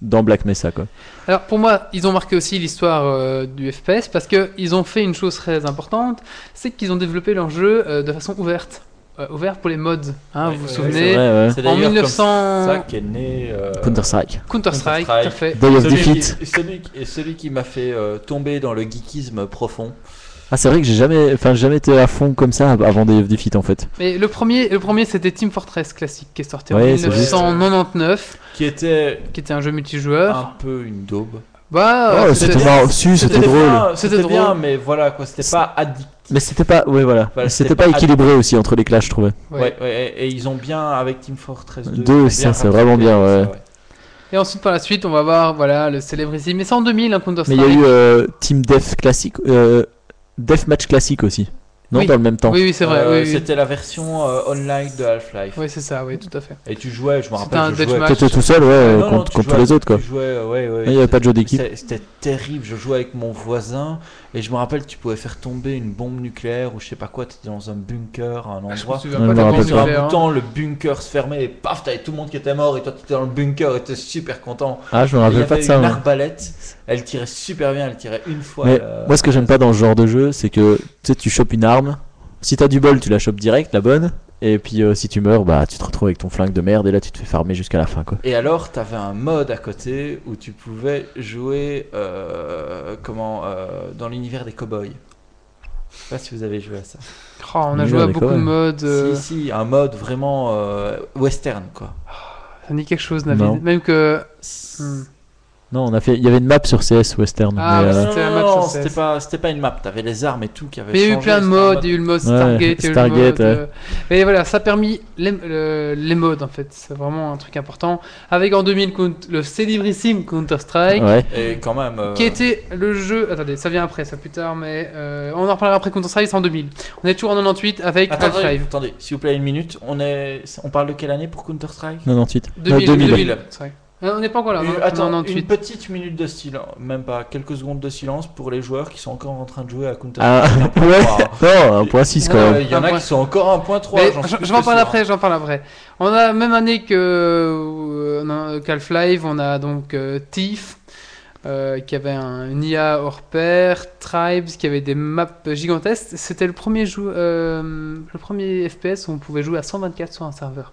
dans Black Mesa, quoi.
Alors pour moi, ils ont marqué aussi l'histoire euh, du FPS parce qu'ils ont fait une chose très importante, c'est qu'ils ont développé leur jeu euh, de façon ouverte. Euh, ouverte pour les mods. hein,
Ouais,
vous vous
ouais,
souvenez
Ouais, ouais.
C'est
En
d'ailleurs comme
1900
ça qu'est né. euh,
Counter-Strike.
Counter-Strike, tout à fait.
Day of
celui qui-
Defeat.
Celui, qui- celui qui m'a fait euh, tomber dans le geekisme profond.
Ah, c'est vrai que j'ai jamais, enfin, j'ai jamais été à fond comme ça avant Day of Defeat en fait.
Mais le premier, le premier c'était Team Fortress classique qui est sorti en
Ouais, c'est
juste.
1999,
Qui était
qui était un jeu multijoueur.
un peu une daube.
Bah,
Oh,
euh,
Ah. c'était
c'était-
marrant. Si, c'était drôle.
bien, C'était
C'était
bien,
drôle.
mais voilà quoi, c'était
C'est-
pas addict.
Mais c'était pas, ouais, voilà.
Voilà,
C'était pas équilibré aussi entre les clashs, je trouvais.
Ouais.
Ouais, ouais, et, et ils ont bien avec Team Fortress 2.
Deux,
ils ont
ça,
bien
c'est
rattrapé
vraiment bien,
ça,
ouais.
Et ensuite par la suite, on va voir voilà le célébrissime. Mais c'est en 2000 un
Mais
Counter-Strike.
il y a eu euh, Team Death classique, euh, Death Match classique aussi. Non,
Oui.
dans le même temps.
Oui, oui, c'est vrai.
Euh,
oui, oui.
C'était la version euh, online de Half-Life.
Oui, c'est ça. Oui, tout à fait.
Et tu jouais, je me
C'était un
rappelle, je jouais.
deathmatch.
T'étais tout seul, ouais,
Ouais,
euh,
non, non,
contre,
tu
contre
jouais-
les autres, quoi.
tu jouais, euh, ouais, ouais,
Il n'y avait pas de jeu d'équipe.
C'était c'était terrible, je jouais avec mon voisin et je me rappelle tu pouvais faire tomber une bombe nucléaire ou je sais pas quoi, t'étais dans un bunker, un
Ah, Je
endroit.
me souviens pas
Ouais, je me
de la
rappelle
bande
Sur un
nucléaire, hein.
bouton, le bunker se fermait et paf, t'avais tout le monde qui était mort et toi t'étais dans le bunker et t'étais super content.
Ah, je me
Et Il y
rappelle pas
avait
de ça.
une
moi.
arbalète, elle tirait super bien, elle tirait une fois.
Mais
euh,
Moi, ce que j'aime pas dans ce genre de jeu, c'est que tu sais, tu chopes une arme. Si t'as du bol, tu la chopes direct, la bonne. Et puis, euh, si tu meurs, bah, tu te retrouves avec ton flingue de merde et là, tu te fais farmer jusqu'à la fin, quoi.
Et alors, t'avais un mode à côté où tu pouvais jouer euh, comment, euh, dans l'univers des cowboys. Je sais pas si vous avez joué à ça.
Oh, on a
Oui,
joué à
on est hein.
beaucoup
quand
de
même.
modes. euh,
Si, si, un mode vraiment euh, western, quoi.
Ça me dit quelque chose, Navid.
Non.
Même que. Hmm.
Non, on a fait. Il y avait une map sur CS Western.
Ah,
mais,
ouais,
euh,
c'était un match sur
c'était
CS.
pas, c'était pas une map, t'avais les armes et tout qui avaient
Mais il y a eu
changé,
plein de
c'était un
modes, il
mode-
y a eu le mode
Ouais,
Stargate, il y a eu le
Stargate,
mode. euh, Mais voilà, ça a permis les, le- les modes en fait, c'est vraiment un truc important. Avec en 2000 count- le célébrissime Counter-Strike,
ouais.
Et quand même. euh,
qui était le jeu. Attendez, ça vient après, ça plus tard, mais euh, on en reparlera après Counter-Strike, c'est en 2000. On est toujours en 98 avec
Attendez,
Half-Life.
attendez, s'il vous plaît, une minute. On, est... on parle de quelle année pour Counter-Strike
98. Non,
2000,
2000.
2000, c'est vrai. Non, On n'est pas encore là, on est
Une-
en
Euh, Attends, une
98.
petite minute de silence, même pas, quelques secondes de silence pour les joueurs qui sont encore en train de jouer à Counter-Strike.
Ah, [laughs] ouais. Non, 1.6 quand
Ah,
même.
Euh, Il y en
Un
a
point.
qui sont encore à 1.3.
Mais
j'en
je-
suis
je m'en
plus
parle
sûr.
après, j'en parle après. On a la même année que euh, non, qu'Half-Life, on a donc euh, Thief, euh, qui avait un, une IA hors pair, Tribes, qui avait des maps gigantesques. C'était le premier jeu, euh, le premier FPS où on pouvait jouer à 124 sur un serveur.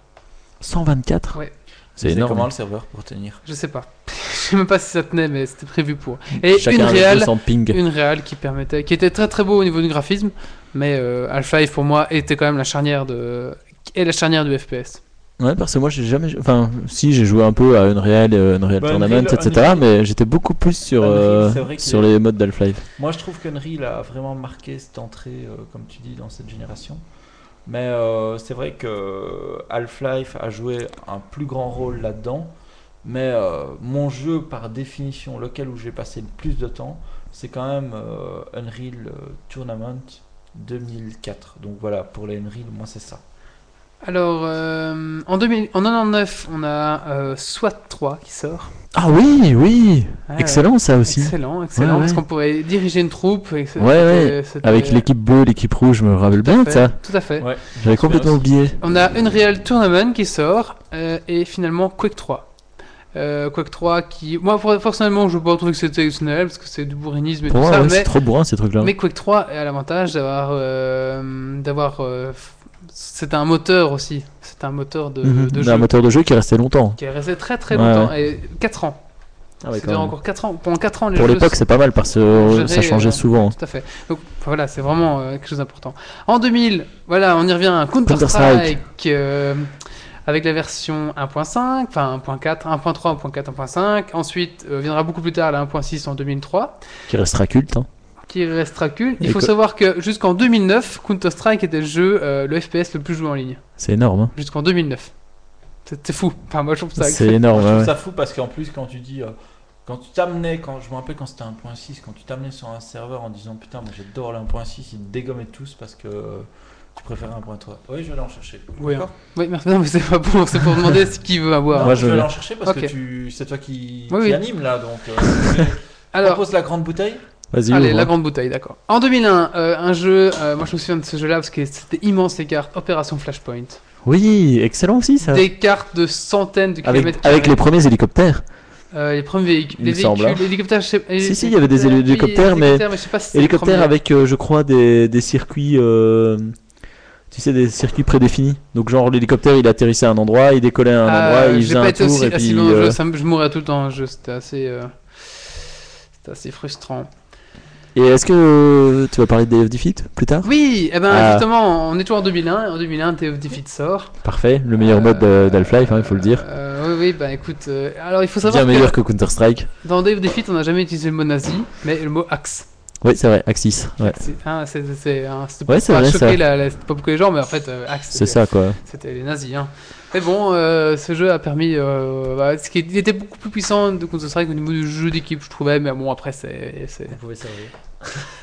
124.
Ouais.
C'est
comment
énorme.
le serveur pour tenir
Je sais pas. [laughs] Je sais même pas si ça tenait, mais c'était prévu pour. Et
Chacun
une
avait
réelle,
200 ping.
une réelle qui permettait, qui était très très beau au niveau du graphisme, mais euh, Half-Life pour moi était quand même la charnière de et la charnière du FPS.
Ouais, parce que moi j'ai jamais. Enfin, si j'ai joué un peu à Unreal, euh, Unreal
Bah,
Tournament,
Unreal-
etc.
Unreal-
Mais j'étais beaucoup plus sur,
Unreal,
euh,
c'est vrai qu'il
sur
est-
les modes d'Half-Life.
Moi, je trouve qu'Unreal a vraiment marqué cette entrée, euh, comme tu dis, dans cette génération. Mais euh, c'est vrai que euh, Half-Life a joué un plus grand rôle là-dedans. Mais euh, mon jeu, par définition, lequel où j'ai passé le plus de temps, c'est quand même euh, Unreal euh, Tournament 2004. Donc voilà, pour les Unreal, moi c'est ça.
Alors, euh, en, 2000, en 99, on a euh, SWAT 3 qui sort.
Ah oui, oui
Ah Ouais,
Excellent ça
ouais.
aussi.
Excellent, excellent,
Ouais,
parce
ouais.
qu'on pourrait diriger une troupe. et que c'était-
Ouais, ouais,
c'était-
Avec l'équipe bleue, l'équipe rouge, je me rappelle
Tout à
bien de
fait,
ça.
Tout à fait.
Ouais.
J'avais complètement oublié.
On a Unreal Tournament qui sort, euh, et finalement Quake 3. Euh, Quake 3 qui... Moi, pour- personnellement, je pas trouvé que c'était exceptionnel, parce que c'est du bourrinisme et
Pour
tout
moi,
ça,
ouais,
mais
c'est trop bourrin ces trucs-là.
Mais Quake 3 a l'avantage d'avoir. euh, d'avoir euh, f- c'est un moteur aussi. C'est un moteur de,
Mhm.
euh, de
D'un
jeu
moteur de jeu qui restait longtemps.
qui est resté très très
Ouais,
longtemps. Et 4 ans.
Ah ouais,
C'est-à-dire
quand même.
encore 4 ans. Pendant 4 ans, les
Pour
jeux
l'époque,
sont-
c'est pas mal parce que euh,
Gérer,
ça
euh,
changeait souvent.
Tout à fait. Donc voilà, c'est vraiment euh, quelque chose d'important. En 2000, voilà, on y revient.
Counter-Strike.
Counter-Strike. euh, avec la version 1.5, enfin 1.4, 1.3, 1.4, 1.5. Ensuite euh, viendra beaucoup plus tard la 1.6 en 2003,
qui restera culte. hein.
qui restera culte. Il
Et
faut
que-
savoir que jusqu'en 2009, Counter-Strike était le jeu, euh, le FPS le plus joué en ligne.
C'est énorme. hein.
Jusqu'en 2009. C'est c'est fou. Enfin, moi je trouve ça.
C'est
excellent.
énorme.
Je trouve
ouais, ouais.
ça fou parce qu'en plus, quand tu dis. euh, quand tu t'amenais, quand, je me rappelle quand c'était 1.6, quand tu t'amenais sur un serveur en disant putain, moi j'adore la 1.6, ils te dégommaient tous parce que euh, tu préférais 1.3. Oui, je vais l'en chercher.
Oui, hein.
D'accord
Oui, merci. Non, mais c'est pas pour, c'est pour demander ce qu'il veut avoir.
Non,
Moi,
je,
je
vais
veux.
l'en chercher parce
Ok.
que tu, c'est toi qui,
Oui,
qui
oui.
anime là. Donc,
[laughs]
euh, Alors,
Alors,
propose la grande bouteille.
Vas-y,
allez,
ouvre.
la grande bouteille, d'accord. En 2001, euh, un jeu, euh, moi je me souviens de ce jeu-là parce que c'était immense les cartes, Opération Flashpoint.
Oui, excellent aussi ça.
Des cartes de centaines de
Avec,
kilomètres.
avec les
carrés.
premiers hélicoptères.
Euh, les premiers véhicules.
Il
Les
me semble, hein.
véhicules, les hélicoptères, je sais pas.
Si, si, il y avait des
hélicoptères, oui,
hélicoptères, mais-
hélicoptères, je sais pas si c'est les
Hélicoptères
premiers.
avec, euh, je crois, des, des circuits. euh, tu sais, des circuits prédéfinis. Donc, genre, l'hélicoptère, il atterrissait à un endroit, il décollait à un
Ah,
endroit, il
J'ai
faisait
pas
un
été
tour.
aussi
et
assis
puis,
dans le
euh,
jeu, ça me- je mourais tout le temps dans le jeu, c'était assez. euh, C'était assez frustrant.
Et est-ce que euh, tu vas parler de Day of Defeat plus tard
Oui, eh ben
Ah.
justement, on est toujours en 2001. En 2001, Day of Defeat sort.
Parfait, le meilleur
Euh,
mode de- d'Half-Life, hein, il faut le dire.
Euh, oui, oui, bah écoute. euh, alors il faut
Bien
savoir que
meilleur que Counter-Strike.
dans Day of Defeat, on n'a jamais utilisé le mot nazi, mais le mot axe.
Oui, c'est vrai, Axis. Ouais,
C'est hein, c'est- c'est- c'est- hein, c'est
Ouais, c'est
pas
vrai,
choquer
ça.
la- la- c'est pas beaucoup les gens, mais en fait, euh, axe.
c'est
c'était-
ça quoi.
C'était les nazis. Hein. Mais bon, euh, ce jeu a permis. euh, bah, ce qui il était beaucoup plus puissant de Counter-Strike au niveau du jeu d'équipe, je trouvais. Mais bon, après, c'est. c'est-
Vous pouvez servir.
[laughs]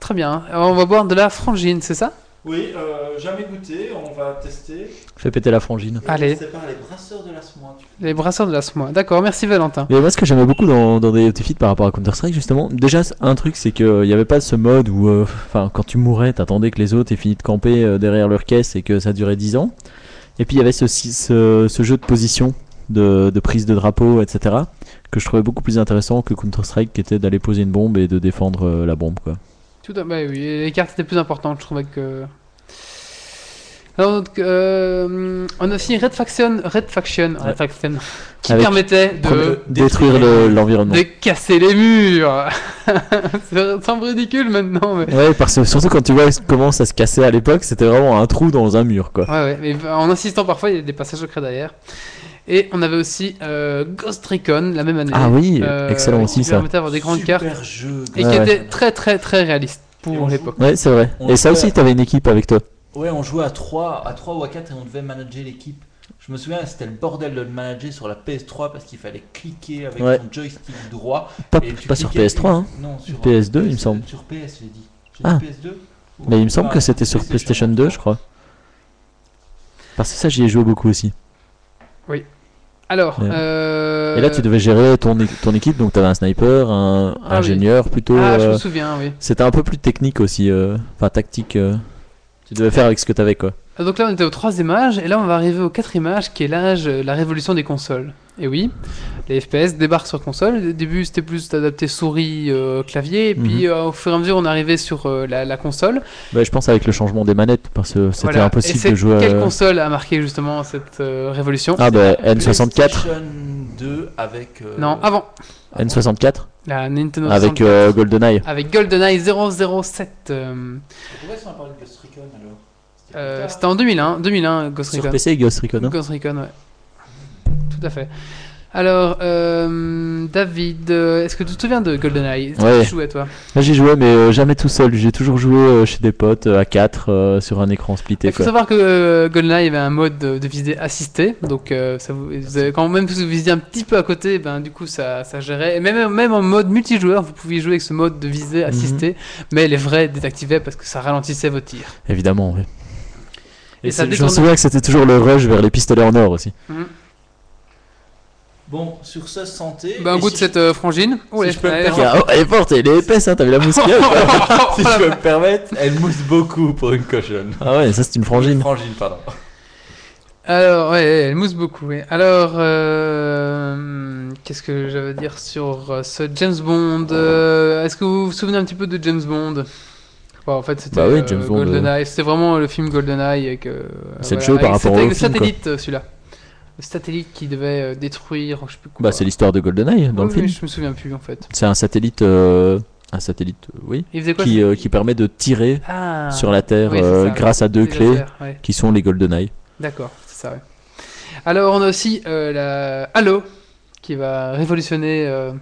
Très bien. Alors, on va boire de la frangine, c'est ça
Oui, euh, jamais goûté, on va tester.
Fais péter la frangine.
Et
Allez.
C'est par les brasseurs de la Smointe.
Les brasseurs de la soie. D'accord, merci Valentin.
Mais moi, ce que j'aimais beaucoup dans, dans Day of Defeat par rapport à Counter-Strike, justement, déjà, c- un truc, c'est qu'il n'y avait pas ce mode où, euh, enfin, quand tu mourais, t'attendais que les autres aient fini de camper euh, derrière leur caisse et que ça durait 10 ans. Et puis, il y avait ce, si- ce, ce jeu de position, de, de prise de drapeau, etc., que je trouvais beaucoup plus intéressant que Counter-Strike, qui était d'aller poser une bombe et de défendre euh, la bombe, quoi.
Tout à- bah oui, les cartes étaient plus importantes, je trouvais que. Alors, donc, euh, on a aussi Red Faction, Red Faction, Red
Ouais.
Faction qui
Avec-
permettait de.
détruire le- l'environnement.
De casser les murs [laughs] Ça semble ridicule maintenant, mais...
Ouais, parce que surtout quand tu vois comment ça se cassait à l'époque, c'était vraiment un trou dans un mur, quoi.
Ouais, ouais, mais en insistant parfois, il y a des passages secrets derrière. Et on avait aussi euh, Ghost Recon la même année.
Ah oui,
Euh,
excellent aussi
Qui
ça.
permettait d'avoir des grandes
Super
cartes
jeu.
et
Ouais,
qui
ouais.
était très très très réaliste
Et on
pour
joue.
l'époque.
Ouais, c'est vrai.
On
Et ça
le
aussi,
fait.
t'avais une équipe avec toi.
Ouais, on jouait à 3, à 3 ou à 4 et on devait manager l'équipe. Je me souviens, c'était le bordel de le manager sur la PS3 parce qu'il fallait cliquer avec
Ouais.
ton joystick droit.
Pas,
et tu
pas sur
cliquais
PS3, hein.
une- Non, sur euh,
PS2, il me semble.
Sur PS, j'ai dit. J'ai
Ah.
dit PS2 ou-
Mais il me semble
Ah,
que c'était sur PlayStation 2, je crois. Parce que ça, j'y ai joué beaucoup aussi.
Alors,
Ouais.
euh...
Et là, tu devais gérer ton, é- ton équipe, donc t'avais un sniper, un
Ah oui.
ingénieur plutôt.
Ah, je
euh,
me souviens, oui.
C'était un peu plus technique aussi, euh, enfin tactique. euh, Tu devais faire avec ce que t'avais, quoi.
Ah, Donc là, on était au troisième âge, et là, on va arriver au quatrième âge, qui est l'âge, euh, la révolution des consoles. Et oui, les FPS débarquent sur console. Au début, c'était plus adapté souris, euh, clavier, et puis
Mhm.
euh, au fur et à mesure, on arrivait sur euh, la, la console.
Bah, je pense avec le changement des manettes, parce que c'était
Voilà. Et
impossible
c'est-
de jouer.
Quelle
euh,
console a marqué justement cette euh, révolution
Ah bah N64,
PlayStation 2 avec. euh,
Non, avant
N64
la Nintendo
Ah. avec
64,
euh, GoldenEye.
avec GoldenEye 007. euh,
Pourquoi est-ce qu'on a parlé de Ghost Recon alors C'était plus
euh,
tard.
c'était en 2001, 2001 Ghost
Sur
Recon.
PC, Ghost Recon. hein.
Ghost Recon, ouais. Tout à fait. Alors, euh, David, euh, est-ce que tu te souviens de GoldenEye Est-ce que
Ouais.
Tu jouais toi
Là, J'y jouais, mais euh, jamais tout seul. J'ai toujours joué euh, chez des potes euh, à 4 sur un écran splitté.
Il faut
Quoi.
savoir que euh, GoldenEye avait un mode de, de visée assistée, donc euh, ça vous, vous avez- quand même si vous visiez un petit peu à côté, ben du coup ça, ça gérait. Et même, même en mode multijoueur, vous pouviez jouer avec ce mode de
Mhm.
visée assistée, mais les vrais désactivaient parce que ça ralentissait vos tirs.
Évidemment, oui.
Et
Et,
ça
c'est- je me
détourne-
souviens que c'était toujours le rush vers les pistolets en or aussi.
Bon, sur ce, santé.
Ben, un
Et
goût de
si-
cette euh, frangine. Oh,
si
elle-
je peux me
elle-
permettre-
Qui a- oh, elle est forte, elle est épaisse, hein, t'as vu
[laughs]
la mousse qu'il y a, quoi.
Si je peux me permettre, elle mousse beaucoup pour une cochonne.
Ah ouais, ça c'est une
Une
frangine.
frangine, pardon.
Alors, ouais, ouais, elle mousse beaucoup. ouais. Alors, euh, qu'est-ce que j'avais à dire sur euh, ce James Bond euh, Est-ce que vous vous souvenez un petit peu de James Bond Ouais, En fait, c'était
Bah oui,
euh,
James Bond,
GoldenEye. C'était vraiment le film GoldenEye. avec, euh,
C'est le
voilà,
show
avec-
par rapport
c'était
au
le
film, quoi.
satellite, euh, celui-là. Le satellite qui devait euh, détruire, je sais plus quoi.
Bah c'est l'histoire de GoldenEye dans
Oui,
le film.
oui, Je me souviens plus, en fait.
C'est un satellite, euh, un satellite, euh, oui,
Il faisait quoi
qui,
ça
euh, qui permet de tirer
Ah,
sur la Terre
oui, c'est
euh,
ça,
grâce à deux
c'est
clés
laser, ouais.
qui sont les GoldenEye.
D'accord, c'est ça, ouais. Alors, on a aussi euh, la Halo qui va révolutionner euh,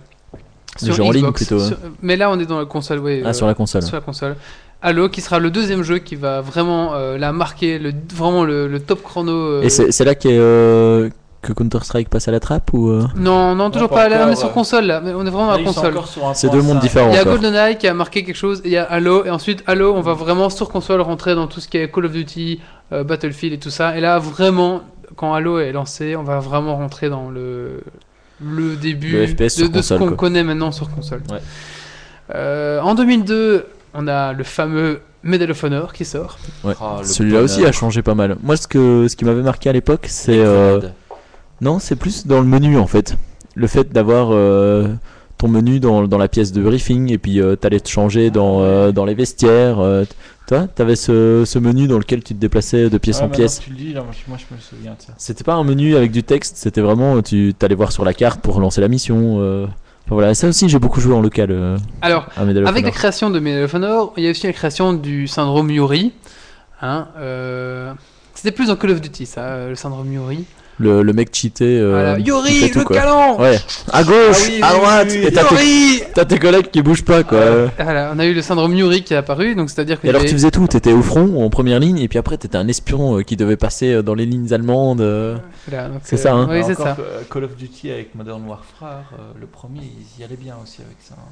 sur
jeu en
Xbox.
ligne, plutôt, hein.
Sur- Mais là, on est dans la console, ouais.
Ah,
euh,
sur la console.
sur la console. Halo qui sera le deuxième jeu qui va vraiment euh, la marquer, le, vraiment le, le top chrono. euh,
Et c'est c'est là qu'est, euh, que Counter-Strike passe à la trappe ou euh
Non, non, toujours
pas
pas. là, on est
encore,
sur
ouais.
console là, mais on est vraiment à la
Là, ils sont
console.
encore sur un
C'est
point
deux mondes
cinq.
différents
Il y a
encore.
GoldenEye qui a marqué quelque chose, il y a Halo, et ensuite Halo, on va vraiment sur console rentrer dans tout ce qui est Call of Duty, euh, Battlefield et tout ça. Et là, vraiment, quand Halo est lancé, on va vraiment rentrer dans le, le début
Le FPS
de, de
sur
ce
console,
qu'on
quoi.
connaît maintenant sur console.
Ouais.
Euh, en 2002, on a le fameux Medal of Honor qui sort.
Ouais.
Ah, le
Celui-là aussi
bonheur.
a changé pas mal. Moi, ce, que, ce qui m'avait marqué à l'époque, c'est. euh, Non, c'est plus dans le menu en fait. Le fait d'avoir euh, ton menu dans, dans la pièce de briefing et puis euh, t'allais te changer
Ah
dans, euh, dans les vestiaires. euh, t- toi, t'avais ce, ce menu dans lequel tu te déplaçais de pièce
Ouais, bah
en
Ah, maintenant
pièce.
que Tu le dis, là, moi, je- moi je me souviens de ça.
C'était pas un menu avec du texte, c'était vraiment euh, tu t'allais voir sur la carte pour lancer la mission. euh. Enfin, voilà, ça aussi j'ai beaucoup joué en local euh,
Alors,
à Medal of
Avec la
Honor.
création de Medal of Honor, il y a aussi la création du syndrome Yuri. Hein, euh, C'était plus dans Call of Duty, ça, euh, le syndrome Yuri.
Le, le mec cheaté. euh,
Voilà.
il
Yuri,
fait tout,
le
quoi.
calan
Ouais, à gauche,
Ah oui,
à
oui,
droite,
oui,
et t'as tes,
Yuri
t'as tes collègues qui bougent pas quoi.
Voilà, on a eu le syndrome Yuri qui est apparu, donc c'est-à-dire que.
Et alors
les-
tu faisais tout, t'étais au front, en première ligne, et puis après t'étais un espion euh, qui devait passer euh, dans les lignes allemandes. euh.
Voilà, donc,
c'est ça, hein.
Oui,
Ah,
c'est
encore
ça.
que, euh, Call of Duty avec Modern Warfare, euh, le premier, ils y allaient bien aussi avec ça. hein.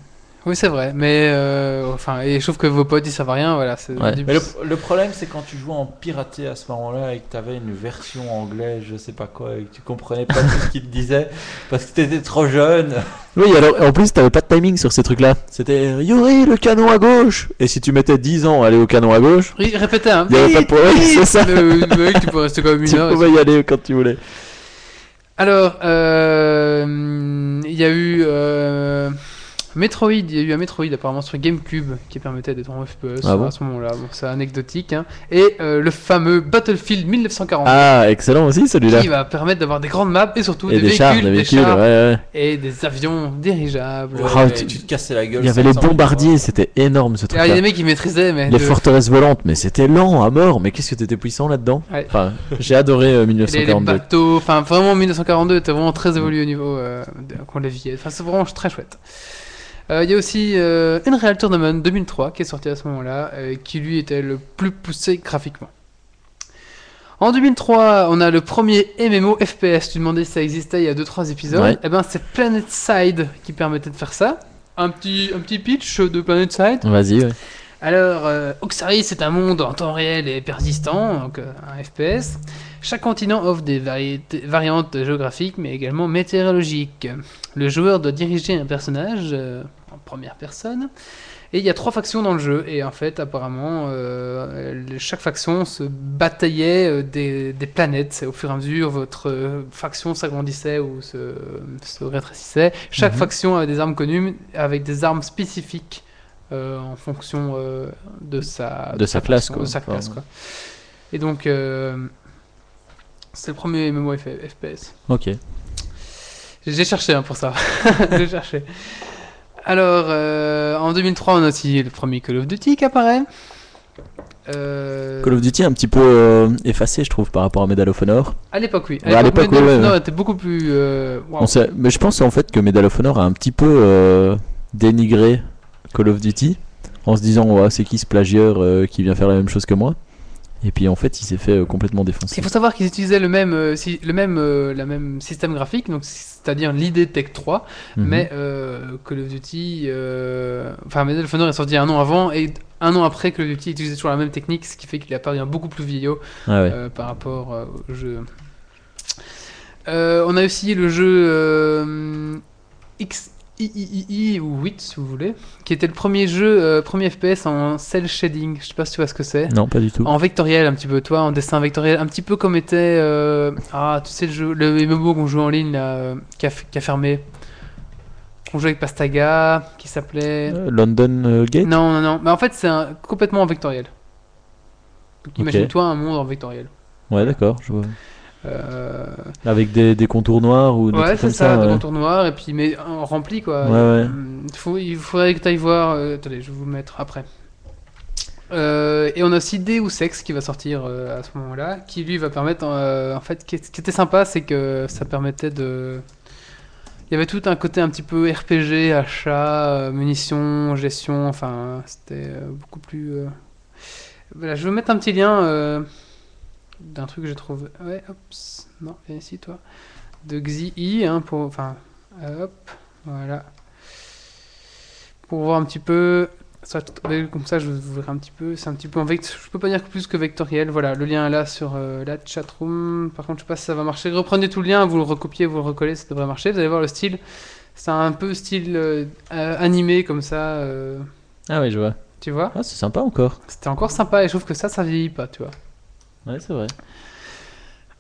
Oui, c'est vrai. Mais euh, enfin, et je trouve que vos potes ils savent rien, voilà. c'est-
Ouais.
du-
Mais le, le problème, c'est quand tu jouais en piraté à ce moment-là et que tu avais une version anglaise, je sais pas quoi, et que tu comprenais pas tout ce qu'ils te disaient parce que tu étais trop jeune.
Oui, alors en plus t'avais pas de timing sur ces trucs-là. C'était euh, Yuri, le canon à gauche Et si tu mettais 10 ans à aller au canon à gauche,
Oui, Répétez, hein.
il y avait pas de problème, [laughs] c'est ça
Mais, euh, oui, tu peux rester comme une
[laughs] Tu
heure. et
pouvais y aller quand tu voulais.
Alors, euh, il y a eu euh, Metroid, il y a eu un Metroid apparemment sur GameCube qui permettait d'être en FPS
Ah bon
à ce moment-là, bon, c'est anecdotique. hein. Et euh, le fameux Battlefield 1940
Ah, excellent aussi celui-là.
qui va permettre d'avoir des grandes maps et surtout
Et des, chars, des véhicules,
chars
ouais, ouais.
et des avions dirigeables.
Ah,
Ouais,
tu-
et tu te cassais la gueule.
Il y avait les
500 000
bombardiers, c'était énorme ce
Ah, Il y a
truc-là.
des mecs qui maîtrisaient, mais
Les
le-
forteresses volantes, mais c'était lent à mort, mais qu'est-ce que t'étais puissant là-dedans
Ouais.
Enfin, j'ai adoré euh,
les- les
1942.
bateaux, enfin vraiment 1942 était vraiment très évolué au niveau euh, de- qu'on les vivait. Enfin, c'est vraiment très chouette. Euh, Il y a aussi euh, Unreal Tournament 2003 qui est sorti à ce moment-là, euh, qui lui était le plus poussé graphiquement. En 2003, on a le premier MMO FPS. Tu demandais si ça existait il y a 2-3 épisodes.
Ouais.
Et ben, c'est PlanetSide qui permettait de faire ça. Un petit, un petit pitch de PlanetSide.
Vas-y, ouais.
Alors, euh, Oxaris c'est un monde en temps réel et persistant, donc euh, un FPS. Chaque continent offre des variétés- variantes géographiques, mais également météorologiques. Le joueur doit diriger un personnage euh, en première personne. Et il y a trois factions dans le jeu, et en fait, apparemment, euh, le- chaque faction se bataillait euh, des, des planètes. Au fur et à mesure, votre euh, faction s'agrandissait ou se, se rétrécissait. Chaque
Mhm.
faction avait des armes connues, avec des armes spécifiques euh, en fonction euh, de sa,
De sa classe,
faction,
quoi.
de sa
Enfin,
classe, quoi. Et donc, euh, c'est le premier MMO FPS.
Ok.
J'ai cherché hein, pour ça. [laughs] J'ai cherché. Alors, euh, en 2003, on a aussi le premier Call of Duty qui apparaît. Euh,
Call of Duty un petit peu euh, effacé, je trouve, par rapport à Medal of Honor.
À l'époque, oui.
Ouais, à l'époque,
Medal of
ouais, ouais,
Honor
ouais.
était beaucoup plus. euh, waouh.
On sait- mais je pense en fait que Medal of Honor a un petit peu euh, dénigré Call of Duty en se disant ouais, c'est qui ce plagieur euh, qui vient faire la même chose que moi. Et puis en fait, il s'est fait euh, complètement défoncer.
Il faut savoir qu'ils utilisaient le même, euh, si- le même, euh, la même système graphique, donc c'est-à-dire l'idée Tech 3,
Mhm.
Mais euh, Call of Duty, euh, enfin Medal of Honor est sorti un an avant et un an après Call of Duty utilisait toujours la même technique, ce qui fait qu'il apparaît beaucoup plus vieillot
Ah ouais.
euh, par rapport euh, au jeu. Euh, on a aussi le jeu euh, XIII ou 8 si vous voulez, qui était le premier jeu, euh, premier FPS en cel shading. Je sais pas si tu vois ce que c'est.
Non, pas du tout.
En vectoriel un petit peu, toi, en dessin vectoriel, un petit peu comme était euh, ah tu sais le jeu, le MMO qu'on jouait en ligne là, euh, qui, a, f- qui a fermé, qu'on jouait avec Pastaga, qui s'appelait
Euh, London euh, Gate
non non non, mais en fait c'est un- complètement en vectoriel. Donc,
Ok.
Imagine-toi un monde en vectoriel.
Ouais, d'accord. je vois.
Euh,
Avec des, des contours noirs ou des
Ouais
trucs
c'est
comme
ça,
ça.
de
ouais.
contour noir et puis mais en rempli quoi.
Ouais, ouais.
Hum, faut- il faudrait que tu ailles voir. euh, attendez, je vais vous le mettre après. Euh, et on a aussi Deus Ex qui va sortir euh, à ce moment-là, qui lui va permettre, euh, en fait, qui- ce qui était sympa, c'est que ça permettait de... Il y avait tout un côté un petit peu RPG, achat, euh, munitions, gestion, enfin, c'était euh, beaucoup plus... euh, Voilà, je vais mettre un petit lien euh, d'un truc que j'ai trouvé... Ouais, hop, non, viens ici toi. De Xi, hein, pour... Enfin, hop, voilà. Pour voir un petit peu... Ça, comme ça, je vous verrai un petit peu. C'est un petit peu en vect... Je peux pas dire plus que vectoriel. Voilà, le lien est là sur euh, la chatroom. Par contre, je sais pas si ça va marcher. Reprenez tout le lien, vous le recopiez, vous le recollez, ça devrait marcher. Vous allez voir le style. C'est un peu style euh, euh, animé comme ça. euh,
Ah oui, je vois.
tu vois
Ah, c'est sympa encore.
C'était encore sympa et je trouve que ça, ça vieillit pas, tu vois.
Ouais, c'est vrai.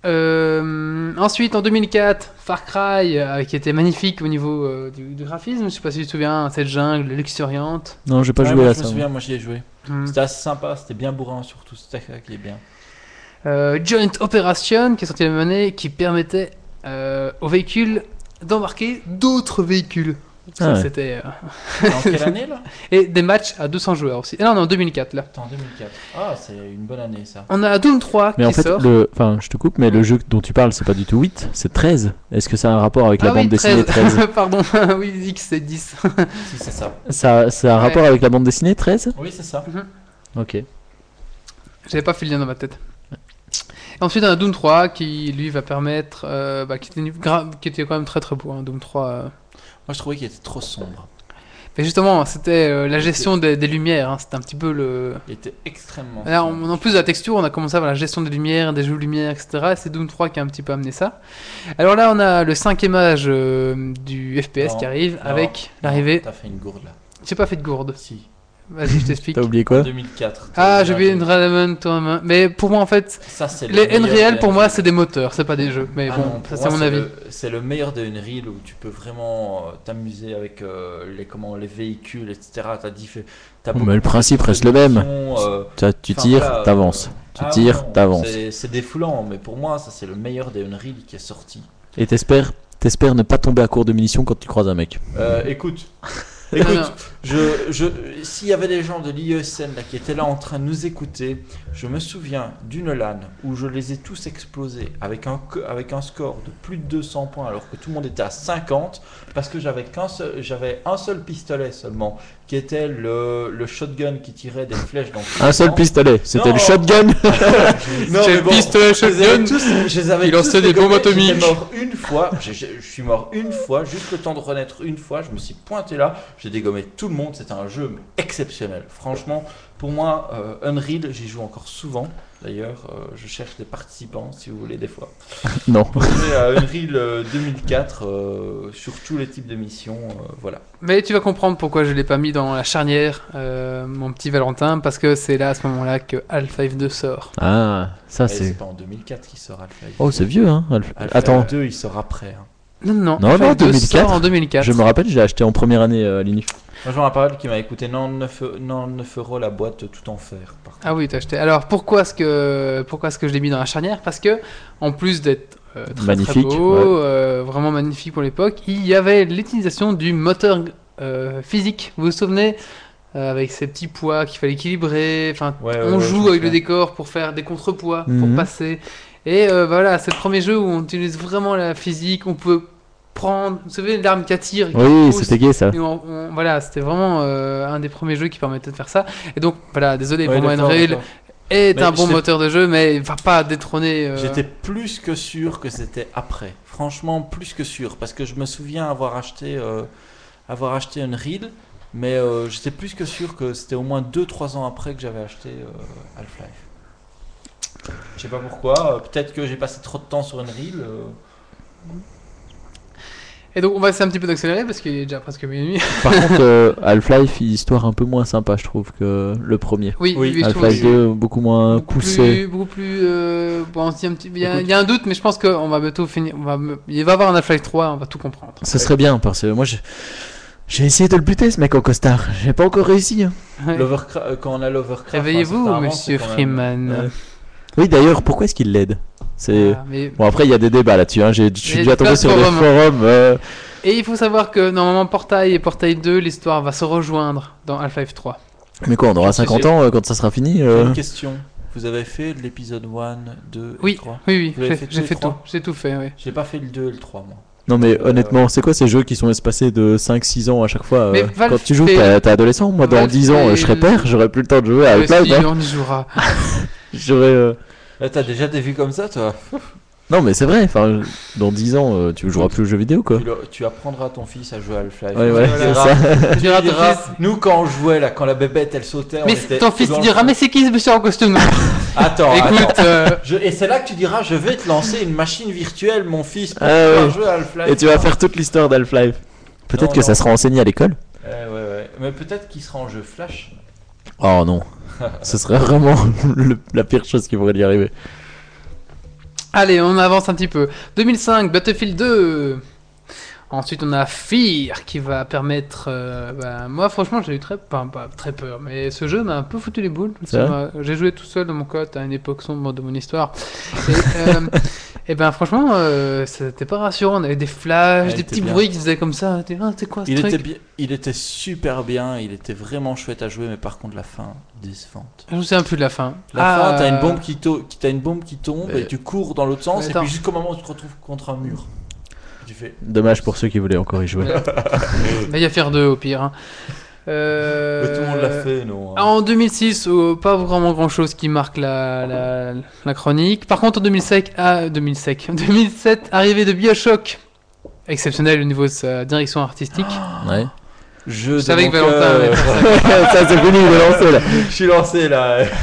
Euh, ensuite, en 2004, Far Cry, euh, qui était magnifique au niveau euh, du, du graphisme. Je sais pas si tu te souviens, cette jungle luxuriante.
Non, j'ai pas
Ouais,
joué
moi,
à
je
ça.
me
hein. moi.
souviens, moi j'y ai joué.
Hmm.
C'était assez sympa, c'était bien bourrin surtout, c'était ça qui est bien.
Euh, Joint Operation, qui est sorti la même année, qui permettait euh, aux véhicules d'embarquer d'autres véhicules. Ça,
Ah ouais.
c'était, euh,
C'était en quelle année là
Et des matchs à 200 joueurs aussi. Ah Non, non, 2004, là.
Attends, 2004. Ah, c'est une bonne année ça.
On a Doom 3
Mais
qui
en fait,
sort.
le... enfin, je te coupe, mais le jeu dont tu parles, c'est pas du tout 8, c'est 13. Est-ce que ça a un rapport avec la
Ah
bande
oui,
dessinée 13,
[laughs] Pardon, oui, X c'est 10.
Si, c'est ça.
ça, ça a un
Ouais.
rapport avec la bande dessinée 13
Oui, c'est ça.
Ok.
J'avais pas fait le lien dans ma tête. Et ensuite, on a Doom 3 qui, lui, va permettre. euh, bah, qui, était, une gra- qui était quand même très très beau, hein, Doom 3. euh.
Moi je trouvais qu'il était trop sombre.
Mais justement, c'était euh, la gestion des, des lumières. hein, c'était un petit peu le.
Il était extrêmement
Là,
sombre.
on- en plus de la texture, on a commencé à voir la gestion des lumières, des jeux de lumière, etc. Et c'est Doom 3 qui a un petit peu amené ça. Alors là, on a le cinquième âge euh, du FPS
Non,
qui arrive
non,
avec
non,
l'arrivée.
T'as fait une gourde là.
J'ai pas fait de gourde.
Si.
Vas-y, je
[laughs]
t'explique.
T'as oublié quoi
2004.
Ah,
t'as
j'ai oublié
bien joué.
Unreal Tournament. Mais pour moi, en fait,
Ça, c'est le
les
meilleur
Unreal,
des
pour moi,
Unreal.
c'est des moteurs, c'est pas des jeux. Mais
Ah
bon,
non,
ça,
pour
c'est
moi,
mon avis.
le- C'est le meilleur de Unreal où tu peux vraiment euh, t'amuser avec euh, les, comment, les véhicules, etc. T'as diff... t'as
Oh,
beaucoup
mais le
de
principe reste le même.
missions, euh,
Ça, tu
Enfin,
tires,
voilà, euh,
t'avances. Tu
ah
tires,
non,
t'avances.
c'est- C'est défoulant, mais pour moi, ça, c'est le meilleur des Unreal qui est sorti.
Et t'espères, t'espères ne pas tomber à court de munitions quand tu croises un mec.
Euh,
[laughs]
écoute,
Non,
écoute,
non.
je, je, s'il y avait des gens de l'IESN là, qui étaient là en train de nous écouter, je me souviens d'une LAN où je les ai tous explosés avec un, co- avec un score de plus de 200 points alors que tout le monde était à 50 parce que j'avais, qu'un seul, j'avais un seul pistolet seulement qui était le, le shotgun qui tirait des flèches dans tous
Un
les
seul
sens.
pistolet, c'était
Ah, Non.
le
[laughs]
shotgun. [laughs]
Non,
J'ai
mais
le
bon,
pistolet
je les avais
shotgun.
tous- je les avais
Il
tous
lançait des bombes
dégommés. J'étais
atomiques.
mort une fois, j'ai- j'ai- je suis mort une fois, juste le temps de renaître une fois. Je me suis pointé là, j'ai dégommé tout le monde. C'était un jeu mais exceptionnel. Franchement, pour moi, euh, Unreal, j'y joue encore souvent. D'ailleurs, euh, je cherche des participants si vous voulez des fois. [laughs]
Non.
Pour jouer à Unreal euh, 2004 euh, sur tous les types de missions, euh, voilà.
Mais tu vas comprendre pourquoi je l'ai pas mis dans la charnière, euh, mon petit Valentin, parce que c'est là, à ce moment-là, que Half-Life 2 sort.
Ah, ça
Mais c'est
c'est.
pas en 2004 qu'il sort Alpha.
Oh, c'est vieux, hein. Alf-
Alpha
Attends,
2, il sort après. hein.
Non, non,
Non, non,
Half-Life 2 sort
2004.
en 2004.
je me rappelle, je l'ai acheté en première année euh, à l'INIF.
Moi, je me rappelle qu'il m'a coûté 99 eu- 99 euros la boîte tout en fer. Par contre.
Ah oui, t'as acheté. Alors pourquoi est-ce que pourquoi est-ce que je l'ai mis dans la charnière Parce que en plus d'être euh, très, très
Magnifique,
beau,
ouais.
euh, vraiment magnifique pour l'époque, il y avait l'utilisation du moteur euh, physique. Vous vous souvenez Euh, avec ces petits poids qu'il fallait équilibrer. Enfin,
Ouais,
Euh,
ouais,
on
ouais, je
joue
me
avec le
souviens.
décor pour faire des contrepoids, pour
Mhm.
passer. Et euh, voilà, c'est le premier jeu où on utilise vraiment la physique. On peut prendre. Vous savez l'arme qui attire, qui
Oui,
pousse,
c'était
[laughs]
gay ça.
et on- on- voilà, c'était vraiment euh, un des premiers jeux qui permettait de faire ça. Et donc, voilà, désolé,
Ouais,
pour moi,
d'accord,
Unreal
d'accord.
est
Mais
un bon
j'étais-
moteur de jeu, mais il va pas détrôner. euh,
J'étais plus que sûr que c'était après. Franchement, plus que sûr. Parce que je me souviens avoir acheté, euh, avoir acheté Unreal, mais euh, j'étais plus que sûr que c'était au moins 2-3 ans après que j'avais acheté euh, Half-Life. Je sais pas pourquoi. euh, Peut-être que j'ai passé trop de temps sur Unreal. euh.
Et donc, on va essayer un petit peu d'accélérer parce qu'il est déjà presque minuit. [laughs]
Par contre, euh, Half-Life, histoire un peu moins sympa, je trouve, que le premier.
oui,
Oui,
oui, je trouve
Half-Life
aussi.
2, beaucoup moins
Beaucoup
poussé.
plus, beaucoup plus. euh, bon, on se dit un petit- il, y a,
Écoute.
il y a un doute, mais je pense qu'on va bientôt finir. on va me- Il va y avoir un Half-Life 3, on va tout comprendre.
Ce serait bien, parce que moi, je- j'ai essayé de le buter, ce mec en costard. J'ai pas encore réussi. hein.
[laughs] Ouais.
L'Overcra- euh, quand on a l'Overcraft. à un certain
Réveillez-vous,
moment, c'est
monsieur
quand même- euh,
Freeman.
Ouais.
Oui, d'ailleurs, pourquoi est-ce qu'il l'aide C'est.
Ah, mais-
Bon, après, il y a des débats là-dessus. Hein. J'ai- Je
Il y
suis
a
déjà
des
tombé sur des
plateformes.
forums. euh,
Et il faut savoir que normalement, Portail et Portail 2, l'histoire va se rejoindre dans Half-Life 3.
Mais quoi, on aura
C'est-
50 ans euh, quand ça sera fini euh,
Une question. Vous avez fait l'épisode 1, 2 et
Oui,
3
oui,
Vous
oui,
avez
j'ai-
fait tous
j'ai
les
fait tout,
trois
j'ai tout fait, oui.
J'ai pas fait le 2 et le 3, moi.
Non mais
Euh,
honnêtement, c'est quoi ces jeux qui sont espacés de 5-6 ans à chaque fois euh,
Mais Valve
Quand tu joues,
fait-
t'es t'es adolescent. Moi, dans
Valve
10 ans,
fait-
euh, je serai père, j'aurai plus le temps de jouer à
Mais
Half-Life.
si,
hein.
on y
[laughs]
jouera.
J'aurai, euh,
Là, t'as déjà des vues comme ça, toi
Non mais c'est vrai. Enfin, dans 10 ans, euh, tu joueras plus aux jeux vidéo, quoi.
tu, le- tu apprendras à ton fils à jouer à Half-Life.
Ouais,
Tu
ouais,
lui
c'est
diras-
ça.
tu lui
diras, ton
diras,
fils-
nous, quand on jouait, là, quand la bébête, elle sautait, on
Mais
était
ton fils
dans
te
le
dira,
fond.
mais c'est qui ce monsieur en
[laughs]
costume
Attends, attends.
Écoute, euh,
Je- et c'est là que tu diras, je vais te lancer une machine virtuelle, mon fils, pour
Ah
pouvoir
ouais.
jouer à Half-Life.
Et tu vas faire toute l'histoire d'Half-Life. Peut-être
Non,
que
non.
ça sera enseigné à l'école.
Eh, ouais, ouais. Mais peut-être qu'il sera en jeu Flash.
Oh non. Ce serait vraiment le- la pire chose qui pourrait lui arriver.
allez, on avance un petit peu. 2005, Battlefield 2. Ensuite, on a Fear qui va permettre. euh, bah, moi, franchement, j'ai eu très, pas- pas très peur, mais ce jeu m'a un peu foutu les boules.
C'est
Ça m'a- J'ai joué tout seul dans mon cote à une époque sombre de mon histoire. Et,
[laughs]
euh, et ben, franchement, euh, c'était pas rassurant. On avait des flashs,
Ouais, il
des
était
petits
bien.
bruits qui faisaient comme ça. Tu dis, Ah, c'est quoi ce
Il
truc
était, bien, il était super bien, il était vraiment chouette à jouer, mais par contre, la fin, décevante.
Je me souviens plus de la fin.
La
Ah,
fin, t'as
euh,
une bombe qui, to- qui- t'as une bombe qui tombe
Mais-
et tu cours dans l'autre sens,
Mais
et
attends.
puis jusqu'au moment où tu te retrouves contre un mur. Tu fais.
Dommage pour ceux qui voulaient encore y jouer.
Ouais. Mais il y a faire deux au pire. hein. Euh,
Mais tout le monde l'a fait, non. hein.
Ah, En 2006, oh, pas vraiment grand chose qui marque la, la, la chronique. Par contre, en 2005, ah, [laughs] 2005, 2007, arrivée de Bioshock. Exceptionnel au niveau de sa direction
[gasps]
artistique.
Ouais.
Je de
savais
mon
que Valentin
cœur.
allait
[laughs]
faire
[laughs] ça c'est fini, il est lancé là.
Je suis lancé là. [laughs]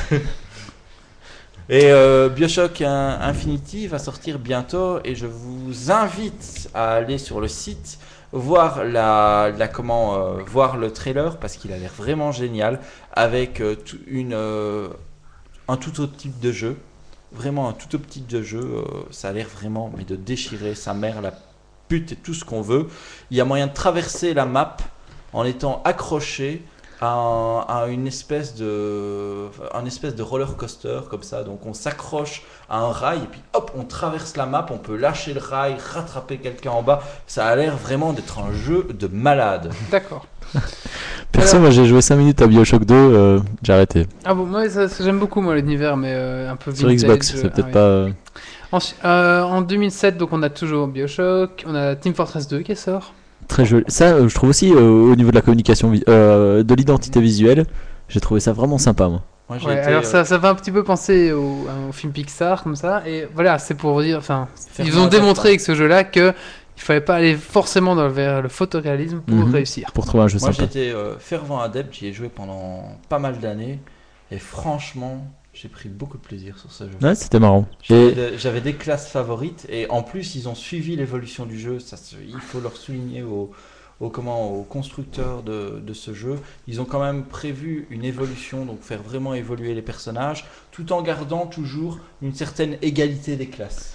Et euh, Bioshock hein, Infinity va sortir bientôt et je vous invite à aller sur le site voir la, la comment euh, voir le trailer parce qu'il a l'air vraiment génial avec euh, tout- une euh, un tout autre type de jeu vraiment un tout autre type de jeu euh, ça a l'air vraiment mais de déchirer sa mère la pute et tout ce qu'on veut il y a moyen de traverser la map en étant accroché à, un- à une espèce de un espèce de roller coaster comme ça donc on s'accroche à un rail et puis hop on traverse la map on peut lâcher le rail rattraper quelqu'un en bas ça a l'air vraiment d'être un jeu de malade
D'accord.
Perso, moi j'ai joué 5 minutes à Bioshock 2, euh, j'ai arrêté.
Ah bon, moi ça- ça- j'aime beaucoup moi l'univers, mais euh, un peu
Sur
vintage,
Xbox,
euh,
c'est
ah
peut-être
oui.
pas. euh,
Ensuite, euh, en 2007, donc on a toujours Bioshock, on a Team Fortress 2 qui sort.
Très joli. Ça, euh, je trouve aussi euh, au niveau de la communication, vi- euh, de l'identité visuelle, j'ai trouvé ça vraiment sympa, moi.
Moi, j'ai
Ouais,
été,
alors
euh,
ça, ça fait un petit peu penser au, au film Pixar comme ça et voilà c'est pour dire enfin
faire
ils
mal
ont
à la
démontré
tête.
avec ce jeu là que il fallait pas aller forcément dans- vers le photoréalisme pour
Mhm.
réussir.
Pour trouver un jeu
Moi
sympa.
j'étais euh, fervent adepte, j'y ai joué pendant pas mal d'années et franchement j'ai pris beaucoup de plaisir sur ce jeu.
Ouais, c'était marrant.
J'avais
Et
de- J'avais des classes favorites et en plus ils ont suivi l'évolution du jeu, ça, se- il faut leur souligner au, au- comment, aux constructeurs de, de ce jeu. Ils ont quand même prévu une évolution, donc faire vraiment évoluer les personnages tout en gardant toujours une certaine égalité des classes.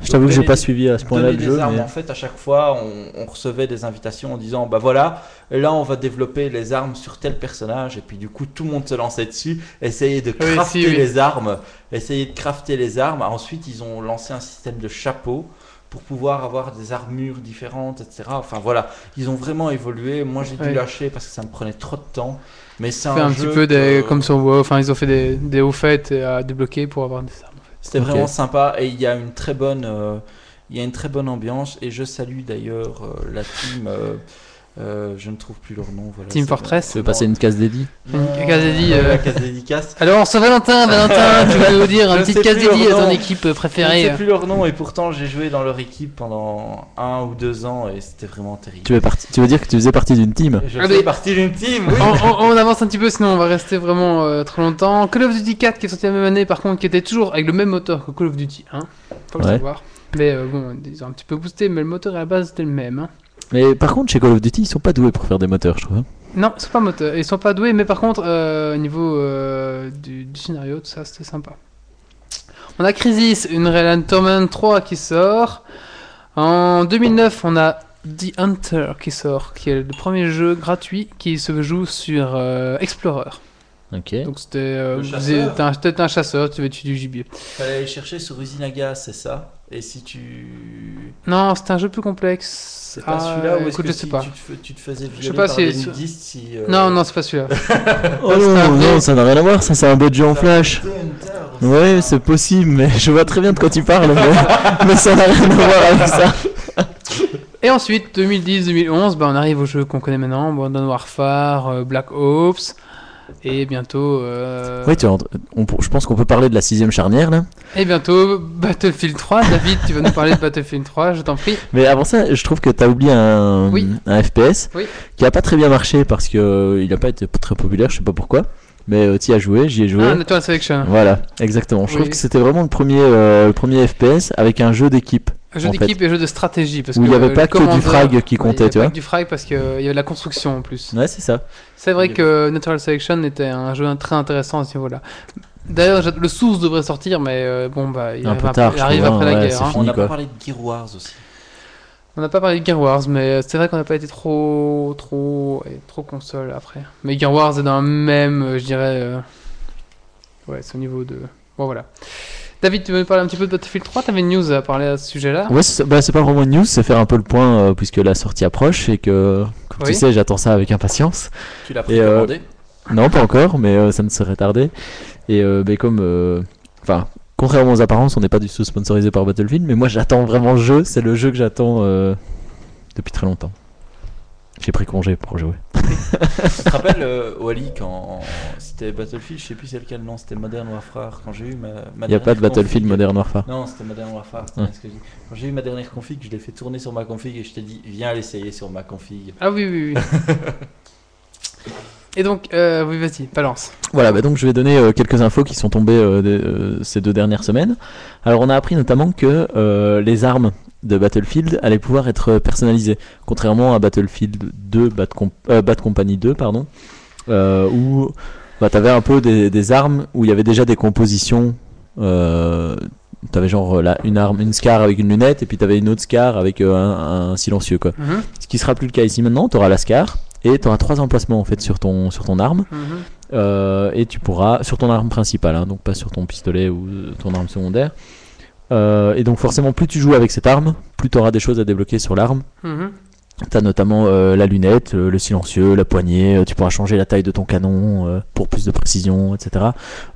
je t'avoue que j'ai
donner
pas
des-
suivi à ce point-là
donner
le
des
jeu.
armes.
mais-
En fait, à chaque fois, on, on recevait des invitations en disant bah voilà, là on va développer les armes sur tel personnage, et puis du coup tout le monde se lançait dessus, essayait de
Oui,
crafter
si, oui.
les armes, essayer de crafter les armes. Ensuite, ils ont lancé un système de chapeaux pour pouvoir avoir des armures différentes, etc. Enfin voilà, ils ont vraiment évolué. Moi, j'ai
Ouais.
dû lâcher parce que ça me prenait trop de temps. Mais c'est
Fait
un,
un
jeu
petit peu des
que-
comme sur WoW, enfin ils ont fait des, des hauts fêtes à débloquer pour avoir des armes.
C'était
Ok.
vraiment sympa et il y a une très bonne, euh, il y a une très bonne ambiance et je salue d'ailleurs euh, la team. euh, euh, je ne trouve plus leur nom. Voilà,
Team
c'est bon.
Fortress
Tu veux passer une case dédiée
Non,
une case dédiée,
euh,
euh,
la case
[laughs]
dédicace.
Alors ce Valentin,
[laughs]
Valentin, tu vas nous dire un
Je
petit
sais
casse
plus leur
dédié à ton
nom.
équipe
Je ne
préférée.
sais plus leur nom et pourtant j'ai joué dans leur équipe pendant un ou deux ans et c'était vraiment terrible.
tu veux, parti- tu veux dire que tu faisais partie d'une team
Je
Ah,
fais
mais-
partie d'une team.
[laughs]
Oui.
On, on- on avance un petit peu, sinon on va rester vraiment euh, trop longtemps. Call of Duty 4 qui est sorti la même année, par contre, qui était toujours avec le même moteur que Call of Duty 1. Faut le
Ouais.
savoir. Mais euh, bon, ils ont un petit peu boosté, mais le moteur à la base c'était le même. hein.
Mais par contre, chez Call of Duty, ils sont pas doués pour faire des moteurs, je trouve. hein.
Non, ils sont pas moteurs, ils sont pas doués, mais par contre, euh, au niveau euh, du, du scénario, tout ça, c'était sympa. On a Crisis, une Relan Torment 3 qui sort. En 2009, on a The Hunter qui sort, qui est le premier jeu gratuit qui se joue sur euh, Explorer.
Ok.
Donc c'était euh,
Le
vous
chasseur.
êtes un, t'es un chasseur, tu veux tuer du gibier.
Fallait aller chercher sur usine à gaz, c'est ça. Et si tu.
Non, c'est un jeu plus complexe.
C'est pas
Ah,
celui-là ou est-ce
écoute,
que
je
tu,
sais pas.
tu te, fais- tu te faisais violer
sais pas
par
si-
des nudistes si, euh,
Non, non, c'est pas celui-là.
Oh
c'est un
non,
vrai-
non, ça n'a rien à voir, ça c'est un budget en flash. Ouais, c'est possible, mais je vois très bien de quoi tu parles, mais, [laughs] mais ça n'a rien à voir avec ça.
Et ensuite, 2010-2011, bah, on arrive aux jeux qu'on connaît maintenant. Bon, Modern Warfare, euh, Black Ops, et bientôt... euh,
Ouais, tu vois, on- on- je pense qu'on peut parler de la sixième charnière là.
Et bientôt Battlefield 3. David, tu vas nous parler de Battlefield 3, je t'en prie.
Mais avant ça, je trouve que t'as oublié un,
Oui.
un FPS
Oui.
qui a pas très bien marché parce que euh, il a pas été p- très populaire, je sais pas pourquoi. Mais euh, t'y as joué, j'y ai joué.
Ah, Natural Selection.
Voilà, exactement. Je
Oui.
trouve que c'était vraiment le premier, euh, le premier FPS avec un jeu d'équipe.
Jeu
en fait.
d'équipe et jeu de stratégie. Parce
Où
que
il y avait
le
pas que du
commandeur-
frag qui
Ouais,
comptait,
il y avait
tu
pas
vois.
que du frag parce qu'il y avait de la construction en plus.
Ouais, c'est ça.
C'est vrai
Il y
que euh, Natural Selection était un jeu très intéressant à ce niveau-là. D'ailleurs, je- le Source devrait sortir, mais euh, bon, bah, il
Un
arrive,
peu
après,
tard,
il
je
arrive
trouve,
après
hein,
la
ouais,
guerre.
c'est
hein.
On n'a
quoi.
pas parlé de Gear Wars aussi.
On n'a pas parlé de Gear Wars, mais euh, c'est vrai qu'on n'a pas été trop, trop, et trop console après. Mais Gear Wars est dans le même, euh, je dirais. euh, Ouais, c'est au niveau de. Bon, voilà. David, tu veux nous parler un petit peu de Battlefield 3 T'avais une news à parler à ce sujet-là
Ouais, c'est bah, c'est pas vraiment une news, c'est faire un peu le point euh, puisque la sortie approche et que, comme
Oui.
tu sais, j'attends ça avec impatience.
Tu l'as
Et, euh,
précommandé
Non, pas encore, mais euh, ça ne serait tardé. Et euh, ben, comme. euh, Enfin, contrairement aux apparences, on n'est pas du tout sponsorisé par Battlefield, mais moi j'attends vraiment le jeu, c'est le jeu que j'attends euh, depuis très longtemps. J'ai pris congé pour jouer.
Tu te rappelles, euh, Wally, quand c'était Battlefield, je sais plus c'est lequel, non, c'était Modern Warfare, quand j'ai eu ma. ma
Il n'y a pas de
dernière
Battlefield
config.
Modern Warfare.
Non, c'était Modern Warfare, c'est
Hein.
bien ce que je dis. Quand j'ai eu ma dernière config, je l'ai fait tourner sur ma config et je t'ai dit, viens l'essayer sur ma config.
Ah oui, oui, oui. [laughs] Et donc, euh, oui, vas-y, balance.
Voilà, bah donc je vais donner euh, quelques infos qui sont tombées euh, des- euh, ces deux dernières semaines. Alors on a appris notamment que euh, les armes de Battlefield allaient pouvoir être personnalisées, contrairement à Battlefield 2, Bad, Com- euh, Bad Company 2, pardon, euh, où bah, t'avais un peu des, des armes où il y avait déjà des compositions. Euh, t'avais genre euh, là une arme, une scar avec une lunette, et puis t'avais une autre scar avec euh, un, un silencieux quoi.
Mhm,
Ce qui sera plus le cas ici maintenant, t'auras la scar et t'auras trois emplacements en fait sur ton sur ton arme.
mhm.
Euh, et tu pourras sur ton arme principale, hein, donc pas sur ton pistolet ou euh, ton arme secondaire. Euh, et donc forcément, plus tu joues avec cette arme, plus tu auras des choses à débloquer sur l'arme.
Mhm.
T'as notamment euh, la lunette, euh, le silencieux, la poignée. euh, tu pourras changer la taille de ton canon euh, pour plus de précision, etc.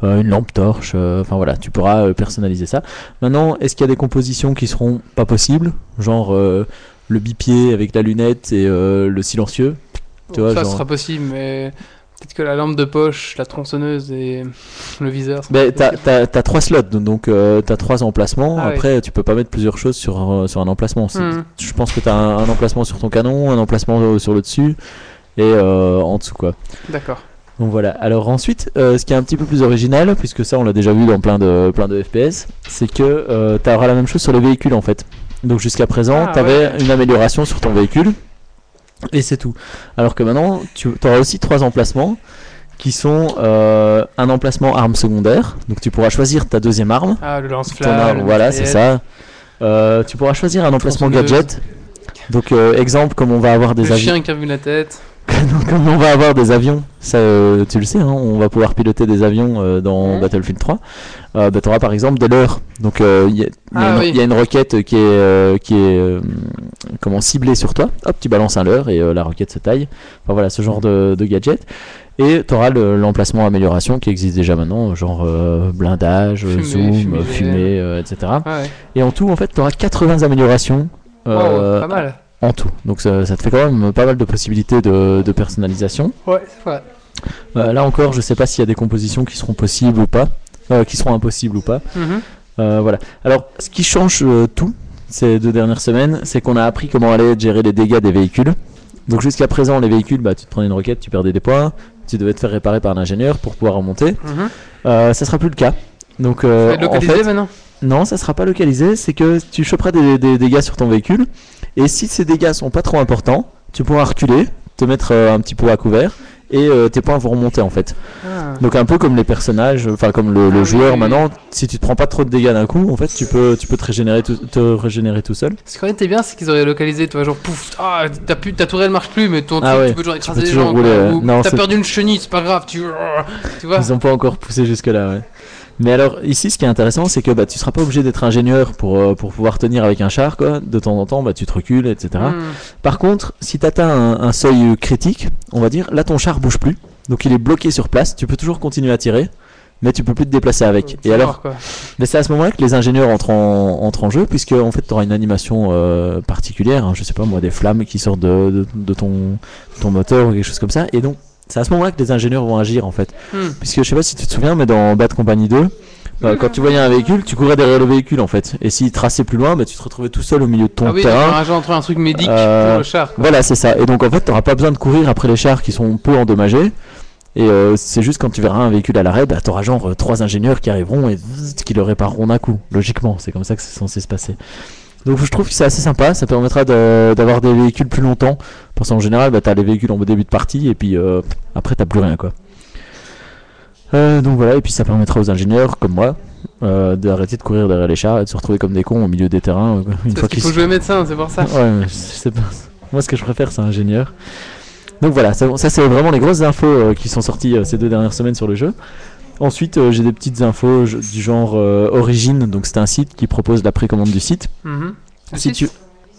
Euh, une lampe torche. euh, Enfin voilà, tu pourras euh, personnaliser ça. Maintenant, est-ce qu'il y a des compositions qui seront pas possibles, genre euh, le bipied avec la lunette et euh, le silencieux Tu vois,
ça
genre-
sera possible, mais peut-être que la lampe de poche, la tronçonneuse et le viseur. ça
Ben,
sera
t'as,
possible.
t'as- t'as trois slots, donc euh, t'as trois emplacements.
Ah oui.
Après, tu peux pas mettre plusieurs choses sur, euh, sur un emplacement. C'est-
Mhm.
Je pense que t'as un, un emplacement sur ton canon, un emplacement euh, sur le dessus et euh, en dessous, quoi.
D'accord.
Donc voilà. Alors ensuite, euh, ce qui est un petit peu plus original, puisque ça on l'a déjà vu dans plein de, plein de FPS, c'est que euh, t'auras la même chose sur les véhicules en fait. Donc jusqu'à présent,
Ah,
t'avais une amélioration sur ton véhicule et c'est tout. Alors que maintenant, tu auras aussi trois emplacements qui sont euh, un emplacement arme secondaire, donc tu pourras choisir ta deuxième arme
Ah, le
ton
lance-flamme.
arme,
le
voilà, c'est
mitraillette.
ça. Euh, tu pourras choisir un emplacement
Tronçonneuse.
gadget. Donc euh, exemple, comme on va avoir des
Le
avions,
chien qui a vu la tête.
[laughs] comme on va avoir des avions, ça, euh, tu le sais, hein, on va pouvoir piloter des avions euh, dans
Ouais.
Battlefield 3. Euh, bah, tu auras par exemple des leurs. Donc euh, il y, a- il y a
Ah
une-
oui.
il y a une roquette qui est euh, qui est euh, comment ciblée sur toi. Hop, tu balances un leurre et euh, la roquette se taille. Enfin voilà, ce genre de, de gadget. Et tu auras l'emplacement amélioration qui existe déjà maintenant, genre euh, blindage,
Fumée,
zoom,
fumée.
fumée, euh, etc.
Ah ouais.
Et en tout, en fait, tu auras 80 améliorations euh,
Wow, pas mal.
en tout. Donc ça, ça te fait quand même pas mal de possibilités de, de personnalisation.
Ouais, c'est vrai.
Euh, là encore, je sais pas s'il y a des compositions qui seront possibles ou pas, euh, qui seront impossibles ou pas.
Mhm.
Euh, voilà. Alors, ce qui change euh, tout ces deux dernières semaines, c'est qu'on a appris comment aller gérer les dégâts des véhicules. Donc jusqu'à présent, les véhicules, bah, tu te prenais une roquette, tu perdais des points, tu devais te faire réparer par l'ingénieur pour pouvoir remonter.
Mhm.
Euh, ça sera plus le cas. Donc
Ça va
euh,
être
en
localisé
fait,
maintenant
non, ça sera pas localisé, c'est que tu choperas des, des dégâts sur ton véhicule, et si ces dégâts sont pas trop importants, tu pourras reculer, te mettre euh, un petit peu à couvert, et euh, tes points vont remonter en fait.
Ah.
Donc un peu comme les personnages, enfin comme le, le
Ah oui,
joueur
oui,
maintenant, si tu te prends pas trop de dégâts d'un coup, en fait tu peux, tu peux te, régénérer tout, te régénérer tout seul.
Ce qui aurait été bien, c'est qu'ils auraient localisé, tu vois, genre pouf, ah, ta, pu- ta tourelle marche plus, mais ton
Ah
truc,
ouais,
tu peux toujours écraser les
toujours
gens.
rouler,
quoi,
ouais.
ou
Non,
t'as
c'est-
perdu une chenille, c'est pas grave, tu, tu vois.
Ils ont pas encore poussé jusque là, ouais. Mais alors ici, ce qui est intéressant, c'est que bah, tu seras pas obligé d'être ingénieur pour, euh, pour pouvoir tenir avec un char. Quoi. De temps en temps, bah, tu te recules, etc.
Hmm.
Par contre, si tu atteins un, un seuil critique, on va dire, là ton char bouge plus, donc il est bloqué sur place. Tu peux toujours continuer à tirer, mais tu peux plus te déplacer avec. Et
Faut
alors,
voir, quoi.
mais c'est à ce moment-là que les ingénieurs entrent en, entrent en jeu, puisque en fait, tu auras une animation euh, particulière, hein, je sais pas moi, des flammes qui sortent de, de- de ton, ton moteur ou quelque chose comme ça. Et donc, c'est à ce moment-là que les ingénieurs vont agir, en fait.
Hmm.
Puisque je sais pas si tu te souviens, mais dans Bad Company 2, bah, quand tu voyais un véhicule, tu courais derrière le véhicule, en fait. Et s'il traçait plus loin, bah, tu te retrouvais tout seul au milieu de ton
Ah oui,
terrain.
un entre un truc médic
Euh,
pour le char. quoi.
Voilà, c'est ça. Et donc en fait, t'auras pas besoin de courir après les chars qui sont peu endommagés. Et euh, c'est juste quand tu verras un véhicule à l'arrêt, bah, t'auras genre euh, trois ingénieurs qui arriveront et zzz, qui le répareront d'un coup. Logiquement, c'est comme ça que c'est censé se passer. Donc je trouve que c'est assez sympa, ça permettra de- d'avoir des véhicules plus longtemps. Parce qu'en général, bah, t'as les véhicules en début de partie et puis euh, après t'as plus rien quoi. Euh, donc voilà, et puis ça permettra aux ingénieurs comme moi euh, d'arrêter de courir derrière les chars et de se retrouver comme des cons au milieu des terrains. euh, une
C'est
fois
parce qu'il
qu'ils
faut jouer médecin, c'est pour ça.
Ouais, mais je sais pas. Moi, ce que je préfère, c'est ingénieur. Donc voilà, ça, ça, c'est vraiment les grosses infos euh, qui sont sorties euh, ces deux dernières semaines sur le jeu. Ensuite, euh, j'ai des petites infos je- du genre euh, Origin, donc c'est un site qui propose la précommande du site.
Mhm.
Si tu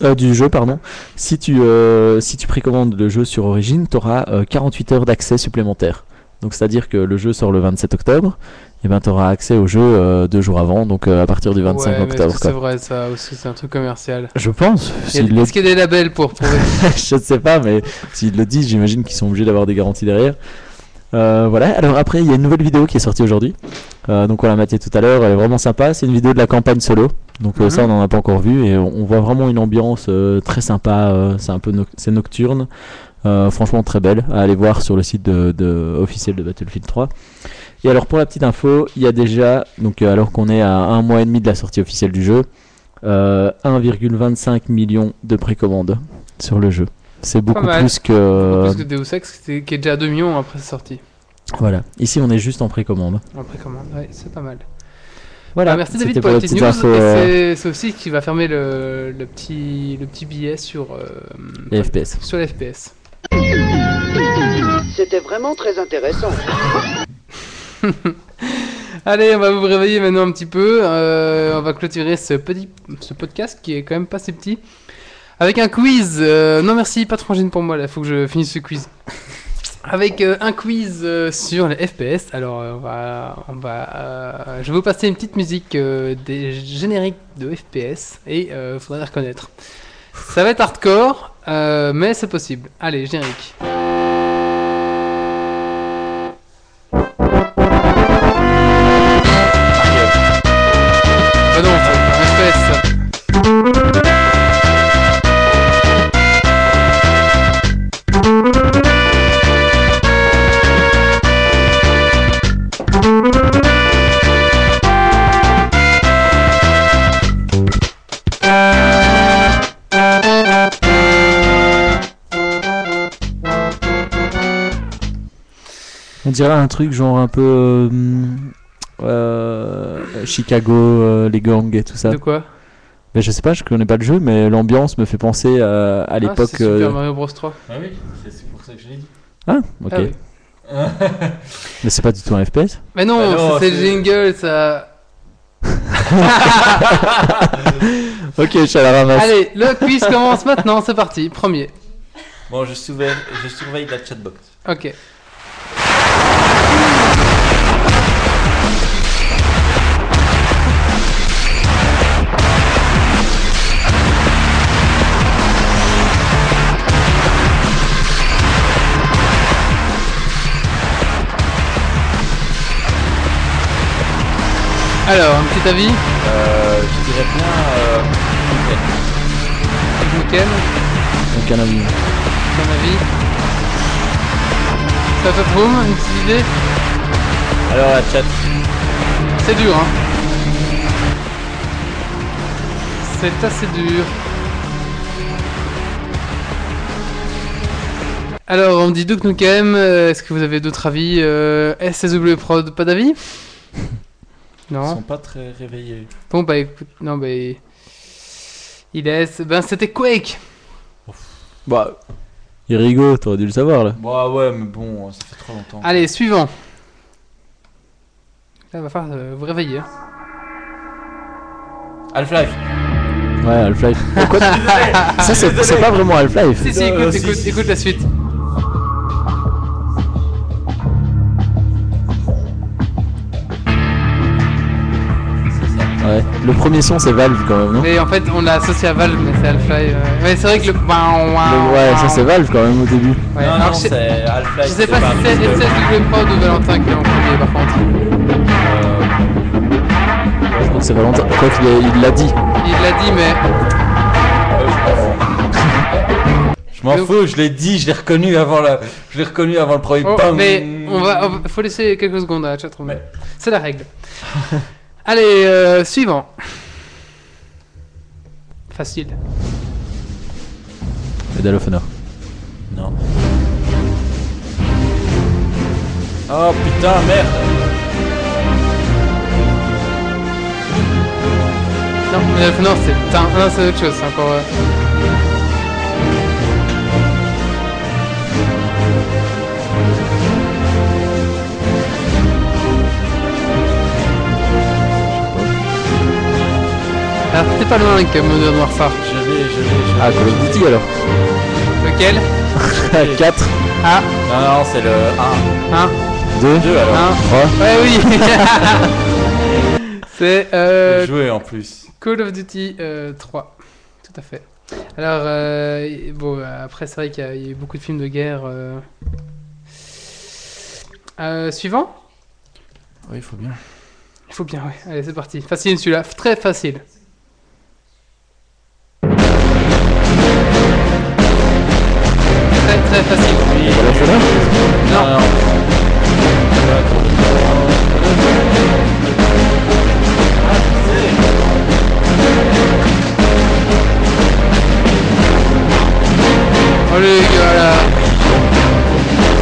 euh, du jeu, pardon. Si tu, euh, si tu précommandes le jeu sur Origin, tu auras 48 heures d'accès supplémentaires. Donc, c'est-à-dire que le jeu sort le 27 octobre, et ben tu auras accès au jeu euh, deux jours avant, donc euh, à partir du 25
Ouais, mais est-ce que
octobre.
C'est
quoi.
vrai, ça aussi, c'est un truc commercial.
Je pense.
Il y a-
s'il le
Est-ce qu'il y a des labels pour prouver
[laughs] je ne sais pas, mais s'ils le disent, j'imagine qu'ils sont obligés d'avoir des garanties derrière. Euh, voilà, alors après, il y a une nouvelle vidéo qui est sortie aujourd'hui. Euh, donc on l'a matée tout à l'heure, elle est vraiment sympa. C'est une vidéo de la campagne solo. Donc euh,
Mhm.
ça, on n'en a pas encore vu. Et on on voit vraiment une ambiance euh, très sympa. euh, c'est un peu noc- c'est nocturne. Euh, franchement, très belle. À aller voir sur le site de, de- officiel de Battlefield 3. Et alors pour la petite info, il y a déjà, donc euh, alors qu'on est à un mois et demi de la sortie officielle du jeu, euh, 1,25 million de précommandes sur le jeu. C'est beaucoup
mal.
plus que...
Parce que Deus Ex, c'était- qui est déjà à 2 millions après sa sortie.
Voilà. Ici, on est juste en précommande.
Après commande, ouais, c'est pas mal.
Voilà.
Ah, merci David
C'était
pour la petite
petites
news.
infos,
et
euh,
c'est- c'est aussi ce qui va fermer le, le petit, le petit billet sur, euh,
les FPS.
sur les FPS.
C'était vraiment très intéressant.
Allez, on va vous réveiller maintenant un petit peu. Euh, on va clôturer ce petit ce podcast qui est quand même pas si petit. Avec un quiz. Euh, non merci, pas de frangine pour moi là, faut que je finisse ce quiz. [laughs] Avec euh, un quiz euh, sur les FPS. Alors euh, on va, on va, euh, je vais vous passer une petite musique euh, des génériques de FPS et euh, faudra les reconnaître. Ça va être hardcore, euh, mais c'est possible. Allez, générique. Bah non, FPS.
On dirait un truc genre un peu... euh, hum, euh, Chicago, euh, les gangs et tout ça.
De quoi
Mais je sais pas, je connais pas le jeu, mais l'ambiance me fait penser à, à
Ah, c'est
l'époque...
Super
euh,
Mario Bros 3.
Ah oui, c'est- c'est pour ça que je l'ai dit.
Ah, ok.
Ah oui.
Mais c'est pas du tout un FPS
Mais non,
Bah non,
ça, c'est le
c'est-
jingle, ça.
Ok, je suis à la
Ah,
ramasse.
Allez, le
[laughs]
quiz commence maintenant, c'est parti. Premier.
Bon, je surveille, je surveille la chatbox.
Ok. Alors, un petit avis
Euh, je dirais euh, bien.
Nickel,
Aucun avis.
ton avis Ça fait boum, une petite idée
euh, Alors la chat.
C'est dur, hein. C'est assez dur. Alors, on me dit Duke Nukem. euh, Est-ce que vous avez d'autres avis euh, SSW Prod, pas d'avis
Ils
Non.
sont pas très réveillés.
Bon, bah écoute, non, bah. Il est. Ben, c'était Quake
Bah... Irigo, t'aurais dû
ah
le savoir là.
Bah ouais, mais bon, ça fait trop longtemps.
Allez, suivant. Là, va falloir euh, vous réveiller. hein.
Half-Life.
[laughs]
Ouais, Half-Life. Pourquoi tu- Ça, c'est c'est pas vraiment Half-Life.
Si, si,
Euh,
écoute,
si,
écoute,
si.
écoute la suite.
Ouais. Le premier son, c'est Valve quand même, non
Mais en fait, on l'a associé à Valve, mais c'est Half-Life. euh. Mais c'est vrai que le.
Le- Ouais, ça c'est Valve quand même au début.
Ouais,
non,
alors,
non,
je sais-
c'est Half-Life. euh,
Je sais
c'est
pas si c'est
Half-Life.
SSW Prod ou Valentin qui est en premier par contre.
Je crois que c'est Valentin. Je crois qu'il est- il l'a dit.
Il l'a dit mais
Je m'en fous, je l'ai dit, je l'ai reconnu avant la... je l'ai reconnu avant le premier
Oh,
Bam.
mais on va, on va- faut laisser quelques secondes à la chatroom.
Ouais.
C'est la règle. [laughs] Allez, euh, suivant. Facile.
Medal of Honor.
Non. Oh putain, merde.
Non, mais euh, non, c'est putain, non, c'est autre chose, c'est encore. euh, Alors, t'es pas loin avec euh, Modern Warfare.
Je l'ai, je l'ai, je l'ai.
Ah, Call of Duty alors. [laughs]
Lequel
4,
Ah,
Non, non, c'est le 1.
hein,
2,
2 alors.
hein.
3.
Ouais, oui C'est euh,
Joué en plus.
Call of Duty euh, 3. Tout à fait. Alors, euh, et- bon, euh, après, c'est vrai qu'il y a- il y a eu beaucoup de films de guerre. euh. Euh, suivant
Oui, il faut bien.
Il faut bien, ouais. Allez, c'est parti. Facile celui-là. F- Très facile. Très, très facile.
Medal of Honor
Non.
non.
Oh, les gars, là.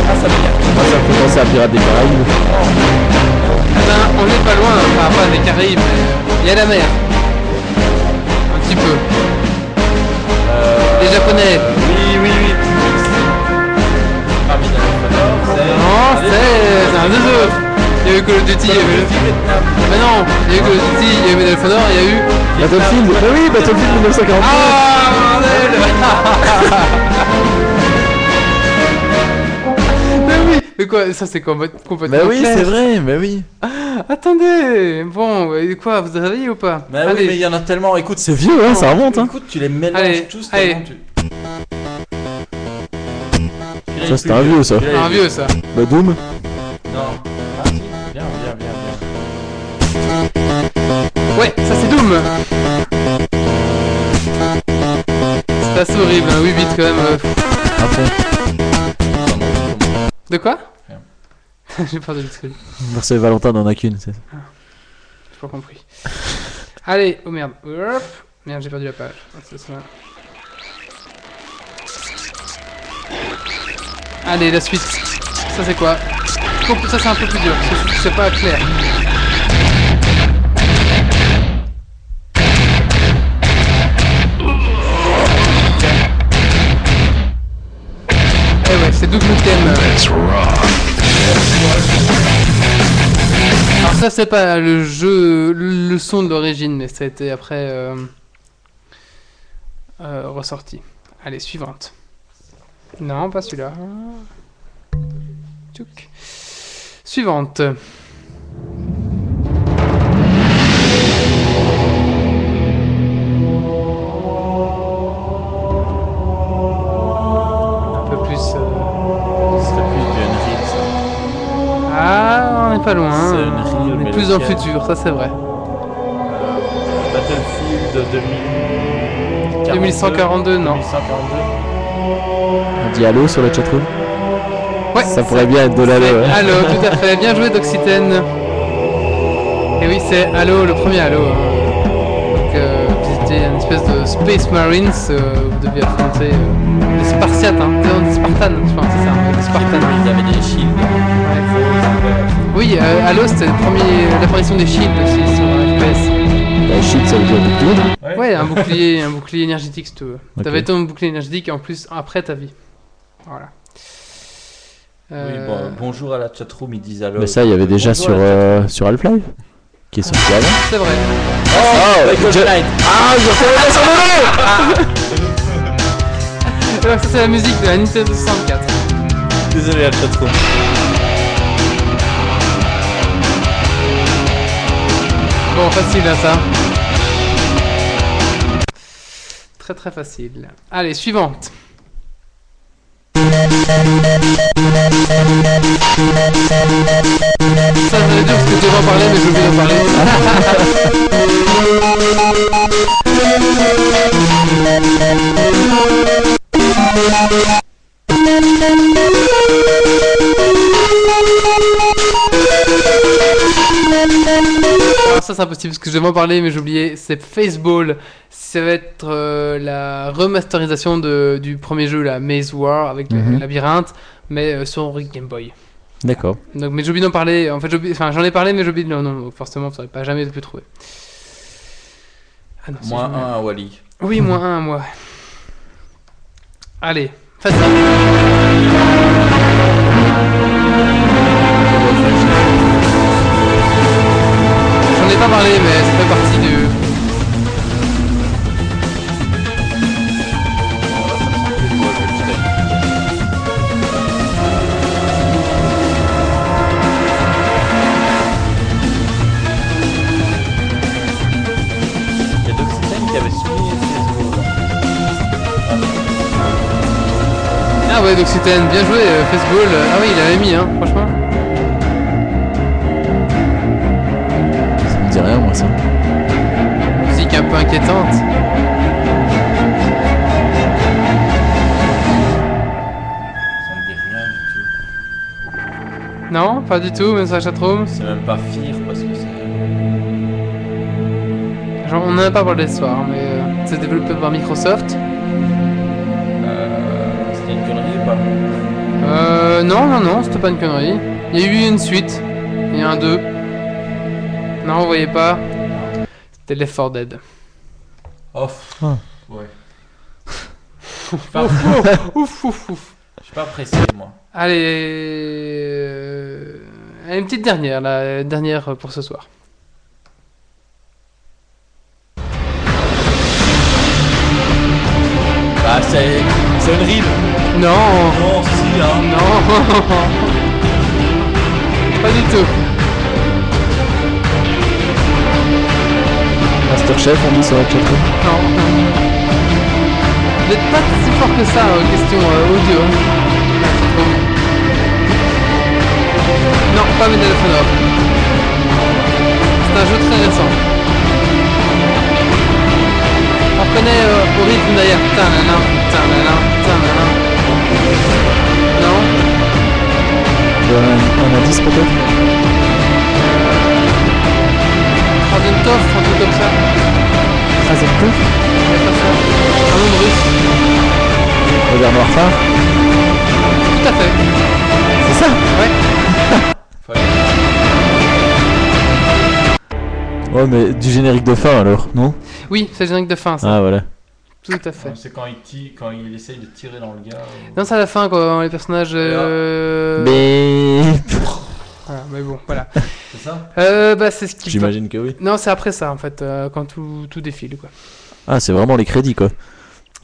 Ah, ça vient.
Moi ça me fait penser à Pirates des Caraïbes.
Ben, on n'est pas loin, hein. enfin pas des Caraïbes, mais il y a la mer. Un petit peu.
Euh,
Les Japonais.
Oui, oui, oui. Ah, Medal of Honor, c'est-
Non, c'est c'est un des autres. Il y a eu Call of Duty, il y avait... Mais non, il y a eu Call of Duty, il y a eu Medal of Honor, il y a eu...
Battlefield Bah oui, Battlefield
Ah,
1941
bordel [laughs] Mais oui Mais quoi, ça c'est complète- complètement
Bah oui,
clair.
c'est vrai, bah oui.
Attendez Bon, et quoi, vous réveillez ou pas
Mais Bah oui, mais il y en a tellement. Écoute, c'est
C'est vieux, hein, ça remonte, hein.
Écoute, tu les mélanges
Allez,
tous
allez.
tellement tu-
Ça, c'était un vieux, ça.
Tu l'as
C'est un
les-
vieux ça.
Bah Doom.
Non. Ah, si. Bien, bien, bien, bien.
Ouais, ça c'est Doom C'est assez horrible, hein, 8 bits quand même. euh.
Après,
De quoi
Rien.
[laughs] J'ai peur de l'histoire,
Verse Valentin n'en a qu'une. c'est-
j'ai pas compris. Allez, oh merde. Hop. Merde, j'ai perdu la page. Ah, c'est ça. Allez, la suite. Ça c'est quoi Bon, Ça c'est un peu plus dur, parce que c'est pas clair. Eh ouais, c'est double thème. Alors ça c'est pas le jeu, le le son de l'origine, mais ça a été après euh, euh, ressorti. Allez, suivante. Non, pas celui-là. Tchouk. Suivante. Un peu plus... euh,
Ce serait plus du Unreal, ça.
Ah, on n'est pas loin. hein.
C'est une
On
real
est plus dans le
Melodia.
futur, ça c'est vrai.
Euh, Battlefield 2042.
2142, non.
2142.
On dit allô sur la chatroom.
Ouais.
Ça pourrait bien être de l'allô. hein.
Halo, tout à fait. Bien joué, Doxitaine. Et oui, c'est Halo, le premier Halo. hein. Donc, euh, c'était une espèce de Space Marines. euh, où vous deviez affronter euh, des Spartiates, hein. Non, des Spartans, je pense, c'est ça. hein, Des Spartans.
Ils avaient des shields.
Oui, euh, Halo, c'était le premier- l'apparition des shields aussi sur euh, FPS.
Bah shit, ça veut dire bouclier.
Ouais, un bouclier, un bouclier énergétique, si tu veux.
Ok.
T'avais ton bouclier énergétique et en plus, après ta vie. Voilà.
Oui,
Euh,
bon, bonjour à la chatroom, ils disent alors.
Mais ça, il y avait déjà
Bonjour
sur,
à la
euh, sur Half-Life qui est sorti avant.
C'est vrai.
Oh,
Michael
je-
Knight.
Ah, je reconnais pas son nom
Alors, ça, c'est la musique de la Nintendo 64.
Désolé la chatroom.
Bon, facile à ça. Très très facile. Allez, suivante. Ça, je vais dire parce que tu vas en parler, mais je vais en parler. Alors ça c'est impossible parce que je devais en parler mais j'ai oublié, c'est Faceball. Ça va être euh, la remasterisation de- du premier jeu, la Maze War avec le
Mhm.
labyrinthe, mais euh, sur Game Boy.
D'accord.
Donc, mais j'ai oublié d'en parler. En fait, j'ai oublié- enfin, j'en ai parlé, mais j'ai oublié. Non, non, forcément, vous n'aurez pas jamais pu trouver. Ah non, si,
Moins
je
1
me-
à Wally.
Oui, moins un, moi. Allez, facile. J'en ai pas parlé, mais ça fait partie du.
Il y a Doxytime qui avait soumis Facebook.
Ah ouais, donc c'était un bien joué, euh, Faceball. Euh, Ah oui, il avait mis, hein, franchement.
Ça me dit rien, moi, ça.
Musique un peu inquiétante.
Ça me dit rien du tout.
Non, pas du tout, même sur la chatroom.
C'est même pas fier parce que c'est.
Genre, on n'en a pas parlé ce soir, mais euh, c'est développé par Microsoft.
Euh, C'était une connerie ou pas
Euh, non, non, non, c'était pas une connerie. Il y a eu une suite. Il y a un 2. Non, vous voyez pas. C'était Left 4 Dead.
Off.
Ah. [laughs]
Ouais.
ouf, ouf, ouf, ouf.
Je suis pas pressé moi.
Allez. euh, Une petite dernière, la dernière pour ce soir.
Bah c'est. C'est une rib.
Non,
Non, si hein.
non. [laughs] pas du tout.
Masterchef, on dit sur la chatroom.
Non. Vous n'êtes pas si fort que ça aux questions euh, audio. hein. Non, pas Medal of Honor. C'est un jeu très récent. On reconnaît euh, au rythme d'ailleurs. Tanana, tanana, tanana. Non
Un, un indice, peut-être
Prends une toffe, un truc comme ça. Mais pas ça. Un nom de russe.
Modern Warfare
Tout à fait.
C'est ça Ouais, mais du générique de fin, alors, non
Oui, c'est le générique de fin, ça.
Ah, voilà.
Tout à fait.
C'est quand il tire, quand il essaye de tirer dans le gars. euh, ou-
Non, c'est à la fin, quoi, hein, les personnages... euh,
Mais...
Voilà, mais bon, voilà.
C'est ça
Euh, bah, c'est ce qui.
J'imagine que oui.
Non, c'est après ça, en fait, euh, quand tout, tout défile, quoi.
Ah, c'est vraiment les crédits, quoi.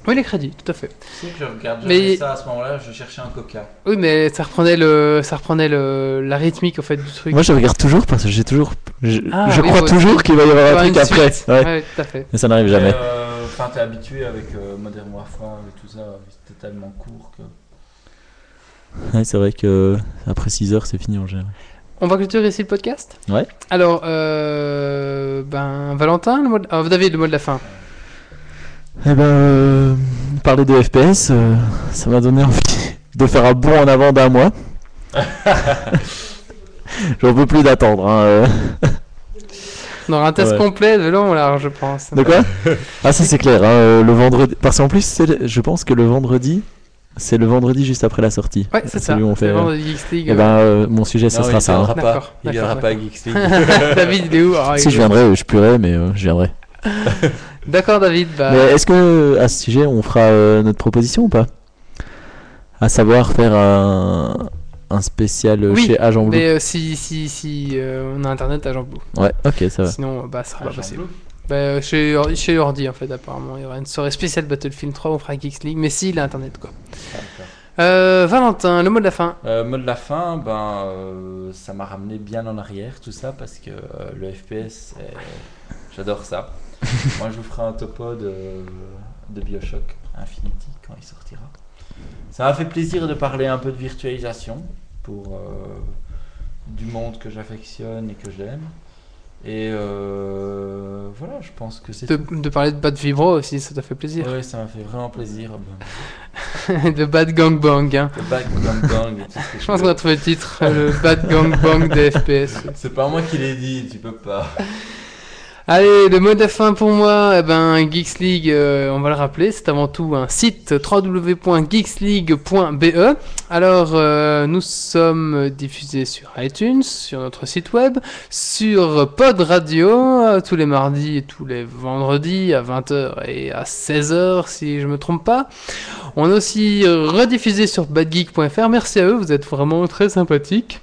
Oui, les crédits, tout à fait.
Tu sais que je regarde
Mais-
jamais ça à ce moment-là, je cherchais un coca.
Oui, mais ça reprenait le, ça reprenait le, la rythmique, en fait, du truc.
Moi, je regarde toujours parce que j'ai toujours... Je,
Ah,
je
oui,
crois
moi
toujours
aussi.
qu'il va y avoir un
Enfin,
truc
une
après.
suite.
Ouais.
ouais, tout à fait.
Mais ça n'arrive jamais.
Mais, euh, Enfin, t'es habitué avec euh, Modern Warfare et tout ça, c'était tellement court que.
Ouais, c'est vrai que euh, après 6 heures, c'est fini en général.
On va clôturer ici le podcast.
Ouais.
Alors, euh, ben, Valentin, le mot de- ah, David, le mot de la fin.
Eh ben, euh, parler de FPS, euh, ça m'a donné envie de faire un bond en avant d'un [laughs] mois. J'en peux plus d'attendre. hein, euh.
On aura un test
Ouais.
complet de long en large, je pense.
De quoi [laughs] Ah, ça c'est clair. hein, euh, le vendredi. Parce qu'en plus, c'est le- je pense que le vendredi, c'est le vendredi juste après la sortie.
Ouais, c'est ça.
Celui où on
C'est
fait.
vraiment du X-League.
Eh ben, euh, mon sujet, ça
Non,
sera
il
ça. hein.
viendra
D'accord,
pas. Il
d'accord,
viendra pas à Geeks League.
[laughs]
[laughs]
David, il est où Ah, il
Si
est-
je viendrai, euh, je pleurerai, mais euh, je viendrai.
D'accord, David. Bah,
Mais est-ce que euh, à ce sujet, on fera euh, notre proposition ou pas À savoir faire un, un spécial euh,
Oui,
chez Agent Bleu.
Mais euh, si, si, si euh, on a internet à Jean Blou.
Ouais, ok, ça va.
Sinon, euh, bah, ça sera pas possible.
Bleu.
Bah, euh, chez, Or- chez Ordi, en fait, apparemment. Il y aura une soirée spéciale Battlefield 3, on fera Geeks League, mais s'il a internet, quoi. Euh, Valentin, le mot de la fin.
Euh, mode la fin, ben, euh, ça m'a ramené bien en arrière tout ça parce que euh, le FPS, euh,
[laughs]
j'adore ça. Moi je vous ferai un topo de, de Bioshock Infinity quand il sortira. Ça m'a fait plaisir de parler un peu de virtualisation pour euh, du monde que j'affectionne et que j'aime. Et euh, voilà, je pense que c'est
De,
tout.
de parler de Bad Vibro aussi, ça t'a fait plaisir.
Ouais, ça m'a fait vraiment plaisir. ben,
[laughs] de Bad Gang Bang. Hein.
le back, gang, gang, et tout ce que
[laughs] Je pense
veux.
qu'on a trouvé le titre, euh, le Bad Gang Bang des FPS.
C'est pas moi qui l'ai dit, tu peux pas.
Allez, le mot de la fin pour moi, eh ben, Geeks League, euh, on va le rappeler, c'est avant tout un site www.geeksleague.be. Alors, euh, nous sommes diffusés sur iTunes, sur notre site web, sur Pod Radio, euh, tous les mardis et tous les vendredis à 20h et à 16h, si je me trompe pas. On est aussi euh, rediffusé sur badgeek.fr. Merci à eux, vous êtes vraiment très sympathiques.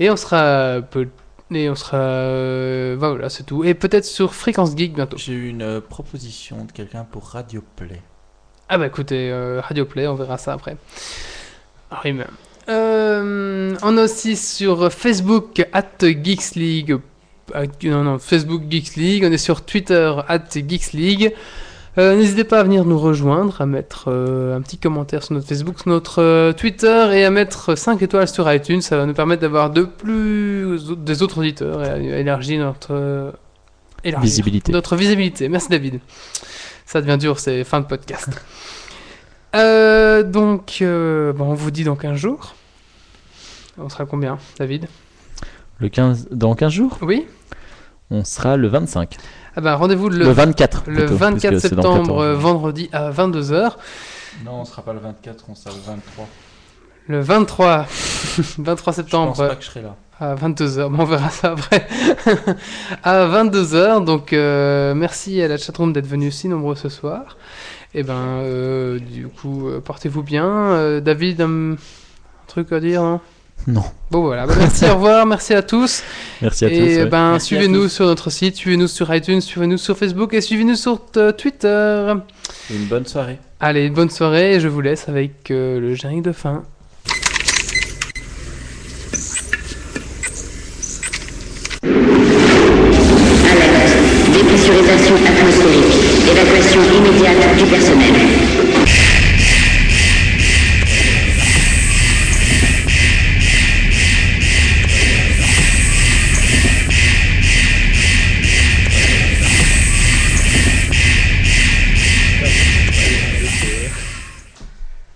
Et on sera peu- et on sera euh, voilà, c'est tout. Et peut-être sur Fréquence Geek bientôt.
J'ai eu une euh, proposition de quelqu'un pour Radio Play.
Ah bah écoutez, euh, Radio Play, on verra ça après. Ah oui, mais- Euh, on est aussi sur Facebook, at Geeks League. euh, Non, non, Facebook Geeks League. On est sur Twitter, at Geeks League. Euh, N'hésitez pas à venir nous rejoindre, à mettre euh, un petit commentaire sur notre Facebook, sur notre euh, Twitter et à mettre 5 étoiles sur iTunes. Ça va nous permettre d'avoir de plus des autres auditeurs et à élargir notre euh, élargir
Visibilité.
Notre visibilité. Merci David. Ça devient dur, c'est fin de podcast. Euh, donc, euh, bon, on vous dit dans 15 jours. On sera combien, David
Le 15, dans 15 jours,
Oui
on sera le 25.
Ah ben, rendez-vous
Le,
le,
24.
le
plutôt,
24
puisque c'est dans
septembre,
14.
euh, vendredi à 22h.
Non, on sera pas le 24, on sera le 23.
Le 23, 23
Je pense
septembre
pas que je serai là.
à 22h. Bon, on verra ça après. [laughs] à 22h. Donc, euh, merci à la chatroom d'être venus si nombreux ce soir. Et ben, euh, du coup, euh, portez-vous bien. Euh, David, un, un truc à dire non
Non.
Bon, voilà. Bah, merci, au revoir. Merci à tous.
Merci à tous.
Et
ouais.
ben,
Merci à
suivez-nous
tous.
sur notre site, suivez-nous sur iTunes, suivez-nous sur Facebook et suivez-nous sur euh, Twitter.
Une bonne soirée.
Allez, bonne soirée et je vous laisse avec euh, le générique de fin.
Alerte. Dépressurisation atmosphérique. Évacuation immédiate du personnel.